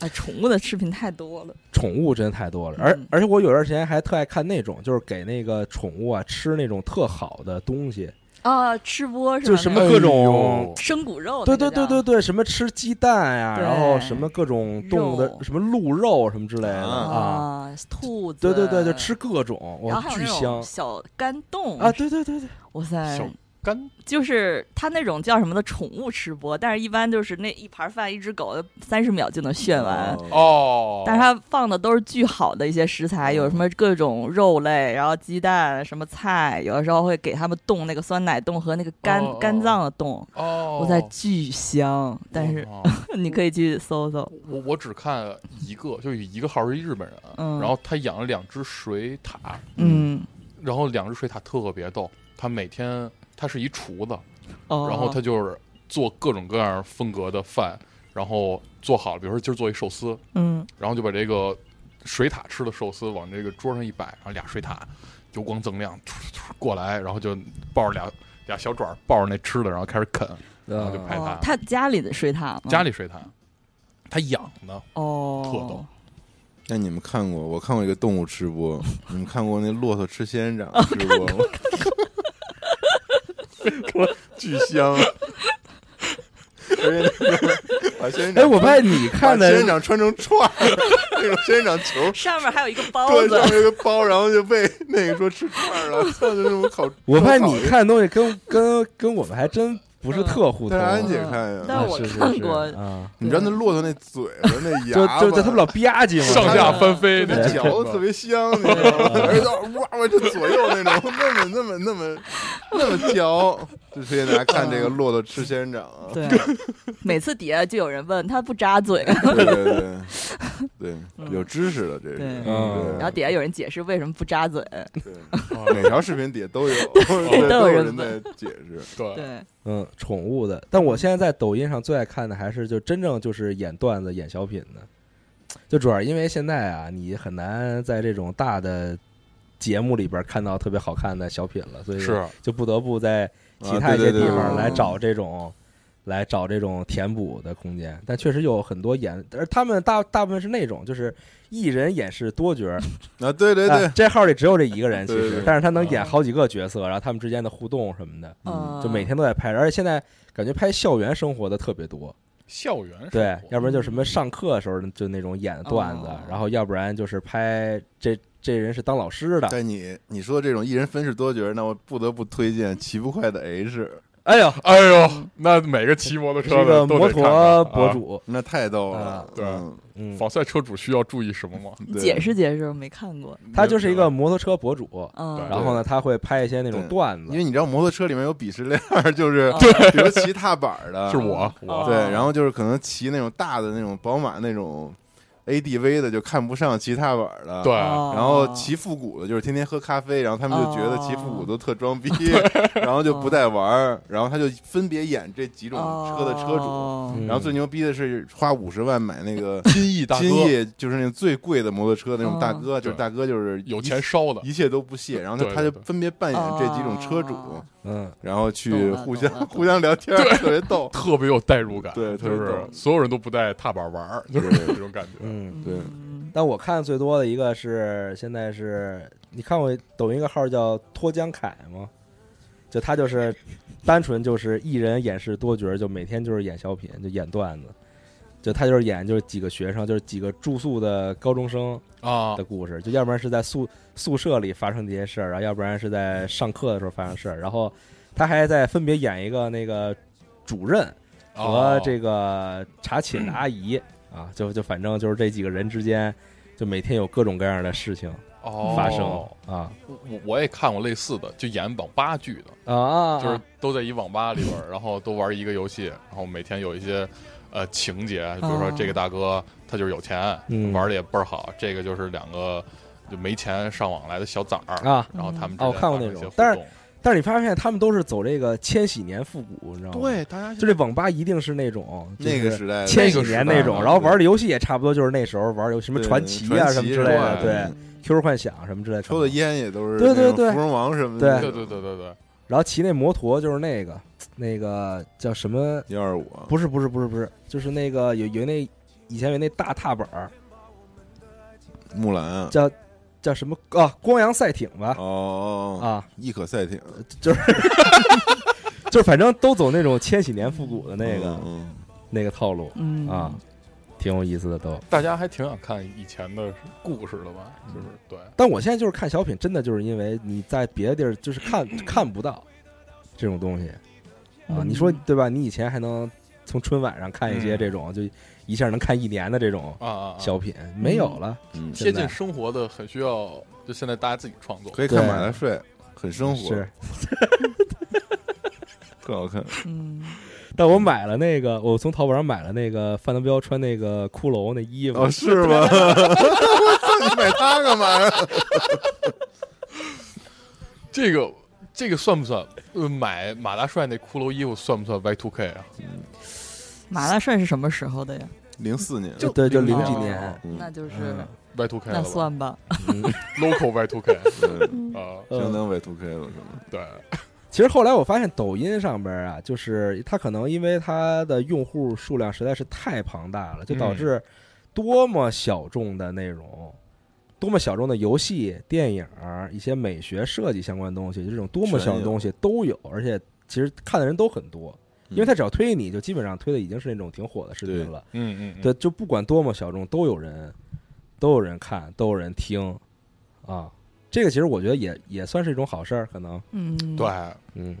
Speaker 2: 啊，宠物的视频太多了，
Speaker 1: 宠物真的太多了，而
Speaker 2: 嗯
Speaker 1: 而且我有段时间还特爱看那种，就是给那个宠物啊吃那种特好的东西，
Speaker 2: 啊，吃播是吧？
Speaker 1: 就什么
Speaker 2: 那
Speaker 1: 各
Speaker 2: 个
Speaker 1: 种
Speaker 2: 生骨肉，
Speaker 1: 对对哦对对，对，什么吃鸡蛋呀、
Speaker 2: 对
Speaker 1: 然后什么各种动物
Speaker 2: 肉
Speaker 1: 的什么鹿肉什么之类的啊，
Speaker 2: 啊，兔子，
Speaker 1: 对对对，就吃各种，哇，
Speaker 2: 然后还有
Speaker 1: 巨
Speaker 2: 那
Speaker 1: 香
Speaker 2: 种小干冻
Speaker 1: 啊！，对对对对，
Speaker 2: 哇塞
Speaker 3: 小，干
Speaker 2: 就是他那种叫什么的宠物吃播，但是一般就是那一盘饭一只狗三十秒就能炫完，
Speaker 3: 哦，
Speaker 2: 但是它放的都是巨好的一些食
Speaker 3: 嗯
Speaker 2: 材，有什么各种肉类，然后鸡蛋，什么菜，有的时候会给他们冻那个酸奶冻和那个肝、
Speaker 3: 哦哦哦
Speaker 2: 肝脏的冻，
Speaker 3: 哦，
Speaker 2: 我在巨香。但是
Speaker 3: 哦
Speaker 2: 你可以去搜搜，
Speaker 3: 我我只看一个，就有一个号是一日本人，啊
Speaker 2: 嗯
Speaker 3: 然后他养了两只水獭，
Speaker 2: 嗯，
Speaker 3: 然后两只水獭特别逗，他每天他是一厨子，
Speaker 2: 哦，
Speaker 3: 然后他就是做各种各样风格的饭，然后做好了，比如说今儿做一寿司，
Speaker 2: 嗯，
Speaker 3: 然后就把这个水獭吃的寿司往这个桌上一摆，然后俩水獭油光锃亮突突突过来，然后就抱着俩俩小爪抱着那吃的，然后开始啃然后就拍
Speaker 1: 啊
Speaker 3: 它
Speaker 2: 哦，他家里的水獭吗？
Speaker 3: 家里水獭，他养的，
Speaker 2: 哦，
Speaker 3: 特逗
Speaker 4: 那哎你们看过？我看过一个动物吃播，你们看过那骆驼吃仙人
Speaker 1: 哦
Speaker 4: 掌吃播吗？ 巨 香，啊而且那个把仙人掌
Speaker 1: 哎，我发现你
Speaker 4: 把
Speaker 1: 看
Speaker 4: 仙
Speaker 1: 的
Speaker 4: 人掌穿成串儿，那种仙人掌球，
Speaker 2: 上面还有一个包
Speaker 4: 对，
Speaker 2: 子
Speaker 4: 上，面有一个包，然后就被那个说吃串儿了，操，就那种烤。
Speaker 1: 我发现
Speaker 4: 烤
Speaker 1: 你
Speaker 4: 烤
Speaker 1: 看的东西跟跟跟我们还真不是特互通
Speaker 4: 但是安
Speaker 1: 啊。
Speaker 4: 姐看呀，
Speaker 2: 但是我
Speaker 1: 是是
Speaker 2: 看
Speaker 1: 是
Speaker 2: 过
Speaker 1: 啊，
Speaker 4: 你知道那骆驼那嘴巴那
Speaker 1: 就
Speaker 4: 牙
Speaker 1: 就
Speaker 4: 吗
Speaker 1: 就他们老吧唧嘛，
Speaker 3: 上下翻飞，
Speaker 4: 那
Speaker 3: 那
Speaker 4: 嚼的特别香，你知道 吗？而且哇哇就左右那种，那么那么那么那么嚼，就推荐大家看这
Speaker 1: 嗯
Speaker 4: 个骆驼吃仙人掌啊！
Speaker 2: 对，每次底下就有人问他不扎嘴，
Speaker 4: 对对对对，有知识了，这是。
Speaker 2: 对
Speaker 1: 嗯
Speaker 2: 然后底下有人解释为什么不扎嘴，
Speaker 4: 对每条视频底下都
Speaker 1: 哦
Speaker 4: 有，对
Speaker 2: 都有
Speaker 4: 有
Speaker 2: 人
Speaker 4: 人在
Speaker 2: 问
Speaker 4: 解释。
Speaker 3: 对，
Speaker 2: 对，
Speaker 1: 嗯，宠物的。但我现在在抖音上最爱看的还是就真正就是演段子、演小品的，就主要因为现在啊，你很难在这种大的节目里边看到特别好看的小品了，所以
Speaker 3: 是
Speaker 1: 就不得不在其
Speaker 4: 啊
Speaker 1: 他一
Speaker 4: 对
Speaker 1: 些
Speaker 4: 对
Speaker 1: 地
Speaker 4: 对
Speaker 1: 方
Speaker 2: 对
Speaker 1: 来
Speaker 2: 对
Speaker 1: 找这种。来找这种填补的空间，但确实有很多演，而他们大大部分是那种，就是一人演饰多角儿，
Speaker 4: 啊，对对对
Speaker 1: 啊，这号里只有这一个人，其
Speaker 4: 对对
Speaker 1: 实
Speaker 4: 对，
Speaker 1: 但是他能
Speaker 2: 啊
Speaker 1: 演好几个角色，然后他们之间的互动什么的，
Speaker 4: 嗯
Speaker 1: 就每天都在拍，而且现在感觉拍校园生活的特别多，
Speaker 3: 校园生活
Speaker 1: 对，要不然就是什么上课的时候就那种演段子
Speaker 2: 哦，
Speaker 1: 然后要不然就是拍这这人是当老师的，
Speaker 4: 但哎你你说这种一人分饰多角，那我不得不推荐骑不快的 H，
Speaker 1: 哎呦，
Speaker 3: 哎呦，那每个骑摩托
Speaker 1: 是
Speaker 3: 车
Speaker 1: 个
Speaker 3: 的都
Speaker 1: 摩
Speaker 3: 得看看
Speaker 1: 托
Speaker 3: 啊
Speaker 1: 博，主，
Speaker 4: 那太逗了
Speaker 1: 啊。
Speaker 3: 对
Speaker 4: 嗯
Speaker 1: 嗯，
Speaker 3: 仿赛车主需要注意什么吗？
Speaker 2: 你解释解释，我没看过，
Speaker 1: 他就是一个摩托车博主，
Speaker 2: 嗯，
Speaker 1: 然后呢，他会拍一些那种
Speaker 4: 对
Speaker 1: 段
Speaker 4: 因
Speaker 1: 子，
Speaker 4: 为你知道摩托车里面有鄙视链 儿，就是
Speaker 2: 哦对
Speaker 4: 比如骑踏板儿的，
Speaker 3: 啊 是我，
Speaker 2: 哦
Speaker 3: 我
Speaker 4: 对，然后就是可能骑那种大的那种宝马那种 ADV 的就看不上骑踏板的，
Speaker 3: 对，
Speaker 2: 然
Speaker 1: 哦
Speaker 4: 然
Speaker 2: 哦
Speaker 4: 后骑复古的，就是天天喝咖啡，然后他们就觉得骑复古都特装逼，
Speaker 2: 哦
Speaker 4: 然后就不带玩儿，然后他就分别演这几种车的车
Speaker 2: 哦
Speaker 4: 主。
Speaker 1: 嗯
Speaker 4: 然后最牛逼的是花五十万买那个
Speaker 3: 金翼 大哥
Speaker 4: 金翼，就是那种最贵的摩托车那种
Speaker 2: 哦
Speaker 4: 大哥，就是
Speaker 3: 对
Speaker 4: 大哥就是
Speaker 3: 有
Speaker 4: 一
Speaker 3: 钱烧的，
Speaker 4: 一切都不屑，然后
Speaker 3: 对
Speaker 4: 他
Speaker 3: 对
Speaker 4: 他就
Speaker 3: 对
Speaker 4: 分别扮演这几种车主，
Speaker 2: 哦
Speaker 1: 嗯，
Speaker 4: 然后去
Speaker 2: 懂了
Speaker 4: 互相
Speaker 2: 懂了
Speaker 4: 互相聊天，特别逗。
Speaker 3: 特别有代入感，
Speaker 4: 对特
Speaker 3: 就
Speaker 4: 别
Speaker 3: 是
Speaker 4: 逗
Speaker 3: 所有人都不带踏板玩儿，就是
Speaker 4: 对
Speaker 3: 这种感觉。
Speaker 1: 嗯，
Speaker 4: 对
Speaker 1: 但我看最多的一个是现在是你看过抖音一个号叫脱缰凯吗？就他就是单纯就是一人演示多角儿，就每天就是演小品，就演段子。就他就是演就是几个学生，就是几个住宿的高中生
Speaker 3: 啊
Speaker 1: 的，故事，就要不然是在宿宿舍里发生这些事儿，然后要不然是在上课的时候发生事儿，然后他还在分别演一个那个主任，和
Speaker 3: 哦
Speaker 1: 这个查寝的阿姨、啊，就就反正就是这几个人之间，就每天有各种各样的事情发生、
Speaker 3: 哦
Speaker 1: 啊
Speaker 3: 我我也看过类似的，就演网吧剧的，
Speaker 1: 啊啊，
Speaker 3: 就是都在一网吧里边儿，然后都玩一个游戏，然后每天有一些呃情节，比如说
Speaker 2: 哦
Speaker 3: 这个大哥他就是有钱，
Speaker 1: 啊嗯
Speaker 3: 玩的也倍儿好，这个就是两个就没钱上网来的小崽儿，
Speaker 1: 啊。
Speaker 3: 然后他们
Speaker 1: 哦看过那种但是但是你发现他们都是走这个千禧年复古，你知道吗？，
Speaker 3: 对大家
Speaker 4: 哦
Speaker 1: 就这网吧一定是那种
Speaker 4: 那
Speaker 1: 就
Speaker 4: 个
Speaker 1: 是
Speaker 4: 时代的，
Speaker 1: 千禧年那种，
Speaker 3: 那个时代
Speaker 1: 然后玩的游戏也差不多就是那时候玩游戏，什么
Speaker 4: 对
Speaker 1: 传奇啊
Speaker 4: 传
Speaker 1: 什么
Speaker 4: 奇
Speaker 1: 之类的，
Speaker 4: 是吧
Speaker 1: 对，Q
Speaker 2: 嗯
Speaker 1: 幻想什么之类的。
Speaker 4: 抽的烟也都是
Speaker 1: 对对
Speaker 4: 那种
Speaker 1: 对
Speaker 4: 芙蓉王什么的，
Speaker 3: 对对对对对，
Speaker 1: 然后骑那摩托就是那个那个叫什么
Speaker 4: 一二五
Speaker 1: 不是不是不是不是，就是那个有有那以前有那大踏板儿
Speaker 4: 木兰
Speaker 1: 叫叫什么啊？光阳赛艇吧？
Speaker 4: 哦，
Speaker 1: 啊，
Speaker 4: 易可赛艇
Speaker 1: 就是就是反正都走那种千禧年复古的那个、
Speaker 4: 嗯
Speaker 1: 那个套路
Speaker 2: 嗯
Speaker 1: 啊，挺有意思的都。
Speaker 3: 大家还挺想看以前的故事的吧？就是
Speaker 1: 嗯
Speaker 3: 对，
Speaker 1: 但我现在就是看小品，真的就是因为你在别的地儿就是 看看不到这种东西啊，
Speaker 2: 嗯
Speaker 1: 你说对吧？你以前还能从春晚上看一些
Speaker 3: 嗯
Speaker 1: 这种，就一下能看一年的这种
Speaker 3: 啊啊啊，
Speaker 1: 小品，没有了。
Speaker 4: 嗯，
Speaker 3: 贴
Speaker 1: 现
Speaker 3: 近
Speaker 1: 在
Speaker 3: 生活的很需要，就现在大家自己创作，
Speaker 4: 可以看
Speaker 1: 对
Speaker 4: 马来睡，很嗯生活，
Speaker 1: 是，
Speaker 4: 特好看。
Speaker 2: 嗯
Speaker 1: 但我买了那个，我从淘宝上买了那个范德彪穿那个骷髅那衣服，
Speaker 4: 哦，是吗？我操，你买它干嘛呀？
Speaker 3: 这个这个算不算？呃，买马大帅那骷髅衣服算不算 Y two K 啊？
Speaker 2: 麻辣帅是什么时候的呀？
Speaker 4: 零四年，
Speaker 1: 就对，就
Speaker 3: 零
Speaker 1: 零
Speaker 3: 几
Speaker 1: 几
Speaker 2: 哦
Speaker 1: 年，
Speaker 4: 嗯
Speaker 2: 那就是
Speaker 1: 嗯
Speaker 3: y two k 了
Speaker 2: 那
Speaker 3: 吧
Speaker 2: 算吧，
Speaker 3: local y two k
Speaker 4: 嗯
Speaker 3: 啊，
Speaker 4: 相
Speaker 1: 呃
Speaker 4: 当为 2K 了，是吗？
Speaker 3: 对，
Speaker 1: 其实后来我发现抖音上边啊，就是它可能因为它的用户数量实在是太庞大了，就导致
Speaker 3: 嗯
Speaker 1: 多么小众的内容，多么小众的游戏、电影、一些美学设计相关的东西，这种多么小众的东西都有，而且其实看的人都很多，
Speaker 3: 嗯
Speaker 1: 因为它只要推你就基本上推的已经是那种挺火的事情
Speaker 4: 对
Speaker 1: 了。
Speaker 3: 嗯嗯，
Speaker 1: 对，就不管多么小众，都有人，都有人看，都有人听，啊，这个其实我觉得也也算是一种好事儿，可能，
Speaker 2: 嗯，
Speaker 3: 对，
Speaker 1: 嗯，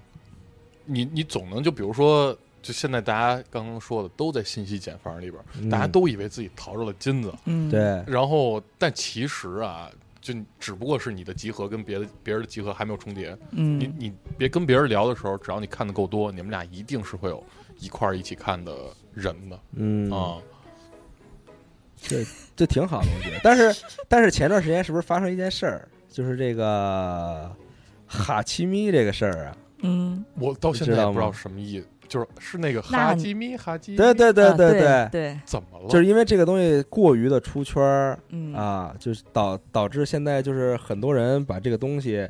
Speaker 3: 你你总能就比如说。就现在，大家刚刚说的都在信息茧房里边，大家
Speaker 1: 嗯
Speaker 3: 都以为自己淘着了金子，
Speaker 2: 嗯，
Speaker 1: 对，
Speaker 3: 然后但其实啊，就只不过是你的集合跟别的别人的集合还没有重叠。你
Speaker 2: 嗯，
Speaker 3: 你别跟别人聊的时候，只要你看的够多，你们俩一定是会有一块儿一起看的人的
Speaker 1: 嗯，
Speaker 3: 啊。
Speaker 1: 这这挺好的，我觉得。但是 但是前段时间是不是发生一件事儿，就是这个哈奇咪这个事儿啊？
Speaker 2: 嗯，
Speaker 3: 我到现在
Speaker 1: 知
Speaker 3: 也
Speaker 1: 道
Speaker 3: 不知
Speaker 1: 吗
Speaker 3: 道什么意思，就是是那个
Speaker 2: 那
Speaker 3: 哈基米哈基米，
Speaker 1: 对对对
Speaker 2: 啊对
Speaker 1: 对，
Speaker 2: 对，
Speaker 3: 怎么了？
Speaker 1: 就是因为这个东西过于的出圈儿，
Speaker 2: 嗯，
Speaker 1: 啊，就是导导致现在就是很多人把这个东西，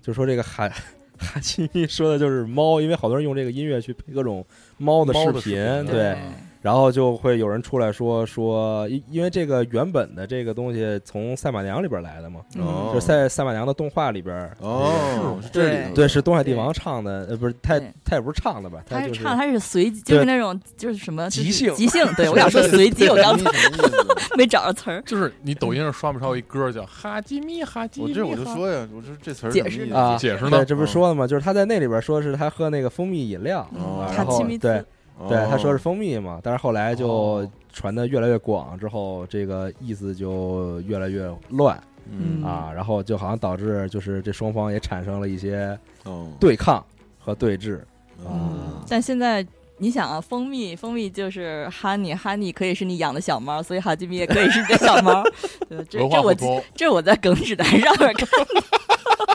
Speaker 1: 就说这个哈 哈奇米说的就是猫，因为好多人用这个音乐去配各种猫的
Speaker 3: 猫
Speaker 1: 视
Speaker 3: 的视
Speaker 1: 频，
Speaker 3: 频
Speaker 1: 对，然后就会有人出来说说，因因为这个原本的这个东西从赛马娘里边来的
Speaker 2: 嗯
Speaker 1: 嘛，
Speaker 4: 哦
Speaker 1: 就是赛赛马娘的动画里边。
Speaker 4: 哦，是这
Speaker 2: 嗯
Speaker 4: 里头
Speaker 1: 对，是东海帝
Speaker 2: 对
Speaker 1: 王唱的，呃，不是他
Speaker 2: 对，
Speaker 1: 他也不是唱的吧？
Speaker 2: 他
Speaker 1: 就是是
Speaker 2: 唱，他是随机，就
Speaker 1: 对
Speaker 2: 是那种就是什么
Speaker 1: 即
Speaker 2: 就是
Speaker 1: 兴
Speaker 2: 即兴。对我想 说随机，我刚才
Speaker 4: 什么意思？
Speaker 2: 没找着词儿。
Speaker 3: 就是你抖音上刷不刷有一
Speaker 1: 嗯
Speaker 3: 歌叫哈基米哈基米，
Speaker 4: 我这我就说呀，我说这词儿
Speaker 2: 解
Speaker 4: 什么
Speaker 2: 释
Speaker 4: 意思
Speaker 2: 呢
Speaker 1: 啊，
Speaker 3: 解释呢
Speaker 1: 对，这不
Speaker 4: 嗯
Speaker 1: 是说了吗？就是他在那里边说是他喝那个蜂蜜饮料，
Speaker 4: 哦
Speaker 2: 嗯，
Speaker 1: 啊
Speaker 2: 他
Speaker 1: 然后
Speaker 2: 亲密
Speaker 1: 对，
Speaker 4: 哦
Speaker 1: 对，他说是蜂蜜嘛，但是后来就
Speaker 3: 哦
Speaker 1: 传的越来越广，之后这个意思就越来越乱
Speaker 4: 嗯
Speaker 2: 嗯
Speaker 1: 啊，然后就好像导致就是这双方也产生了一些
Speaker 4: 哦
Speaker 1: 对抗和对峙
Speaker 4: 哦
Speaker 1: 啊
Speaker 2: 嗯但现在你想啊，蜂蜜，蜂蜜就是 honey，honey 可以是你养的小猫，所以哈基米也可以是你的小猫。 对，这
Speaker 3: 文化
Speaker 2: 这
Speaker 3: 互
Speaker 2: 我
Speaker 3: 通，
Speaker 2: 这我在梗指南上面看 的。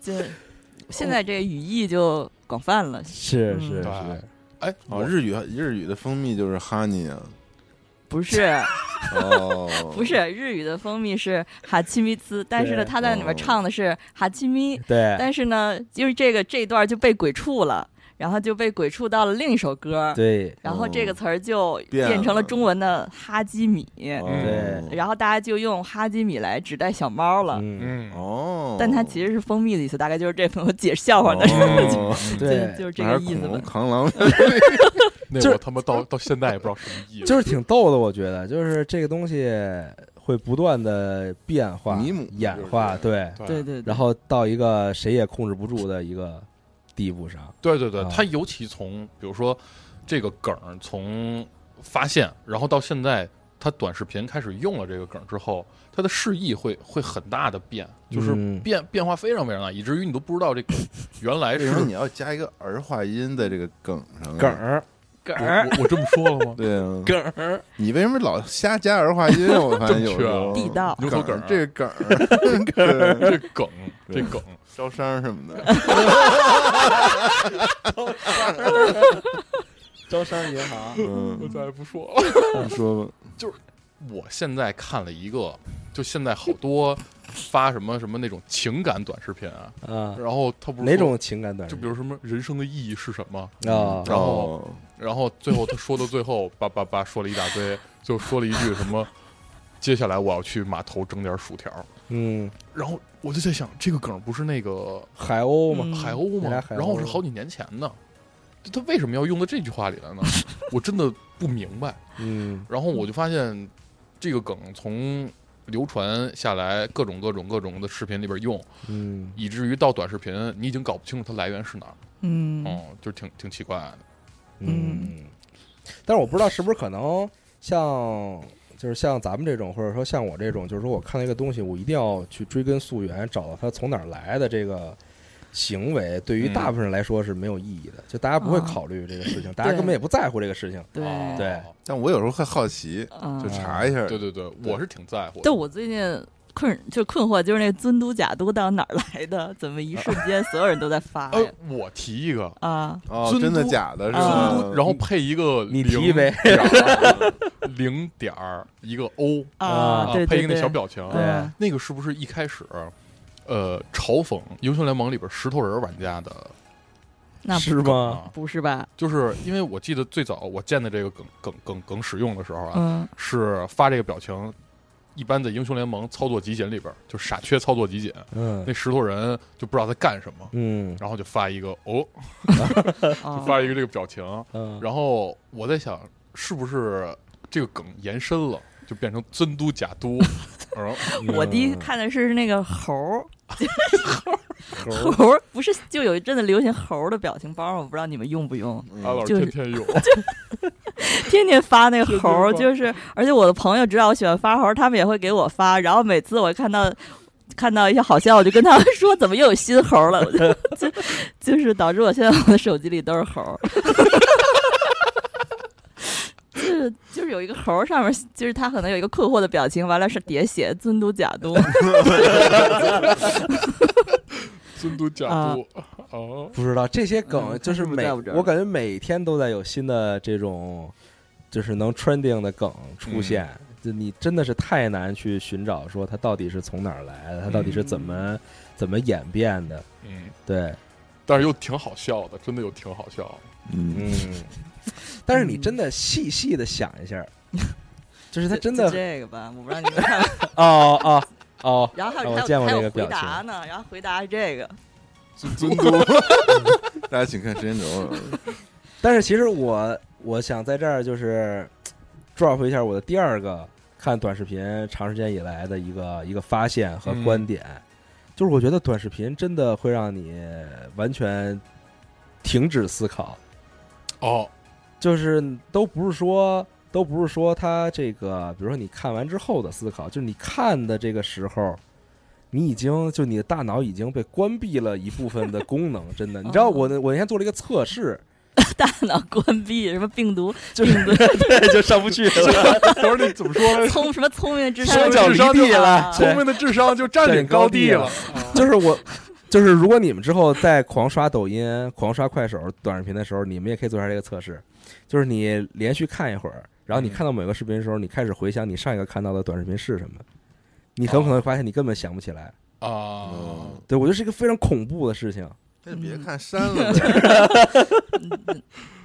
Speaker 2: 就现在这个语义就广泛了，
Speaker 1: 是
Speaker 2: 嗯
Speaker 1: 是
Speaker 3: 对
Speaker 1: 是，，
Speaker 3: 哎，
Speaker 4: 哦，
Speaker 3: 我
Speaker 4: 日语日语的蜂蜜就是 honey 啊，
Speaker 2: 不是
Speaker 4: 哦，
Speaker 2: 不是日语的蜂蜜是哈奇米兹，但是呢，
Speaker 1: 对
Speaker 2: 他在里面唱的是哈奇米，
Speaker 1: 对
Speaker 2: 但是呢，就是这个这一段就被鬼畜了，然后就被鬼畜到了另一首歌，
Speaker 1: 对
Speaker 2: 然后这个词儿就
Speaker 4: 变
Speaker 2: 变成了
Speaker 4: 了
Speaker 2: 中文的哈基米，
Speaker 4: 哦，
Speaker 2: 然后大家就用哈基米来指代小猫了。
Speaker 1: 嗯，
Speaker 3: 嗯，
Speaker 4: 哦，
Speaker 2: 但它其实是蜂蜜的意思，大概就是这份我解释笑话的，
Speaker 4: 哦，
Speaker 2: 就
Speaker 1: 嗯对，
Speaker 2: 就是这
Speaker 4: 哪
Speaker 2: 个
Speaker 4: 儿
Speaker 2: 意
Speaker 4: 恐
Speaker 2: 思吧
Speaker 4: 龙。扛狼？
Speaker 3: 那
Speaker 1: 就是
Speaker 3: 我他妈到到现在也不知道什么意思，
Speaker 1: 就是挺逗的，我觉得，就是这个东西会不断的变化、
Speaker 4: 迷母
Speaker 1: 演化，对，
Speaker 2: 对对对
Speaker 1: 然，后到一个谁也控制不住的一个地步上，
Speaker 3: 对对对
Speaker 1: 啊，
Speaker 3: 它尤其从比如说这个梗儿从发现，然后到现在，它短视频开始用了这个梗儿之后，它的释义会会很大的变，就是
Speaker 1: 嗯
Speaker 3: 变变化非常非常大，以至于你都不知道这个原来
Speaker 4: 为
Speaker 3: 是
Speaker 4: 什么你要加一个儿化音在这个梗上？？
Speaker 1: 梗？儿
Speaker 2: 梗
Speaker 3: 我
Speaker 2: 儿
Speaker 3: 我我这么说了吗
Speaker 4: 对啊，
Speaker 1: 梗儿，
Speaker 4: 你为什么老瞎加儿化音？我发现有时候
Speaker 2: 地道
Speaker 3: 牛头梗儿
Speaker 4: 这个梗儿，梗
Speaker 3: 这梗，这梗，
Speaker 4: 烧伤什么的，
Speaker 1: 招商银行，
Speaker 3: 我
Speaker 4: 嗯，
Speaker 3: 再也不说了。
Speaker 4: 你说吧，
Speaker 3: 我现在看了一个，就现在好多发什么什么那种情感短视频啊，
Speaker 1: 啊，
Speaker 3: 然后它不是
Speaker 1: 哪
Speaker 3: 说
Speaker 1: 种情感短
Speaker 3: 就
Speaker 1: 视
Speaker 3: 比如什么人生的意义是什么，
Speaker 1: 啊？
Speaker 3: 然后
Speaker 4: 哦
Speaker 3: 然后最后他说到最后， 叭叭叭说了一大堆，就说了一句什么，接下来我要去码头蒸点薯条。
Speaker 1: 嗯，
Speaker 3: 然后我就在想，这个梗不是那个
Speaker 1: 海鸥嘛，
Speaker 2: 嗯
Speaker 3: 海鸥吗
Speaker 1: 原来？海鸥
Speaker 3: 然后是好几年前的，他为什么要用到这句话里 来呢？我真的不明白。
Speaker 1: 嗯
Speaker 3: 然后我就发现，这个梗从流传下来，各种各种各种的视频里边用，
Speaker 1: 嗯，
Speaker 3: 以至于到短视频，你已经搞不清楚它来源是哪儿。
Speaker 2: 嗯，
Speaker 3: 嗯，就挺挺奇怪的。
Speaker 1: 嗯，但是我不知道是不是可能像就是像咱们这种，或者说像我这种，就是说我看到一个东西，我一定要去追根溯源，找到它从哪儿来的这个行为，对于
Speaker 3: 嗯
Speaker 1: 大部分人来说是没有意义的，就大家不会
Speaker 2: 啊
Speaker 1: 考虑这个事情，大家
Speaker 2: 对
Speaker 1: 根本也不在乎这个事情。
Speaker 2: 对
Speaker 3: 哦
Speaker 1: 对
Speaker 4: 但我有时候会好奇，
Speaker 2: 啊
Speaker 4: 就查一下，
Speaker 3: 对对对，我是挺在乎的。
Speaker 2: 但我最近困就困惑，就是那尊都假都到哪儿来的？怎么一瞬间所有人都在发哎呀
Speaker 3: 呃？，我提一个，
Speaker 2: 啊，
Speaker 4: 哦，
Speaker 3: 尊
Speaker 4: 真的
Speaker 3: 嘟
Speaker 4: 假的是
Speaker 2: 啊
Speaker 4: 吧
Speaker 3: 嘟？然后配一个
Speaker 1: 你
Speaker 3: 零
Speaker 1: 提一杯
Speaker 3: 点儿 零点儿一个 O
Speaker 1: 啊
Speaker 2: 对对
Speaker 3: 配一个那
Speaker 2: 对，
Speaker 3: 小表啊情，
Speaker 1: 对
Speaker 2: 嗯
Speaker 3: 那个是不是一开始，呃，嘲讽《英雄联盟》里边石头人玩家的
Speaker 2: 那
Speaker 1: 是吗？
Speaker 3: 啊？
Speaker 2: 不是吧？
Speaker 3: 就是因为我记得最早我见的这个梗梗梗梗使用的时候啊，
Speaker 2: 嗯
Speaker 3: 是发这个表情，一般在《英雄联盟》操作集锦里边，就傻缺操作集锦，
Speaker 1: 嗯
Speaker 3: 那石头人就不知道在干什么，
Speaker 1: 嗯
Speaker 3: 然后就发一个哦，就
Speaker 2: 哦
Speaker 3: 发一个这个表情，
Speaker 1: 嗯，
Speaker 3: 然后我在想，是不是这个梗延伸了，就变成真都假都？然后
Speaker 2: 我第
Speaker 3: 嗯
Speaker 2: 一看的是那个猴 儿，
Speaker 1: 猴儿
Speaker 2: 猴儿不是就有一阵子流行猴儿的表情包吗？我不知道你们用不用，
Speaker 4: 嗯
Speaker 3: 阿老师
Speaker 2: 就是
Speaker 3: 天天 用，
Speaker 2: 天天发那个猴儿，
Speaker 3: 天天
Speaker 2: 就是而且我的朋友知道我喜欢发猴儿，他们也会给我发，然后每次我看到。看到一些好笑，我就跟他们说怎么又有新猴儿了，我就 就就是导致我现在我的手机里都是猴儿， 就是就是有一个猴儿上面，就是他可能有一个困惑的表情，完了是叠写尊嘟假 嘟，
Speaker 3: 真都假
Speaker 2: 啊
Speaker 3: 都哦，
Speaker 1: 不知道这些梗
Speaker 2: 嗯
Speaker 1: 就是
Speaker 2: 看是不是
Speaker 1: 每
Speaker 2: 在我这儿
Speaker 1: 我感觉每天都在有新的这种就是能 trending 的梗出现，
Speaker 2: 嗯
Speaker 1: 就你真的是太难去寻找说它到底是从哪儿来的，它到底是怎么、
Speaker 2: 嗯
Speaker 1: 怎么演变的。
Speaker 3: 嗯，
Speaker 1: 对，
Speaker 3: 但是又挺好笑的，真的又挺好笑的。
Speaker 4: 嗯，
Speaker 1: 嗯， 但是你真的细细的想一下，就是它真
Speaker 2: 就
Speaker 1: 的
Speaker 2: 这个吧，我不让你们看。
Speaker 1: 哦哦哦，
Speaker 2: 然后还
Speaker 1: 我
Speaker 2: 有还
Speaker 1: 见
Speaker 2: 有
Speaker 1: 过
Speaker 2: 还
Speaker 1: 那个
Speaker 2: 有
Speaker 1: 表
Speaker 2: 回
Speaker 1: 情
Speaker 2: 答呢，然后回答是这个，
Speaker 4: 尊尊嘟， 大家请看时间轴，啊
Speaker 1: 但是其实我我想在这儿就是 drop 一下我的第二个看短视频长时间以来的一个一个发现和观点，就是我觉得短视频真的会让你完全停止思考，
Speaker 3: 哦，
Speaker 1: 就是都不是说都不是说它这个，比如说你看完之后的思考，就是你看的这个时候。你已经就你的大脑已经被关闭了一部分的功能，真的，你知道我那我那天做了一个测试，
Speaker 2: 大脑关闭，什么 病毒
Speaker 1: 就是
Speaker 2: 病毒
Speaker 1: 对，就上不去了，
Speaker 3: 不是那怎 么说呢？
Speaker 2: 聪什么聪明智
Speaker 1: 手
Speaker 2: 商
Speaker 1: 脚离地了
Speaker 2: 啊，
Speaker 1: 对
Speaker 3: 聪明的智商就占领高地了。
Speaker 1: 就是我，就是如果你们之后在狂刷抖音、狂刷快手短视频的时候，你们也可以做一下这个测试，就是你连续看一会儿，然后你
Speaker 3: 嗯
Speaker 1: 看到某个视频的时候，你开始回想你上一个看到的短视频是什么，你很可能会发现你根本想不起来。
Speaker 3: 啊，
Speaker 1: 对我觉得是一个非常恐怖的事情，
Speaker 4: 那别看删了 吧，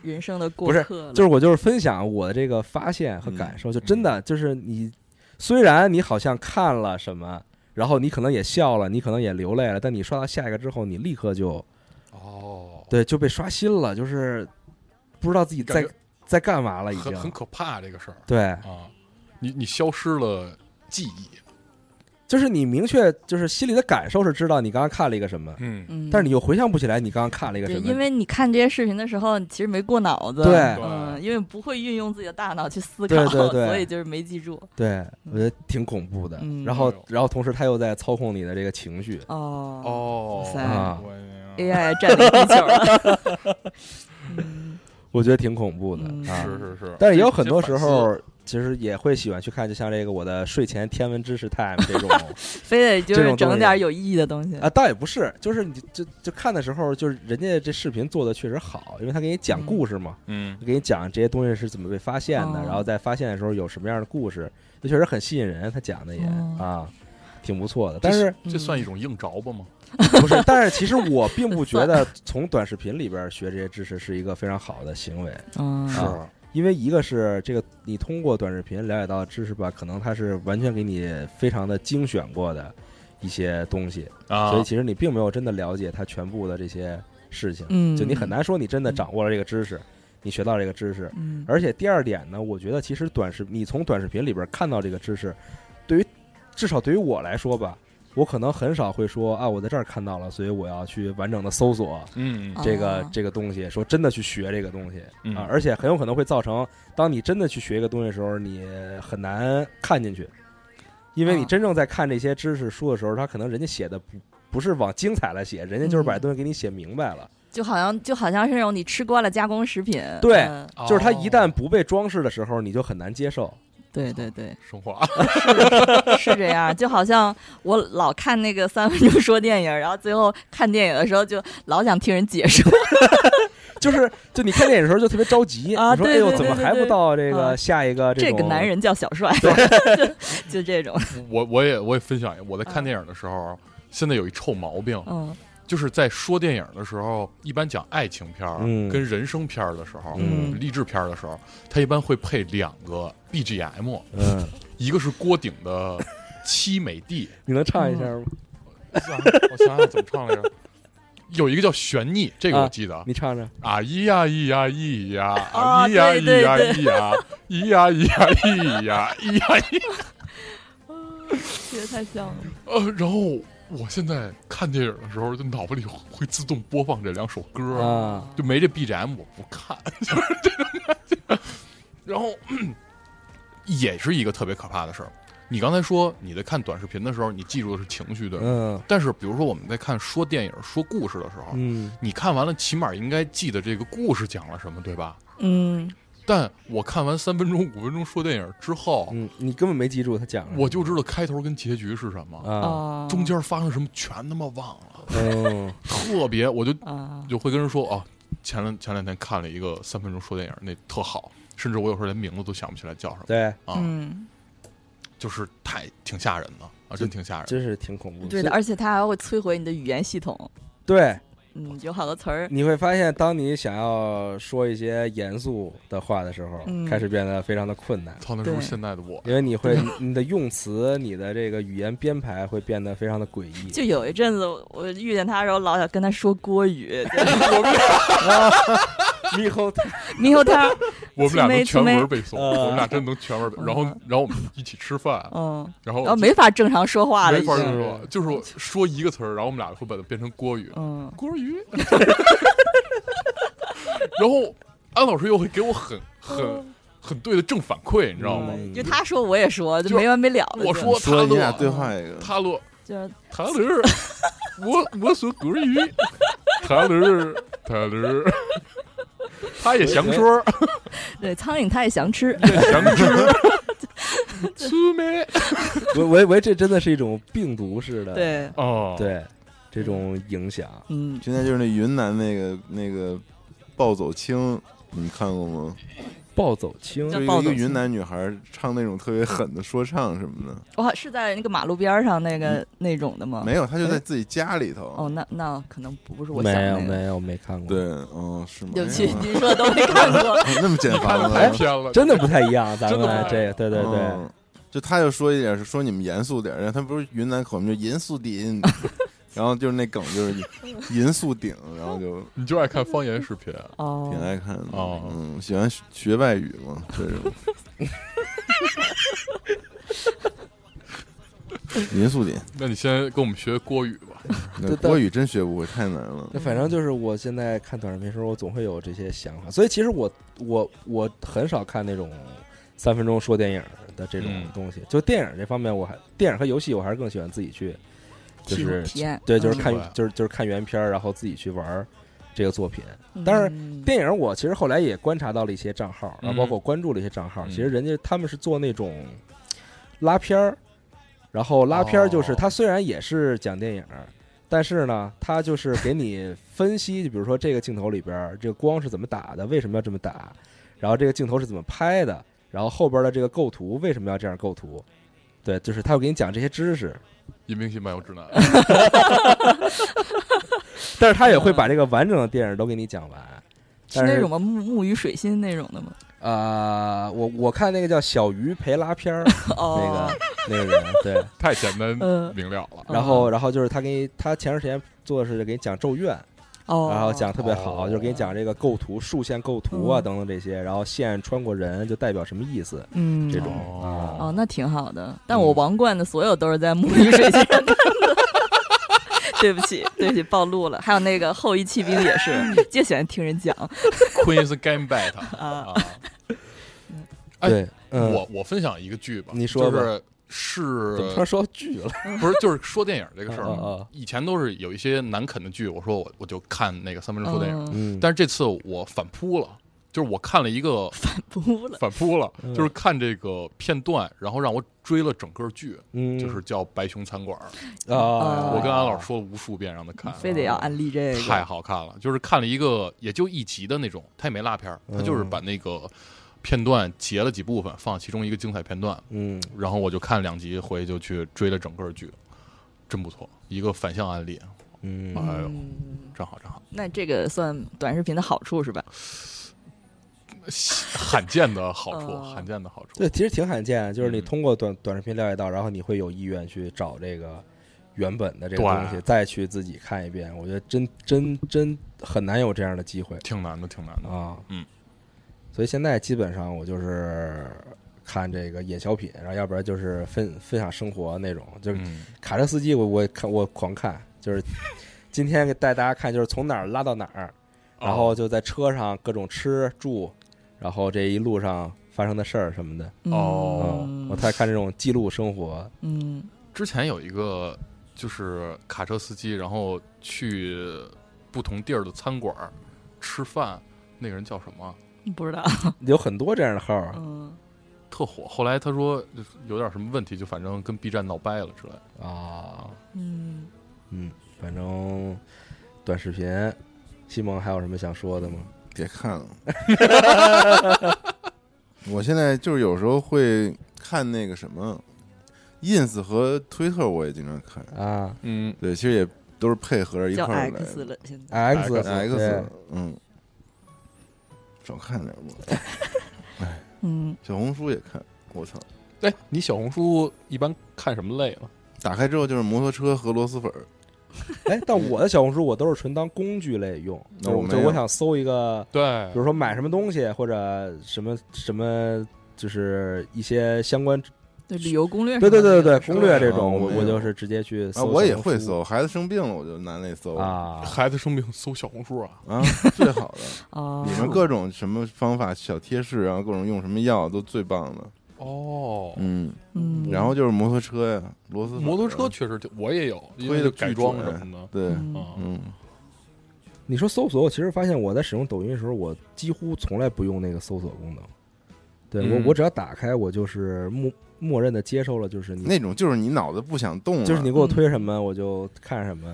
Speaker 2: 人生的
Speaker 1: 不
Speaker 2: 过
Speaker 1: 是
Speaker 2: 客了，
Speaker 1: 就是我就是分享我的这个发现和感受，就真的就是你虽然你好像看了什么。然后你可能也笑了，你可能也流泪了，但你刷到下一个之后，你立刻就
Speaker 3: 哦，
Speaker 1: 对，就被刷新了，就是不知道自己
Speaker 3: 感
Speaker 1: 在
Speaker 3: 觉
Speaker 1: 在干嘛了，已
Speaker 3: 很很
Speaker 1: 经。
Speaker 3: 可怕这个事儿
Speaker 1: 对，
Speaker 3: 啊！你你消失了记忆，
Speaker 1: 就是你明确就是心里的感受是知道你刚刚看了一个什么，
Speaker 3: 嗯，
Speaker 2: 嗯，
Speaker 1: 但是你又回想不起来你刚刚看了一个
Speaker 2: 对，
Speaker 1: 什么。
Speaker 2: 因为你看这些视频的时候，你其实没过脑子，
Speaker 1: 对
Speaker 2: 嗯，因为不会运用自己的大脑去思考，
Speaker 1: 对对对
Speaker 2: 所以就是没记住。
Speaker 1: 对，我觉得挺恐怖的。
Speaker 2: 嗯
Speaker 1: 然后，
Speaker 3: 哎
Speaker 1: 然后同时他又在操控你的这个情绪。
Speaker 2: 哦
Speaker 3: 哦
Speaker 2: 哇塞
Speaker 1: 啊
Speaker 3: 我呀
Speaker 2: ，AI 占领地球了。 嗯
Speaker 1: 我觉得挺恐怖的、
Speaker 2: 嗯
Speaker 1: 啊。
Speaker 3: 是是是，
Speaker 1: 但是也有很多时
Speaker 3: 这些反
Speaker 1: 候，其实也会喜欢去看，就像这个我的睡前天文知识 time 这 种
Speaker 2: 非得就
Speaker 1: 这
Speaker 2: 是
Speaker 1: 种东西
Speaker 2: 整点有意义的东西
Speaker 1: 啊，倒也不是，就是你就就看的时候，就是人家这视频做的确实好，因为他给你讲
Speaker 2: 嗯
Speaker 1: 故事嘛。
Speaker 3: 嗯
Speaker 1: 给你讲这些东西是怎么被发现的，
Speaker 2: 哦
Speaker 1: 然后在发现的时候有什么样的故事，这确实很吸引人。他讲的也、
Speaker 2: 哦
Speaker 1: 啊，挺不错的。但是
Speaker 3: 这算一种硬着吧吗？
Speaker 1: 不 是？但是其实我并不觉得从短视频里边学这些知识是一个非常好的行为，
Speaker 2: 嗯
Speaker 1: 是啊因为一个是这个你通过短视频了解到的知识吧，可能它是完全给你非常的精选过的一些东西，
Speaker 3: 啊
Speaker 1: 所以其实你并没有真的了解它全部的这些事情，
Speaker 2: 嗯
Speaker 1: 就你很难说你真的掌握了这个知识，你学到了这个知识，
Speaker 2: 嗯
Speaker 1: 而且第二点呢，我觉得其实短视你从短视频里边看到这个知识，对于至少对于我来说吧，我可能很少会说啊，我在这儿看到了，所以我要去完整的搜索
Speaker 3: 嗯
Speaker 2: 啊
Speaker 1: 这个、这个东西，说真的去学这个东西、
Speaker 3: 嗯
Speaker 1: 啊，而且很有可能会造成，当你真的去学一个东西的时候，你很难看进去，因为你
Speaker 2: 啊
Speaker 1: 真正在看这些知识书的时候，他可能人家写的不不是往精彩来写，人家就是把
Speaker 2: 嗯
Speaker 1: 东西给你写明白了。
Speaker 2: 就好像就好像是那种你吃惯了加工食品，
Speaker 1: 对
Speaker 2: 嗯
Speaker 3: 哦
Speaker 1: 就是他一 旦不被装饰的时候，你就很难接受。
Speaker 2: 对对对，
Speaker 3: 升华，
Speaker 2: 是这样。就好像我老看那个三分钟说电影，然后最后看电影的时候就老想听人解说，
Speaker 1: 就是就你看电影的时候就特别着急
Speaker 2: 啊
Speaker 1: 你说哎
Speaker 2: 对对
Speaker 1: 呦
Speaker 2: 对
Speaker 1: 怎么还不到这个
Speaker 2: 啊
Speaker 1: 下一个
Speaker 2: 这
Speaker 1: 种
Speaker 2: 个男人叫小帅， 就就这种，
Speaker 3: 我我也我也分享一个，我在看电影的时候，现在有一臭毛病，
Speaker 2: 嗯
Speaker 3: 就是在说电影的时候，一般讲爱情片儿
Speaker 1: 嗯
Speaker 3: 跟人生片儿的时候，
Speaker 1: 嗯
Speaker 3: 励志片儿的时候，他一般会配两个 BGM，
Speaker 1: 嗯，
Speaker 3: 一个是郭顶的《七美地
Speaker 1: 你能唱一下
Speaker 3: 嗯
Speaker 1: 吗？》，
Speaker 3: 我想想怎么唱来着。有一个叫悬溺，这个我记得。
Speaker 1: 你唱唱，
Speaker 3: 啊咿呀咿呀咿呀，
Speaker 2: 啊
Speaker 3: 咿呀
Speaker 2: 对
Speaker 3: 咿
Speaker 2: 对
Speaker 3: 呀
Speaker 2: 对
Speaker 3: 咿呀，咿呀咿呀咿呀咿呀咿。
Speaker 2: 觉得太像了。
Speaker 3: 呃，然后我现在看电影的时候，就脑子里会自动播放这两首歌
Speaker 1: 啊，
Speaker 3: 就没这 BGM 我不看，就是这种感觉。然后咳也是一个特别可怕的事儿。你刚才说你在看短视频的时候，你记住的是情绪对吧？
Speaker 1: 嗯
Speaker 3: 但是比如说我们在看说电影、说故事的时候，
Speaker 1: 嗯
Speaker 3: 你看完了，起码应该记得这个故事讲了什么，对吧？
Speaker 2: 嗯，
Speaker 3: 但我看完三分钟、五分钟说电影之后，
Speaker 1: 嗯，你根本没记住他讲了
Speaker 3: 我就知道开头跟结局是什么，
Speaker 1: 啊，
Speaker 2: 哦，
Speaker 3: 中间发生什么全他妈忘了，
Speaker 1: 嗯
Speaker 3: 特别我就
Speaker 2: 啊，
Speaker 3: 就会跟人说哦，前两前两天看了一个三分钟说电影，那特好，甚至我有时候连名字都想不起来叫什么
Speaker 1: 对，
Speaker 3: 啊，
Speaker 2: 嗯，
Speaker 3: 就是太挺吓人的啊，真挺吓人的。
Speaker 1: 真是挺恐怖。
Speaker 2: 对的，
Speaker 1: 啊所以
Speaker 2: 而且它还会摧毁你的语言系统，
Speaker 1: 对，
Speaker 2: 嗯，有好多词儿，
Speaker 1: 你会发现，当你想要说一些严肃的话的时候，
Speaker 2: 嗯
Speaker 1: 开始变得非常的困难，
Speaker 3: 操，那是不是
Speaker 2: 对
Speaker 3: 现在的 我？
Speaker 1: 因为你会你的用词、你的这个语言编排会变得非常的诡异。
Speaker 2: 就有一阵子我我遇见他的时候，老想跟他说国语，
Speaker 1: 猕猴桃
Speaker 2: 猕猴桃，
Speaker 3: 我们俩能全
Speaker 2: 粗
Speaker 3: 文
Speaker 2: 眉
Speaker 3: 背诵，
Speaker 1: 呃
Speaker 3: 我们俩真能全文背。
Speaker 2: 嗯
Speaker 3: 然后，然后我们一起吃饭，
Speaker 2: 嗯，
Speaker 3: 然后
Speaker 2: 然后没法正常说话了，
Speaker 3: 没
Speaker 2: 已
Speaker 3: 法
Speaker 2: 经，
Speaker 3: 说，就是说一个词儿，然后我们俩会把它变成国语，
Speaker 2: 嗯，
Speaker 3: 锅鱼。 然后安老师又会给我很很很对的正反馈，你知道吗？
Speaker 1: 嗯
Speaker 2: 就他说我也说，就
Speaker 3: 就是
Speaker 2: 没完没了的。
Speaker 3: 我
Speaker 2: 就
Speaker 3: 说他
Speaker 4: 说你俩
Speaker 3: 乐，
Speaker 4: 对话一个，
Speaker 3: 他乐，
Speaker 2: 就是
Speaker 3: 他乐，我我说国语，他乐，他乐，他也想说，
Speaker 2: 对，苍蝇它也想吃，
Speaker 3: 也想吃，粗眉
Speaker 1: 我我我这真的是一种病毒式的，
Speaker 2: 对，
Speaker 3: 哦，，
Speaker 1: 对这种影响。
Speaker 2: 嗯，
Speaker 4: 现在就是那云南那个那个暴走青，你们看过吗？
Speaker 1: 暴走青
Speaker 2: 叫
Speaker 4: 就
Speaker 2: 暴
Speaker 4: 一
Speaker 2: 走
Speaker 4: 个
Speaker 2: 青
Speaker 4: 云南女孩唱那种特别狠的说唱什么的，
Speaker 2: 哇，是在那个马路边儿上那个那种的吗？
Speaker 4: 没有，她就在自己家里头。
Speaker 2: 啊哎哦，那那可能不是我
Speaker 1: 没
Speaker 2: 想
Speaker 1: 有
Speaker 2: 的那个。
Speaker 1: 没有没看过，
Speaker 4: 对，，哦，是吗？
Speaker 2: 对不起，
Speaker 1: 啊
Speaker 4: 哎呀
Speaker 2: 您说的都没 看过。
Speaker 4: 哦那 么简
Speaker 3: 看
Speaker 4: 单
Speaker 3: 的
Speaker 4: 吗？
Speaker 3: 太偏了，
Speaker 1: 真的不太一样，咱
Speaker 3: 真的不太
Speaker 1: 们
Speaker 3: 一样
Speaker 1: 这个对对对，
Speaker 4: 嗯就他就说一点，说你们严肃点儿，然后他不是云南口音，就严肃顶， 然后就是那梗就是严肃顶，然后就
Speaker 3: 你就爱看方言视频，
Speaker 2: 哦
Speaker 4: 挺，爱看的。
Speaker 3: 哦
Speaker 4: 嗯，喜欢学学外语嘛，这种。严肃点，
Speaker 3: 那你先跟我们学国语吧。
Speaker 4: 那
Speaker 1: 对但
Speaker 4: 国语真学不会，太难了。
Speaker 1: 那反正就是我现在看短视频的时候，我总会有这些想法，所以其实我我我很少看那种三分钟说电影的这种
Speaker 3: 嗯
Speaker 1: 东西。就电影这方面，我还电影和游戏，我还是更喜欢自己去，就
Speaker 2: 体
Speaker 1: 是
Speaker 2: 体验
Speaker 1: 对，就是
Speaker 3: 嗯
Speaker 1: 看
Speaker 3: 明白
Speaker 1: 就是就是看原片儿，然后自己去玩儿这个作品。
Speaker 2: 嗯
Speaker 1: 当然
Speaker 2: 嗯
Speaker 1: 电影我其实后来也观察到了一些账号，然后包
Speaker 3: 嗯
Speaker 1: 括关注了一些账号，
Speaker 3: 嗯
Speaker 1: 其实人家他们是做那种拉片儿，然后拉片儿就是
Speaker 3: 哦
Speaker 1: 他虽然也是讲电影，但是呢，他就是给你分析，就比如说这个镜头里边儿这个光是怎么打的，为什么要这么打，然后这个镜头是怎么拍的，然后后边的这个构图为什么要这样构图。对，就是他会给你讲这些知识，
Speaker 3: 银明星漫游指南，
Speaker 1: 但是他也会
Speaker 3: 嗯
Speaker 1: 把这个完整的电影都给你讲完。
Speaker 2: 是
Speaker 1: 但
Speaker 2: 那
Speaker 1: 是
Speaker 2: 种吗？木木鱼水心那种的吗？
Speaker 1: 啊、我我看那个叫小鱼陪拉片儿，那
Speaker 2: 哦
Speaker 1: 个，那个人， 对。
Speaker 3: 太简单
Speaker 2: 嗯
Speaker 3: 明了了。
Speaker 1: 然后，然后就是他给你，他前段时间做的是给你讲《咒怨》，
Speaker 2: 哦，
Speaker 1: 然后讲得特别好，
Speaker 3: 哦
Speaker 1: 就是给你讲这个构图、竖线构图啊
Speaker 2: 嗯
Speaker 1: 等等这些，然后线穿过人就代表什么意思
Speaker 2: 嗯
Speaker 1: 这种
Speaker 3: 哦
Speaker 1: 啊嗯
Speaker 2: 哦，那挺好的。但我王冠的所有都是在木鱼水心上看的。 对不起，对不起，暴露了。还有那个后羿弃兵也是，
Speaker 1: 嗯
Speaker 2: 就喜欢听人讲
Speaker 3: Queen's Game Bet
Speaker 2: 啊。
Speaker 3: 啊，哎
Speaker 1: 对，嗯，
Speaker 3: 我我分享一个剧吧，
Speaker 1: 你说吧
Speaker 3: 就是
Speaker 1: 怎么突然
Speaker 3: 是
Speaker 1: 说剧了？
Speaker 3: 不是就是说电影这个事儿
Speaker 1: 啊啊
Speaker 3: 嘛
Speaker 1: 啊？
Speaker 3: 以前都是有一些难啃的剧，我说我我就看那个三分钟说电影，
Speaker 2: 嗯，
Speaker 1: 嗯，
Speaker 3: 但是这次我反扑了，就是我看了一个
Speaker 2: 不 了。
Speaker 3: 反扑了，
Speaker 1: 嗯
Speaker 3: 就是看这个片段，然后让我追了整个剧，
Speaker 1: 嗯，
Speaker 3: 就是叫《白熊餐馆》，
Speaker 1: 啊，
Speaker 3: 我跟安老师说了无数遍让他看，
Speaker 2: 非得要安利这个，
Speaker 3: 太好看了，就是看了一个也就一集的那种，他也没拉片儿，他
Speaker 1: 嗯
Speaker 3: 就是把那个片段截了几部分，放其中一个精彩片段，
Speaker 1: 嗯，
Speaker 3: 然后我就看两集，回去就去追了整个剧，真不错，一个反向案例，
Speaker 1: 嗯
Speaker 3: 哎
Speaker 1: 嗯，
Speaker 3: 呦，
Speaker 2: 嗯
Speaker 3: 正好正好，
Speaker 2: 那这个算短视频的好处是吧？
Speaker 3: 罕见的好处，
Speaker 2: 哦
Speaker 3: 罕见的好处
Speaker 1: 对，，其实挺罕见，就是你
Speaker 3: 嗯
Speaker 1: 通过短短视频了解到，然后你会有意愿去找这个原本的这个
Speaker 3: 对
Speaker 1: 东西，再去自己看一遍。我觉得真真真很难有这样的机会。
Speaker 3: 挺难的，挺难的。
Speaker 1: 啊，
Speaker 3: 嗯，
Speaker 1: 所以现在基本上我就是看这个演小品，然后要不然就是分分享生活那种，就是
Speaker 3: 嗯，
Speaker 1: 卡车司机我我看我狂看，就是今天给带大家看就是从哪儿拉到哪儿，然后
Speaker 3: 哦
Speaker 1: 就在车上各种吃住，然后这一路上发生的事儿什么的，
Speaker 3: 哦
Speaker 1: 嗯，
Speaker 2: 嗯
Speaker 1: 我太看这种记录生活，
Speaker 2: 嗯
Speaker 3: 之前有一个就是卡车司机，然后去不同地儿的餐馆儿吃饭，那个人叫什么？
Speaker 2: 嗯不 知道，
Speaker 1: 有很多这样的号儿
Speaker 2: 嗯
Speaker 3: 特火。后来他说就是有点什么问题，就反正跟 B 站闹掰了之类的。
Speaker 1: 啊，
Speaker 2: 嗯，
Speaker 1: 嗯，反正短视频，西蒙还有什么想说的吗？
Speaker 4: 别看了。 我现在就是有时候会看那个什么，ins 和推特，我也经常看。
Speaker 1: 啊
Speaker 3: 嗯，
Speaker 4: 对，其实也都是配合着一
Speaker 2: 叫
Speaker 4: 块儿来
Speaker 2: X
Speaker 4: 的。哎
Speaker 2: 了，现在
Speaker 1: X 哎
Speaker 4: X，
Speaker 1: 对
Speaker 4: 嗯，少看点吧。
Speaker 2: 嗯
Speaker 4: 小红书也看，我操！
Speaker 3: 哎，你小红书一般看什么类呢？
Speaker 4: 打开之后就是摩托车和螺蛳粉儿，
Speaker 1: 哎，但我的小红书我都是纯当工具类用，就
Speaker 4: 那
Speaker 1: 是
Speaker 4: 我
Speaker 1: 我
Speaker 4: 没
Speaker 1: 就是我
Speaker 4: 有
Speaker 1: 想搜一个，
Speaker 3: 对
Speaker 1: 比如说买什么东西或者什么什么，就是一些相关，
Speaker 2: 对旅游攻略什么
Speaker 1: 对对
Speaker 2: 的，
Speaker 1: 对对对，攻略这
Speaker 4: 啊
Speaker 1: 种，
Speaker 4: 我
Speaker 1: 我
Speaker 4: 没
Speaker 1: 我
Speaker 4: 有
Speaker 1: 就是直接去搜小
Speaker 4: 啊，
Speaker 1: 红书。
Speaker 4: 我也会搜。孩子生病了，我就拿那搜
Speaker 1: 啊，
Speaker 3: 孩子生病搜小红书啊，
Speaker 4: 啊， 最好的，
Speaker 2: 哦，
Speaker 4: 里面各种什么方法、小贴士，然后各种用什么药都最棒的。
Speaker 3: 哦。
Speaker 4: 嗯，
Speaker 2: 嗯，
Speaker 4: 然后就是摩托车呀，螺丝
Speaker 3: 摩托车确实就我也有，因
Speaker 4: 推
Speaker 3: 为
Speaker 4: 得
Speaker 3: 改
Speaker 4: 巨
Speaker 3: 装
Speaker 4: 准
Speaker 3: 什么的。啊
Speaker 4: 对，
Speaker 2: 嗯
Speaker 3: 嗯，
Speaker 4: 嗯，
Speaker 1: 你说搜索，我其实发现我在使用抖音的时候，我几乎从来不用那个搜索功能。对我，
Speaker 3: 嗯
Speaker 1: 我只要打开，我就是默默认的接受了，就是你，
Speaker 4: 那种就是你脑子不想动了，
Speaker 1: 就是你给
Speaker 2: 嗯
Speaker 1: 我推什么，我就看什么。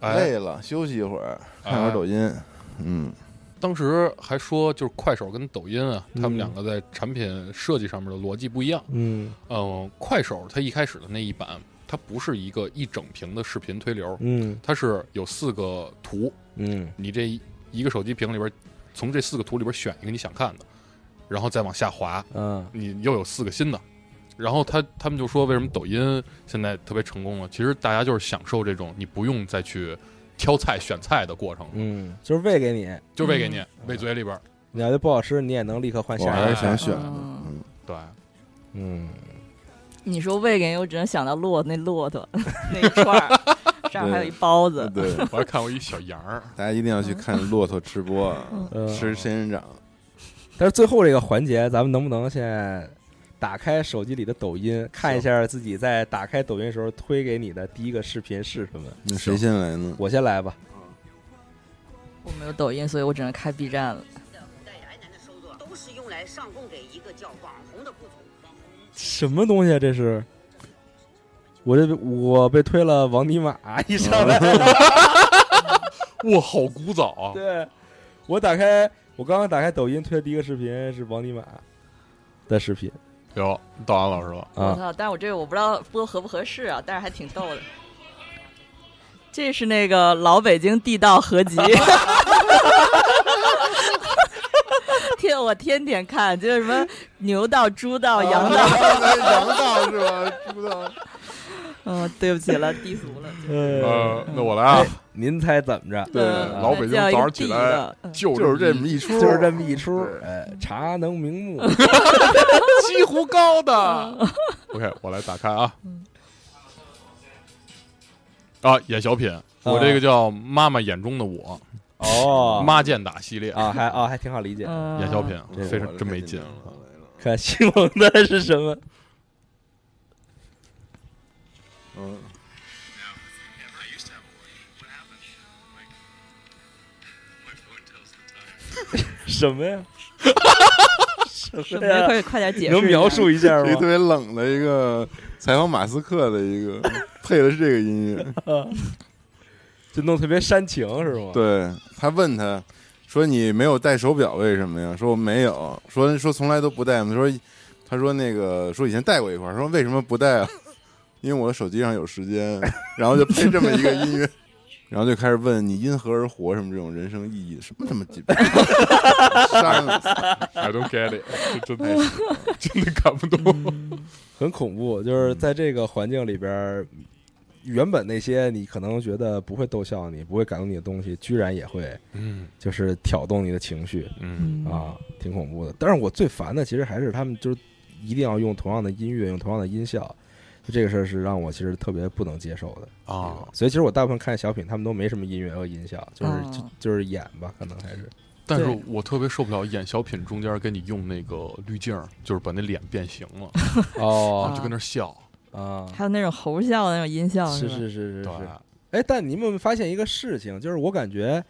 Speaker 3: 哎，
Speaker 4: 累了，休息一会儿，
Speaker 3: 哎
Speaker 4: 看会儿抖音。嗯，
Speaker 3: 当时还说就是快手跟抖音啊，他们
Speaker 1: 嗯
Speaker 3: 两个在产品设计上面的逻辑不一样。
Speaker 1: 嗯
Speaker 3: 嗯，快手它一开始的那一版，它不是一个一整屏的视频推流，
Speaker 1: 嗯
Speaker 3: 它是有四个图，
Speaker 1: 嗯
Speaker 3: 你这一个手机屏里边，从这四个图里边选一个你想看的，然后再往下滑，
Speaker 1: 啊
Speaker 3: 你又有四个新的。然后他他们就说，为什么抖音现在特别成功了？其实大家就是享受这种你不用再去挑菜选菜的过程，
Speaker 1: 嗯，就是喂给你，
Speaker 3: 就喂给你喂嘴里边。
Speaker 1: 你要觉得不好吃，你也能立刻
Speaker 3: 哎
Speaker 1: 换
Speaker 4: 我
Speaker 1: 下
Speaker 4: 还
Speaker 1: 一
Speaker 4: 是
Speaker 1: 个。
Speaker 4: 想选的。
Speaker 2: 嗯
Speaker 4: 嗯，
Speaker 3: 对，
Speaker 1: 嗯，
Speaker 2: 你说喂给人，我只能想到骆那骆 驼那一串儿，上面还有一包子。
Speaker 4: 对，
Speaker 3: 我还看过一小羊儿，
Speaker 4: 大家一定要去看骆驼吃播啊，
Speaker 1: 呃
Speaker 4: 吃仙人掌。
Speaker 1: 但是最后这个环节，咱们能不能现在打开手机里的抖音，看一下自己在打开抖音的时候推给你的第一个视频是什么？
Speaker 4: 那谁先来呢？
Speaker 1: 我先来吧。
Speaker 2: 我没有抖音，所以我只能开 B 站了。
Speaker 6: 在宅男的收作都是用来上供给一个叫网红的部族。网红
Speaker 1: 什么东西啊？这是？我这我被推了王尼玛一上来，
Speaker 3: 哇，好古早啊！
Speaker 1: 对我打开我刚刚打开抖音推的第一个视频是王尼玛的视频
Speaker 3: 哟，道安老师了，
Speaker 2: 我
Speaker 1: 啊，
Speaker 2: 操！但是我这个我不知道播合不合适啊，但是还挺逗的。这是那个老北京地道合 集， 天，我天天看，就是什么牛道、猪
Speaker 4: 啊
Speaker 2: 道、
Speaker 1: 嗯
Speaker 2: 羊道，
Speaker 4: 羊道是吧？猪道。
Speaker 2: 嗯、对不起了，低俗了。
Speaker 1: 呃，
Speaker 3: 呃，那我来啊，
Speaker 1: 您猜怎么着？
Speaker 4: 对
Speaker 2: 嗯
Speaker 3: 老北京
Speaker 2: 叫一
Speaker 3: 早上起
Speaker 2: 地
Speaker 3: 来
Speaker 2: 道嗯
Speaker 3: 就
Speaker 4: 就是这
Speaker 3: 么
Speaker 4: 么一出，
Speaker 1: 就是这么 一出
Speaker 4: 对，
Speaker 1: 哎，茶能明目，
Speaker 3: 西湖高的。OK，我 来打开啊。啊，演小品，我这个叫《妈妈眼中的我
Speaker 1: 哦》，
Speaker 3: 妈见打系列
Speaker 1: 啊，还啊还挺好理解。
Speaker 2: 嗯
Speaker 3: 演小品，非常
Speaker 4: 我
Speaker 3: 真没
Speaker 4: 太紧
Speaker 3: 劲
Speaker 4: 张。了。
Speaker 1: 看西蒙的是什么？
Speaker 4: 嗯，
Speaker 1: 什么呀？
Speaker 2: 什
Speaker 1: 什
Speaker 2: 么
Speaker 1: 么
Speaker 2: 呀？
Speaker 1: 呀？
Speaker 2: 快快点解释一下，
Speaker 1: 能描述一下
Speaker 4: 一个
Speaker 1: 吗？
Speaker 4: 特别冷的一个采访马斯克的一个， 配的是这个音 乐。
Speaker 1: 就弄特别煽情是吗？，
Speaker 4: 对他问他说：“你没有戴手表为什么呀？”说：“我没有。说”说从来都不戴嘛。他说：“他说那个说以前戴过一块儿。说为什么不戴啊？ 因为我的手机上有时间。然后就配这么一个音乐， 然后就开始问你因何而活什么这种人生意义什么什么鸡巴， 删了
Speaker 3: I don't get it，这 真 的是真的看不懂。
Speaker 1: 很恐怖。就是在这个环境里边儿，原本那些你可能觉得不会逗笑你、不会感动你的东西，居然也会
Speaker 3: 嗯
Speaker 1: 就是挑动你的情绪
Speaker 3: 嗯，
Speaker 1: 啊，挺恐怖的。但是我最烦的其实还是他们就是一定要用同样的音乐、用同样的音效，就这个事儿是让我其实特别不能接受的。
Speaker 3: 啊，
Speaker 1: 所以其实我大部分看小品，他们都没什么音乐和音效，就是、
Speaker 2: 哦
Speaker 1: 就就是演吧，可能还是
Speaker 3: 但是我特别受不了演小品中间给你用那个滤镜，就是把那脸变形了，
Speaker 1: 哦
Speaker 3: 啊就跟那儿笑。
Speaker 1: 啊，
Speaker 2: 还有那种猴笑的那种音效，
Speaker 1: 是
Speaker 2: 哦吧
Speaker 1: 是是是
Speaker 3: 对，
Speaker 1: 是。哎，但你们有没有发现一个事情，就是我感觉，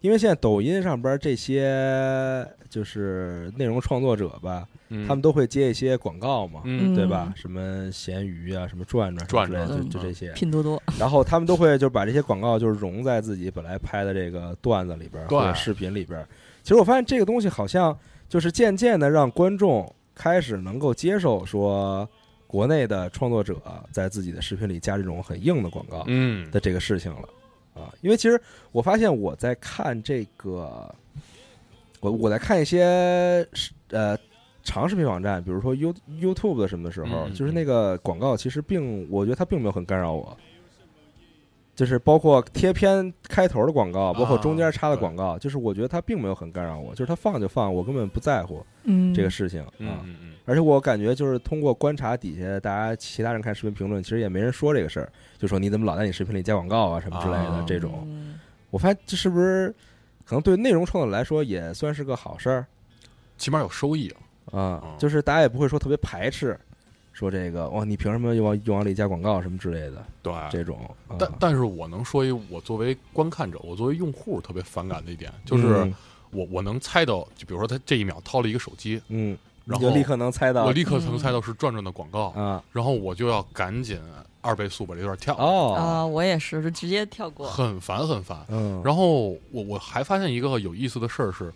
Speaker 1: 因为现在抖音上边这些就是内容创作者吧，
Speaker 3: 嗯
Speaker 1: 他们都会接一些广告嘛，
Speaker 3: 嗯
Speaker 1: 对吧？什么闲鱼啊，什么转转、
Speaker 3: 转转
Speaker 1: 转
Speaker 2: 嗯
Speaker 1: 就就这些。
Speaker 2: 拼多多，
Speaker 1: 然后他们都会就把这些广告就是融在自己本来拍的这个段子里边儿
Speaker 3: 对
Speaker 1: 或者视频里边儿。其实我发现这个东西好像就是渐渐的让观众开始能够接受说国内的创作者在自己的视频里加这种很硬的广告
Speaker 3: 嗯
Speaker 1: 的这个事情了啊。因为其实我发现我在看这个，我我在看一些视呃。长视频网站，比如说 You YouTube 的什么的时候，
Speaker 3: 嗯嗯
Speaker 1: 就是那个广告，其实并我觉得它并没有很干扰我，就是包括贴片开头的广告，包括中
Speaker 3: 啊
Speaker 1: 间插的广告，就是我觉得它并没有很干扰我，就是它放就放，我根本不在乎
Speaker 2: 嗯，
Speaker 1: 这个事情啊。
Speaker 3: 嗯嗯嗯，
Speaker 1: 而且我感觉就是通过观察底下大家其他人看视频评论，其实也没人说这个事儿，就说你怎么老在你视频里加广告啊什么之类的
Speaker 3: 啊
Speaker 1: 这种。
Speaker 2: 嗯
Speaker 1: 我发现这是不是可能对内容创作者来说也算是个好事儿
Speaker 3: 起码有收益啊。
Speaker 1: 啊
Speaker 3: 嗯？
Speaker 1: 就是大家也不会说特别排斥。说这个哇，你凭什么又往又往里加广告什么之类的
Speaker 3: 对，
Speaker 1: 这种，啊
Speaker 3: 但但是我能说一，我作为观看者，我作为用户特别反感的一点，就是
Speaker 1: 嗯
Speaker 3: 我我能猜到，就比如说他这一秒掏了一个手机，
Speaker 1: 嗯，
Speaker 3: 然
Speaker 1: 你就
Speaker 3: 后
Speaker 1: 立刻能猜到嗯
Speaker 3: 我立刻能猜到是转转的广告，
Speaker 1: 啊
Speaker 3: 然后我就要赶紧二倍速把这段跳，
Speaker 1: 哦
Speaker 2: 啊，我也是，就直接跳过。
Speaker 3: 很烦很烦。
Speaker 1: 嗯，
Speaker 3: 然后我我还发现一个有意思的事儿是，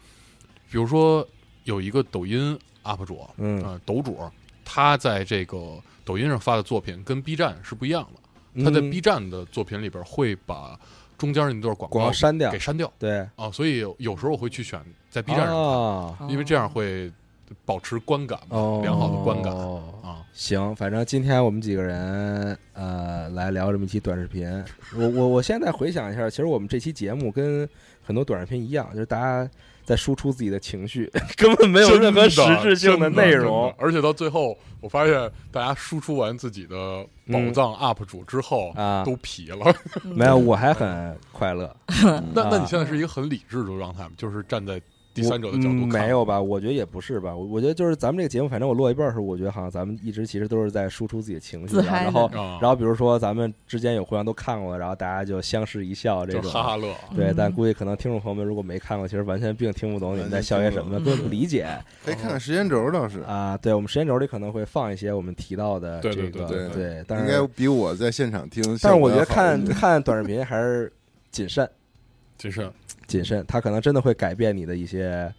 Speaker 3: 比如说有一个抖音 UP 主，
Speaker 1: 嗯
Speaker 3: 呃抖主，他在这个抖音上发的作品跟 B 站是不一样的，他在
Speaker 1: 嗯
Speaker 3: B 站的作品里边会把中间那段广
Speaker 1: 广告
Speaker 3: 告
Speaker 1: 删掉
Speaker 3: 给，删掉
Speaker 1: 对
Speaker 3: 啊，所以有时候我会去选在 B 站上
Speaker 1: 哦
Speaker 3: 看，因为这样会保持观感嘛，
Speaker 1: 哦
Speaker 3: 良好的观感
Speaker 1: 哦
Speaker 3: 啊。
Speaker 1: 行，反正今天我们几个人呃来聊这么一期短视频。我我我现在回想一下，其实我们这期节目跟很多短视频一样，就是大家在输出自己的情绪， 根本没有任何实质性
Speaker 3: 的
Speaker 1: 内容
Speaker 3: 真的。而且到最后，我发现大家输出完自己的宝藏 UP 主之后
Speaker 1: 嗯啊
Speaker 3: 都疲了。
Speaker 1: 没有，我还很快乐。
Speaker 3: 那
Speaker 1: 啊
Speaker 3: 那你现在是一个很理智的状态吗？就是站在第三者的角
Speaker 1: 我
Speaker 3: 度
Speaker 1: 嗯
Speaker 3: 看，
Speaker 1: 没有吧？我觉得也不是吧。我我觉得就是咱们这个节目，反正我录到一半的时候，我觉得好像咱们一直其实都是在输出自己的情绪
Speaker 2: 自
Speaker 1: 啊，
Speaker 2: 嗨
Speaker 1: 然
Speaker 2: 呢
Speaker 1: 后
Speaker 3: 啊，
Speaker 1: 然后比如说咱们之间有互相都看过，然后大家就相视一笑这
Speaker 3: 就
Speaker 1: 种。
Speaker 3: 哈哈乐。啊
Speaker 1: 对，但
Speaker 2: 嗯
Speaker 1: 估计可能听众朋友们如果没看过，其实完全并听不懂你们在笑些什么，
Speaker 2: 完全听不懂
Speaker 1: 根 本不理解
Speaker 4: 可以看看时间轴倒是，
Speaker 1: 啊。对我们时间轴里可能会放一些我们提到的这
Speaker 3: 对
Speaker 1: 个，
Speaker 3: 对对
Speaker 4: 对对
Speaker 1: 但
Speaker 4: 应
Speaker 1: 是
Speaker 4: 该比我在现场听效果
Speaker 1: 但是我
Speaker 4: 要好。
Speaker 1: 觉得看
Speaker 4: 我觉得
Speaker 1: 看短视频还是谨慎
Speaker 3: 谨慎，
Speaker 1: 谨慎，它可能真的会改变你的一些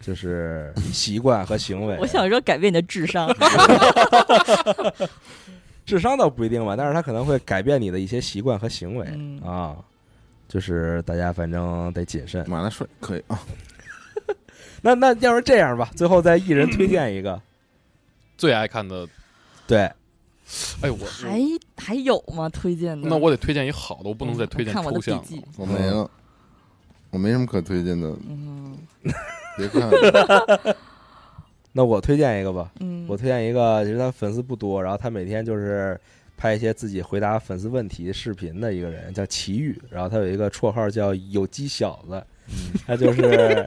Speaker 1: 就是习惯和行为。
Speaker 2: 我想说改变你的 智商，
Speaker 1: 智商倒不一定吧，但是它可能会改变你的一些习惯和行为
Speaker 2: 嗯
Speaker 1: 啊。就是大家反正得谨慎。
Speaker 4: 马拉帅可以啊，
Speaker 1: 那那要是这样吧，最后再一人推荐一 个，
Speaker 3: 最爱看的，
Speaker 1: 对，
Speaker 3: 哎，我
Speaker 2: 还还有吗？推荐的？嗯
Speaker 3: 那我得推荐一好的，我不能再推荐
Speaker 2: 看我
Speaker 3: 抽
Speaker 2: 的
Speaker 3: 象
Speaker 2: 笔
Speaker 3: 的
Speaker 2: 记。
Speaker 4: 我没
Speaker 1: 嗯
Speaker 4: 了，我没什么可推荐的，
Speaker 2: 嗯
Speaker 4: 别看 了
Speaker 1: 那我推荐一个吧。
Speaker 2: 嗯，
Speaker 1: 我推荐一个，其实他粉丝不多，然后他每天就是拍一些自己回答粉丝问题视频的一个人，叫齐豫，然后他有一个绰号叫“有机小子”，他就是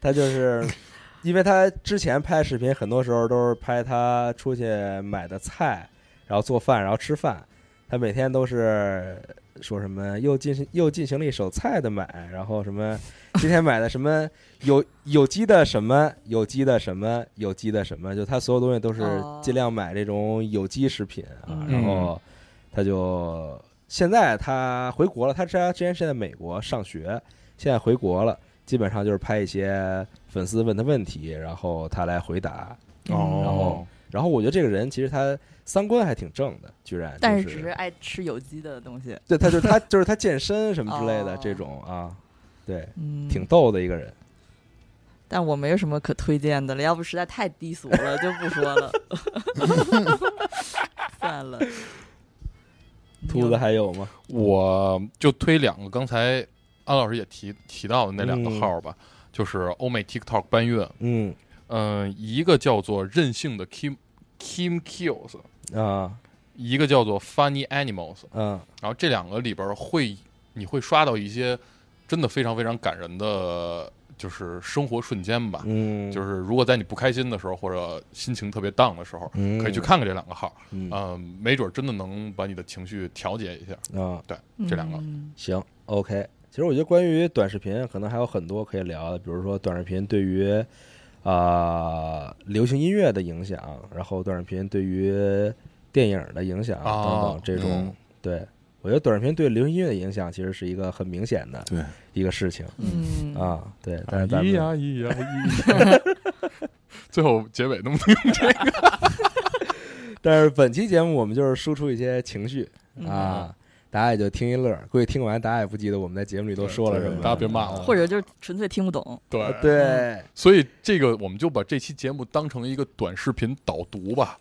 Speaker 1: 他就是，因为他之前拍视频很多时候都是拍他出去买的菜，然后做饭，然后吃饭，他每天都是说什么又进行又进行了一手菜的买，然后什么今天买的什么 有有机的什么有机的什么有机的什么，就他所有东西都是
Speaker 2: 哦
Speaker 1: 尽量买这种有机食品啊，
Speaker 2: 嗯
Speaker 1: 然后他就现在他回国了，他之前之前是在美国上学，现在回国了，基本上就是拍一些粉丝问他问题，然后他来回答。然后，然后我觉得这个人其实他三观还挺正的，居然、就是，
Speaker 2: 但是只是爱吃有机的东西，
Speaker 1: 对，他就是他就是他健身什么之类的
Speaker 2: 哦
Speaker 1: 这种啊，对，
Speaker 2: 嗯，
Speaker 1: 挺逗的一个人。
Speaker 2: 但我没有什么可推荐的了，要不实在太低俗了，就不说了。 算了，
Speaker 1: 兔子还有吗？
Speaker 3: 我就推两个，刚才安老师也提提到的那两个号吧，就是欧美 TikTok 搬运，
Speaker 1: 嗯
Speaker 3: 嗯、一个叫做任性的 Kim Kim Kills，
Speaker 1: 啊
Speaker 3: 一个叫做 Funny Animals，
Speaker 1: 嗯
Speaker 3: 然后这两个里边儿会你会刷到一些真的非常非常感人的，就是生活瞬间吧。
Speaker 1: 嗯，
Speaker 3: 就是是如果在你不开心的时候，或者心情特别 down 的时候，
Speaker 1: 嗯
Speaker 3: 可以去看看这两个号，
Speaker 1: 嗯
Speaker 3: 嗯、没准真的能把你的情绪调节一下。
Speaker 1: 啊，
Speaker 3: 对，这两个，
Speaker 2: 嗯
Speaker 1: 行，OK。其实我觉得关于短视频，可能还有很多可以聊的，比如说短视频对于啊、流行音乐的影响，然后短视频对于电影的影响等等
Speaker 3: 哦
Speaker 1: 这种。
Speaker 4: 嗯
Speaker 1: 对我觉得短视频对流行音乐的影响，其实是一个很明显的
Speaker 4: 对，
Speaker 1: 一个事情。
Speaker 2: 嗯，
Speaker 1: 啊，对，但
Speaker 3: 哎
Speaker 1: 是咱们、
Speaker 3: 呀咿呀咿呀， 最后结尾能不能？
Speaker 1: 但是本期节目我们就是输出一些情绪
Speaker 2: 嗯
Speaker 1: 啊，大家也就听一乐儿，估计听完大家也不记得我们在节目里都说了什么了，
Speaker 3: 大家别骂我
Speaker 2: 或者就是纯粹听不懂，
Speaker 3: 对
Speaker 1: 嗯
Speaker 2: 嗯
Speaker 1: 对，
Speaker 3: 所以这个我们就把这期节目当成一个短视频导读吧，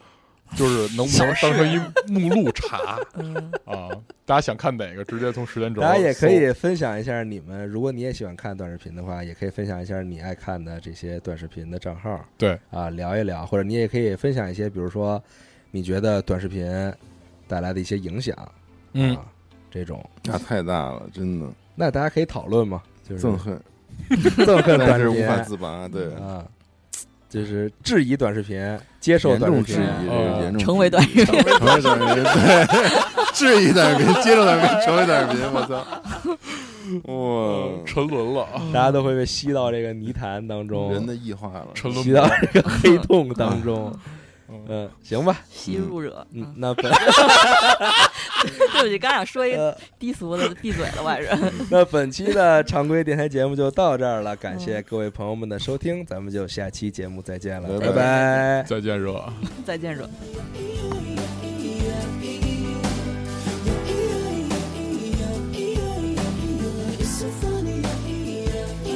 Speaker 3: 就是能不能当成一目录查
Speaker 2: 嗯，
Speaker 3: 啊？大家想看哪个，直接从时间轴。
Speaker 1: 大家也可以分享一下你们，如果你也喜欢看短视频的话，也可以分享一下你爱看的这些短视频的账号
Speaker 3: 对，
Speaker 1: 啊，聊一聊，或者你也可以分享一些，比如说你觉得短视频带来的一些影响
Speaker 3: 嗯，
Speaker 1: 啊，这种，
Speaker 4: 那太大了，真的
Speaker 1: 那大家可以讨论嘛，就是
Speaker 4: 憎恨，
Speaker 1: 憎恨
Speaker 4: 但
Speaker 1: 短
Speaker 4: 是
Speaker 1: 视
Speaker 4: 无
Speaker 1: 频
Speaker 4: 法自拔。对，
Speaker 1: 啊。就是质疑短视频，接受
Speaker 4: 严
Speaker 1: 短视
Speaker 4: 重质
Speaker 1: 频
Speaker 4: 疑，这
Speaker 3: 哦
Speaker 4: 个
Speaker 1: 呃
Speaker 4: 严重
Speaker 2: 成为
Speaker 4: 质
Speaker 2: 短视频，
Speaker 4: 疑成为短视频，对，质疑短视频，接受短视频，成为短视频，
Speaker 1: 呃
Speaker 4: 我操，哇，
Speaker 3: 沉沦了啊，
Speaker 1: 大家都会被吸到这个泥潭当中，
Speaker 4: 人的异化了，
Speaker 3: 沉沦
Speaker 1: 吸到这个黑洞当中。
Speaker 3: 嗯
Speaker 1: 嗯，行吧，
Speaker 2: 吸入者。
Speaker 1: 嗯，那 本
Speaker 2: 对不起，刚想说一
Speaker 1: 呃
Speaker 2: 个低俗的，闭嘴了，我还是。
Speaker 1: 那本期的常规电台节目就到这儿了，感
Speaker 4: 嗯
Speaker 1: 谢各位朋友们的收听，咱们就下期节目再见了，
Speaker 4: 拜
Speaker 1: 拜
Speaker 4: 拜
Speaker 1: 拜
Speaker 3: 再见热。啊
Speaker 2: 再见，软。
Speaker 7: It's so funny.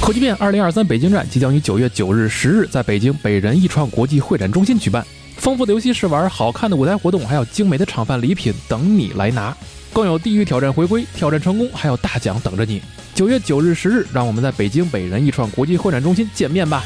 Speaker 8: 《科技变》二零二三北京站即将于九月九日、十日在北京北人艺创国际会展中心举办，丰富的游戏试玩、好看的舞台活动，还有精美的厂饭礼品等你来拿，更有地狱挑战回归，挑战成功还有大奖等着你。九月九日、十日，让我们在北京北人艺创国际会展中心见面吧！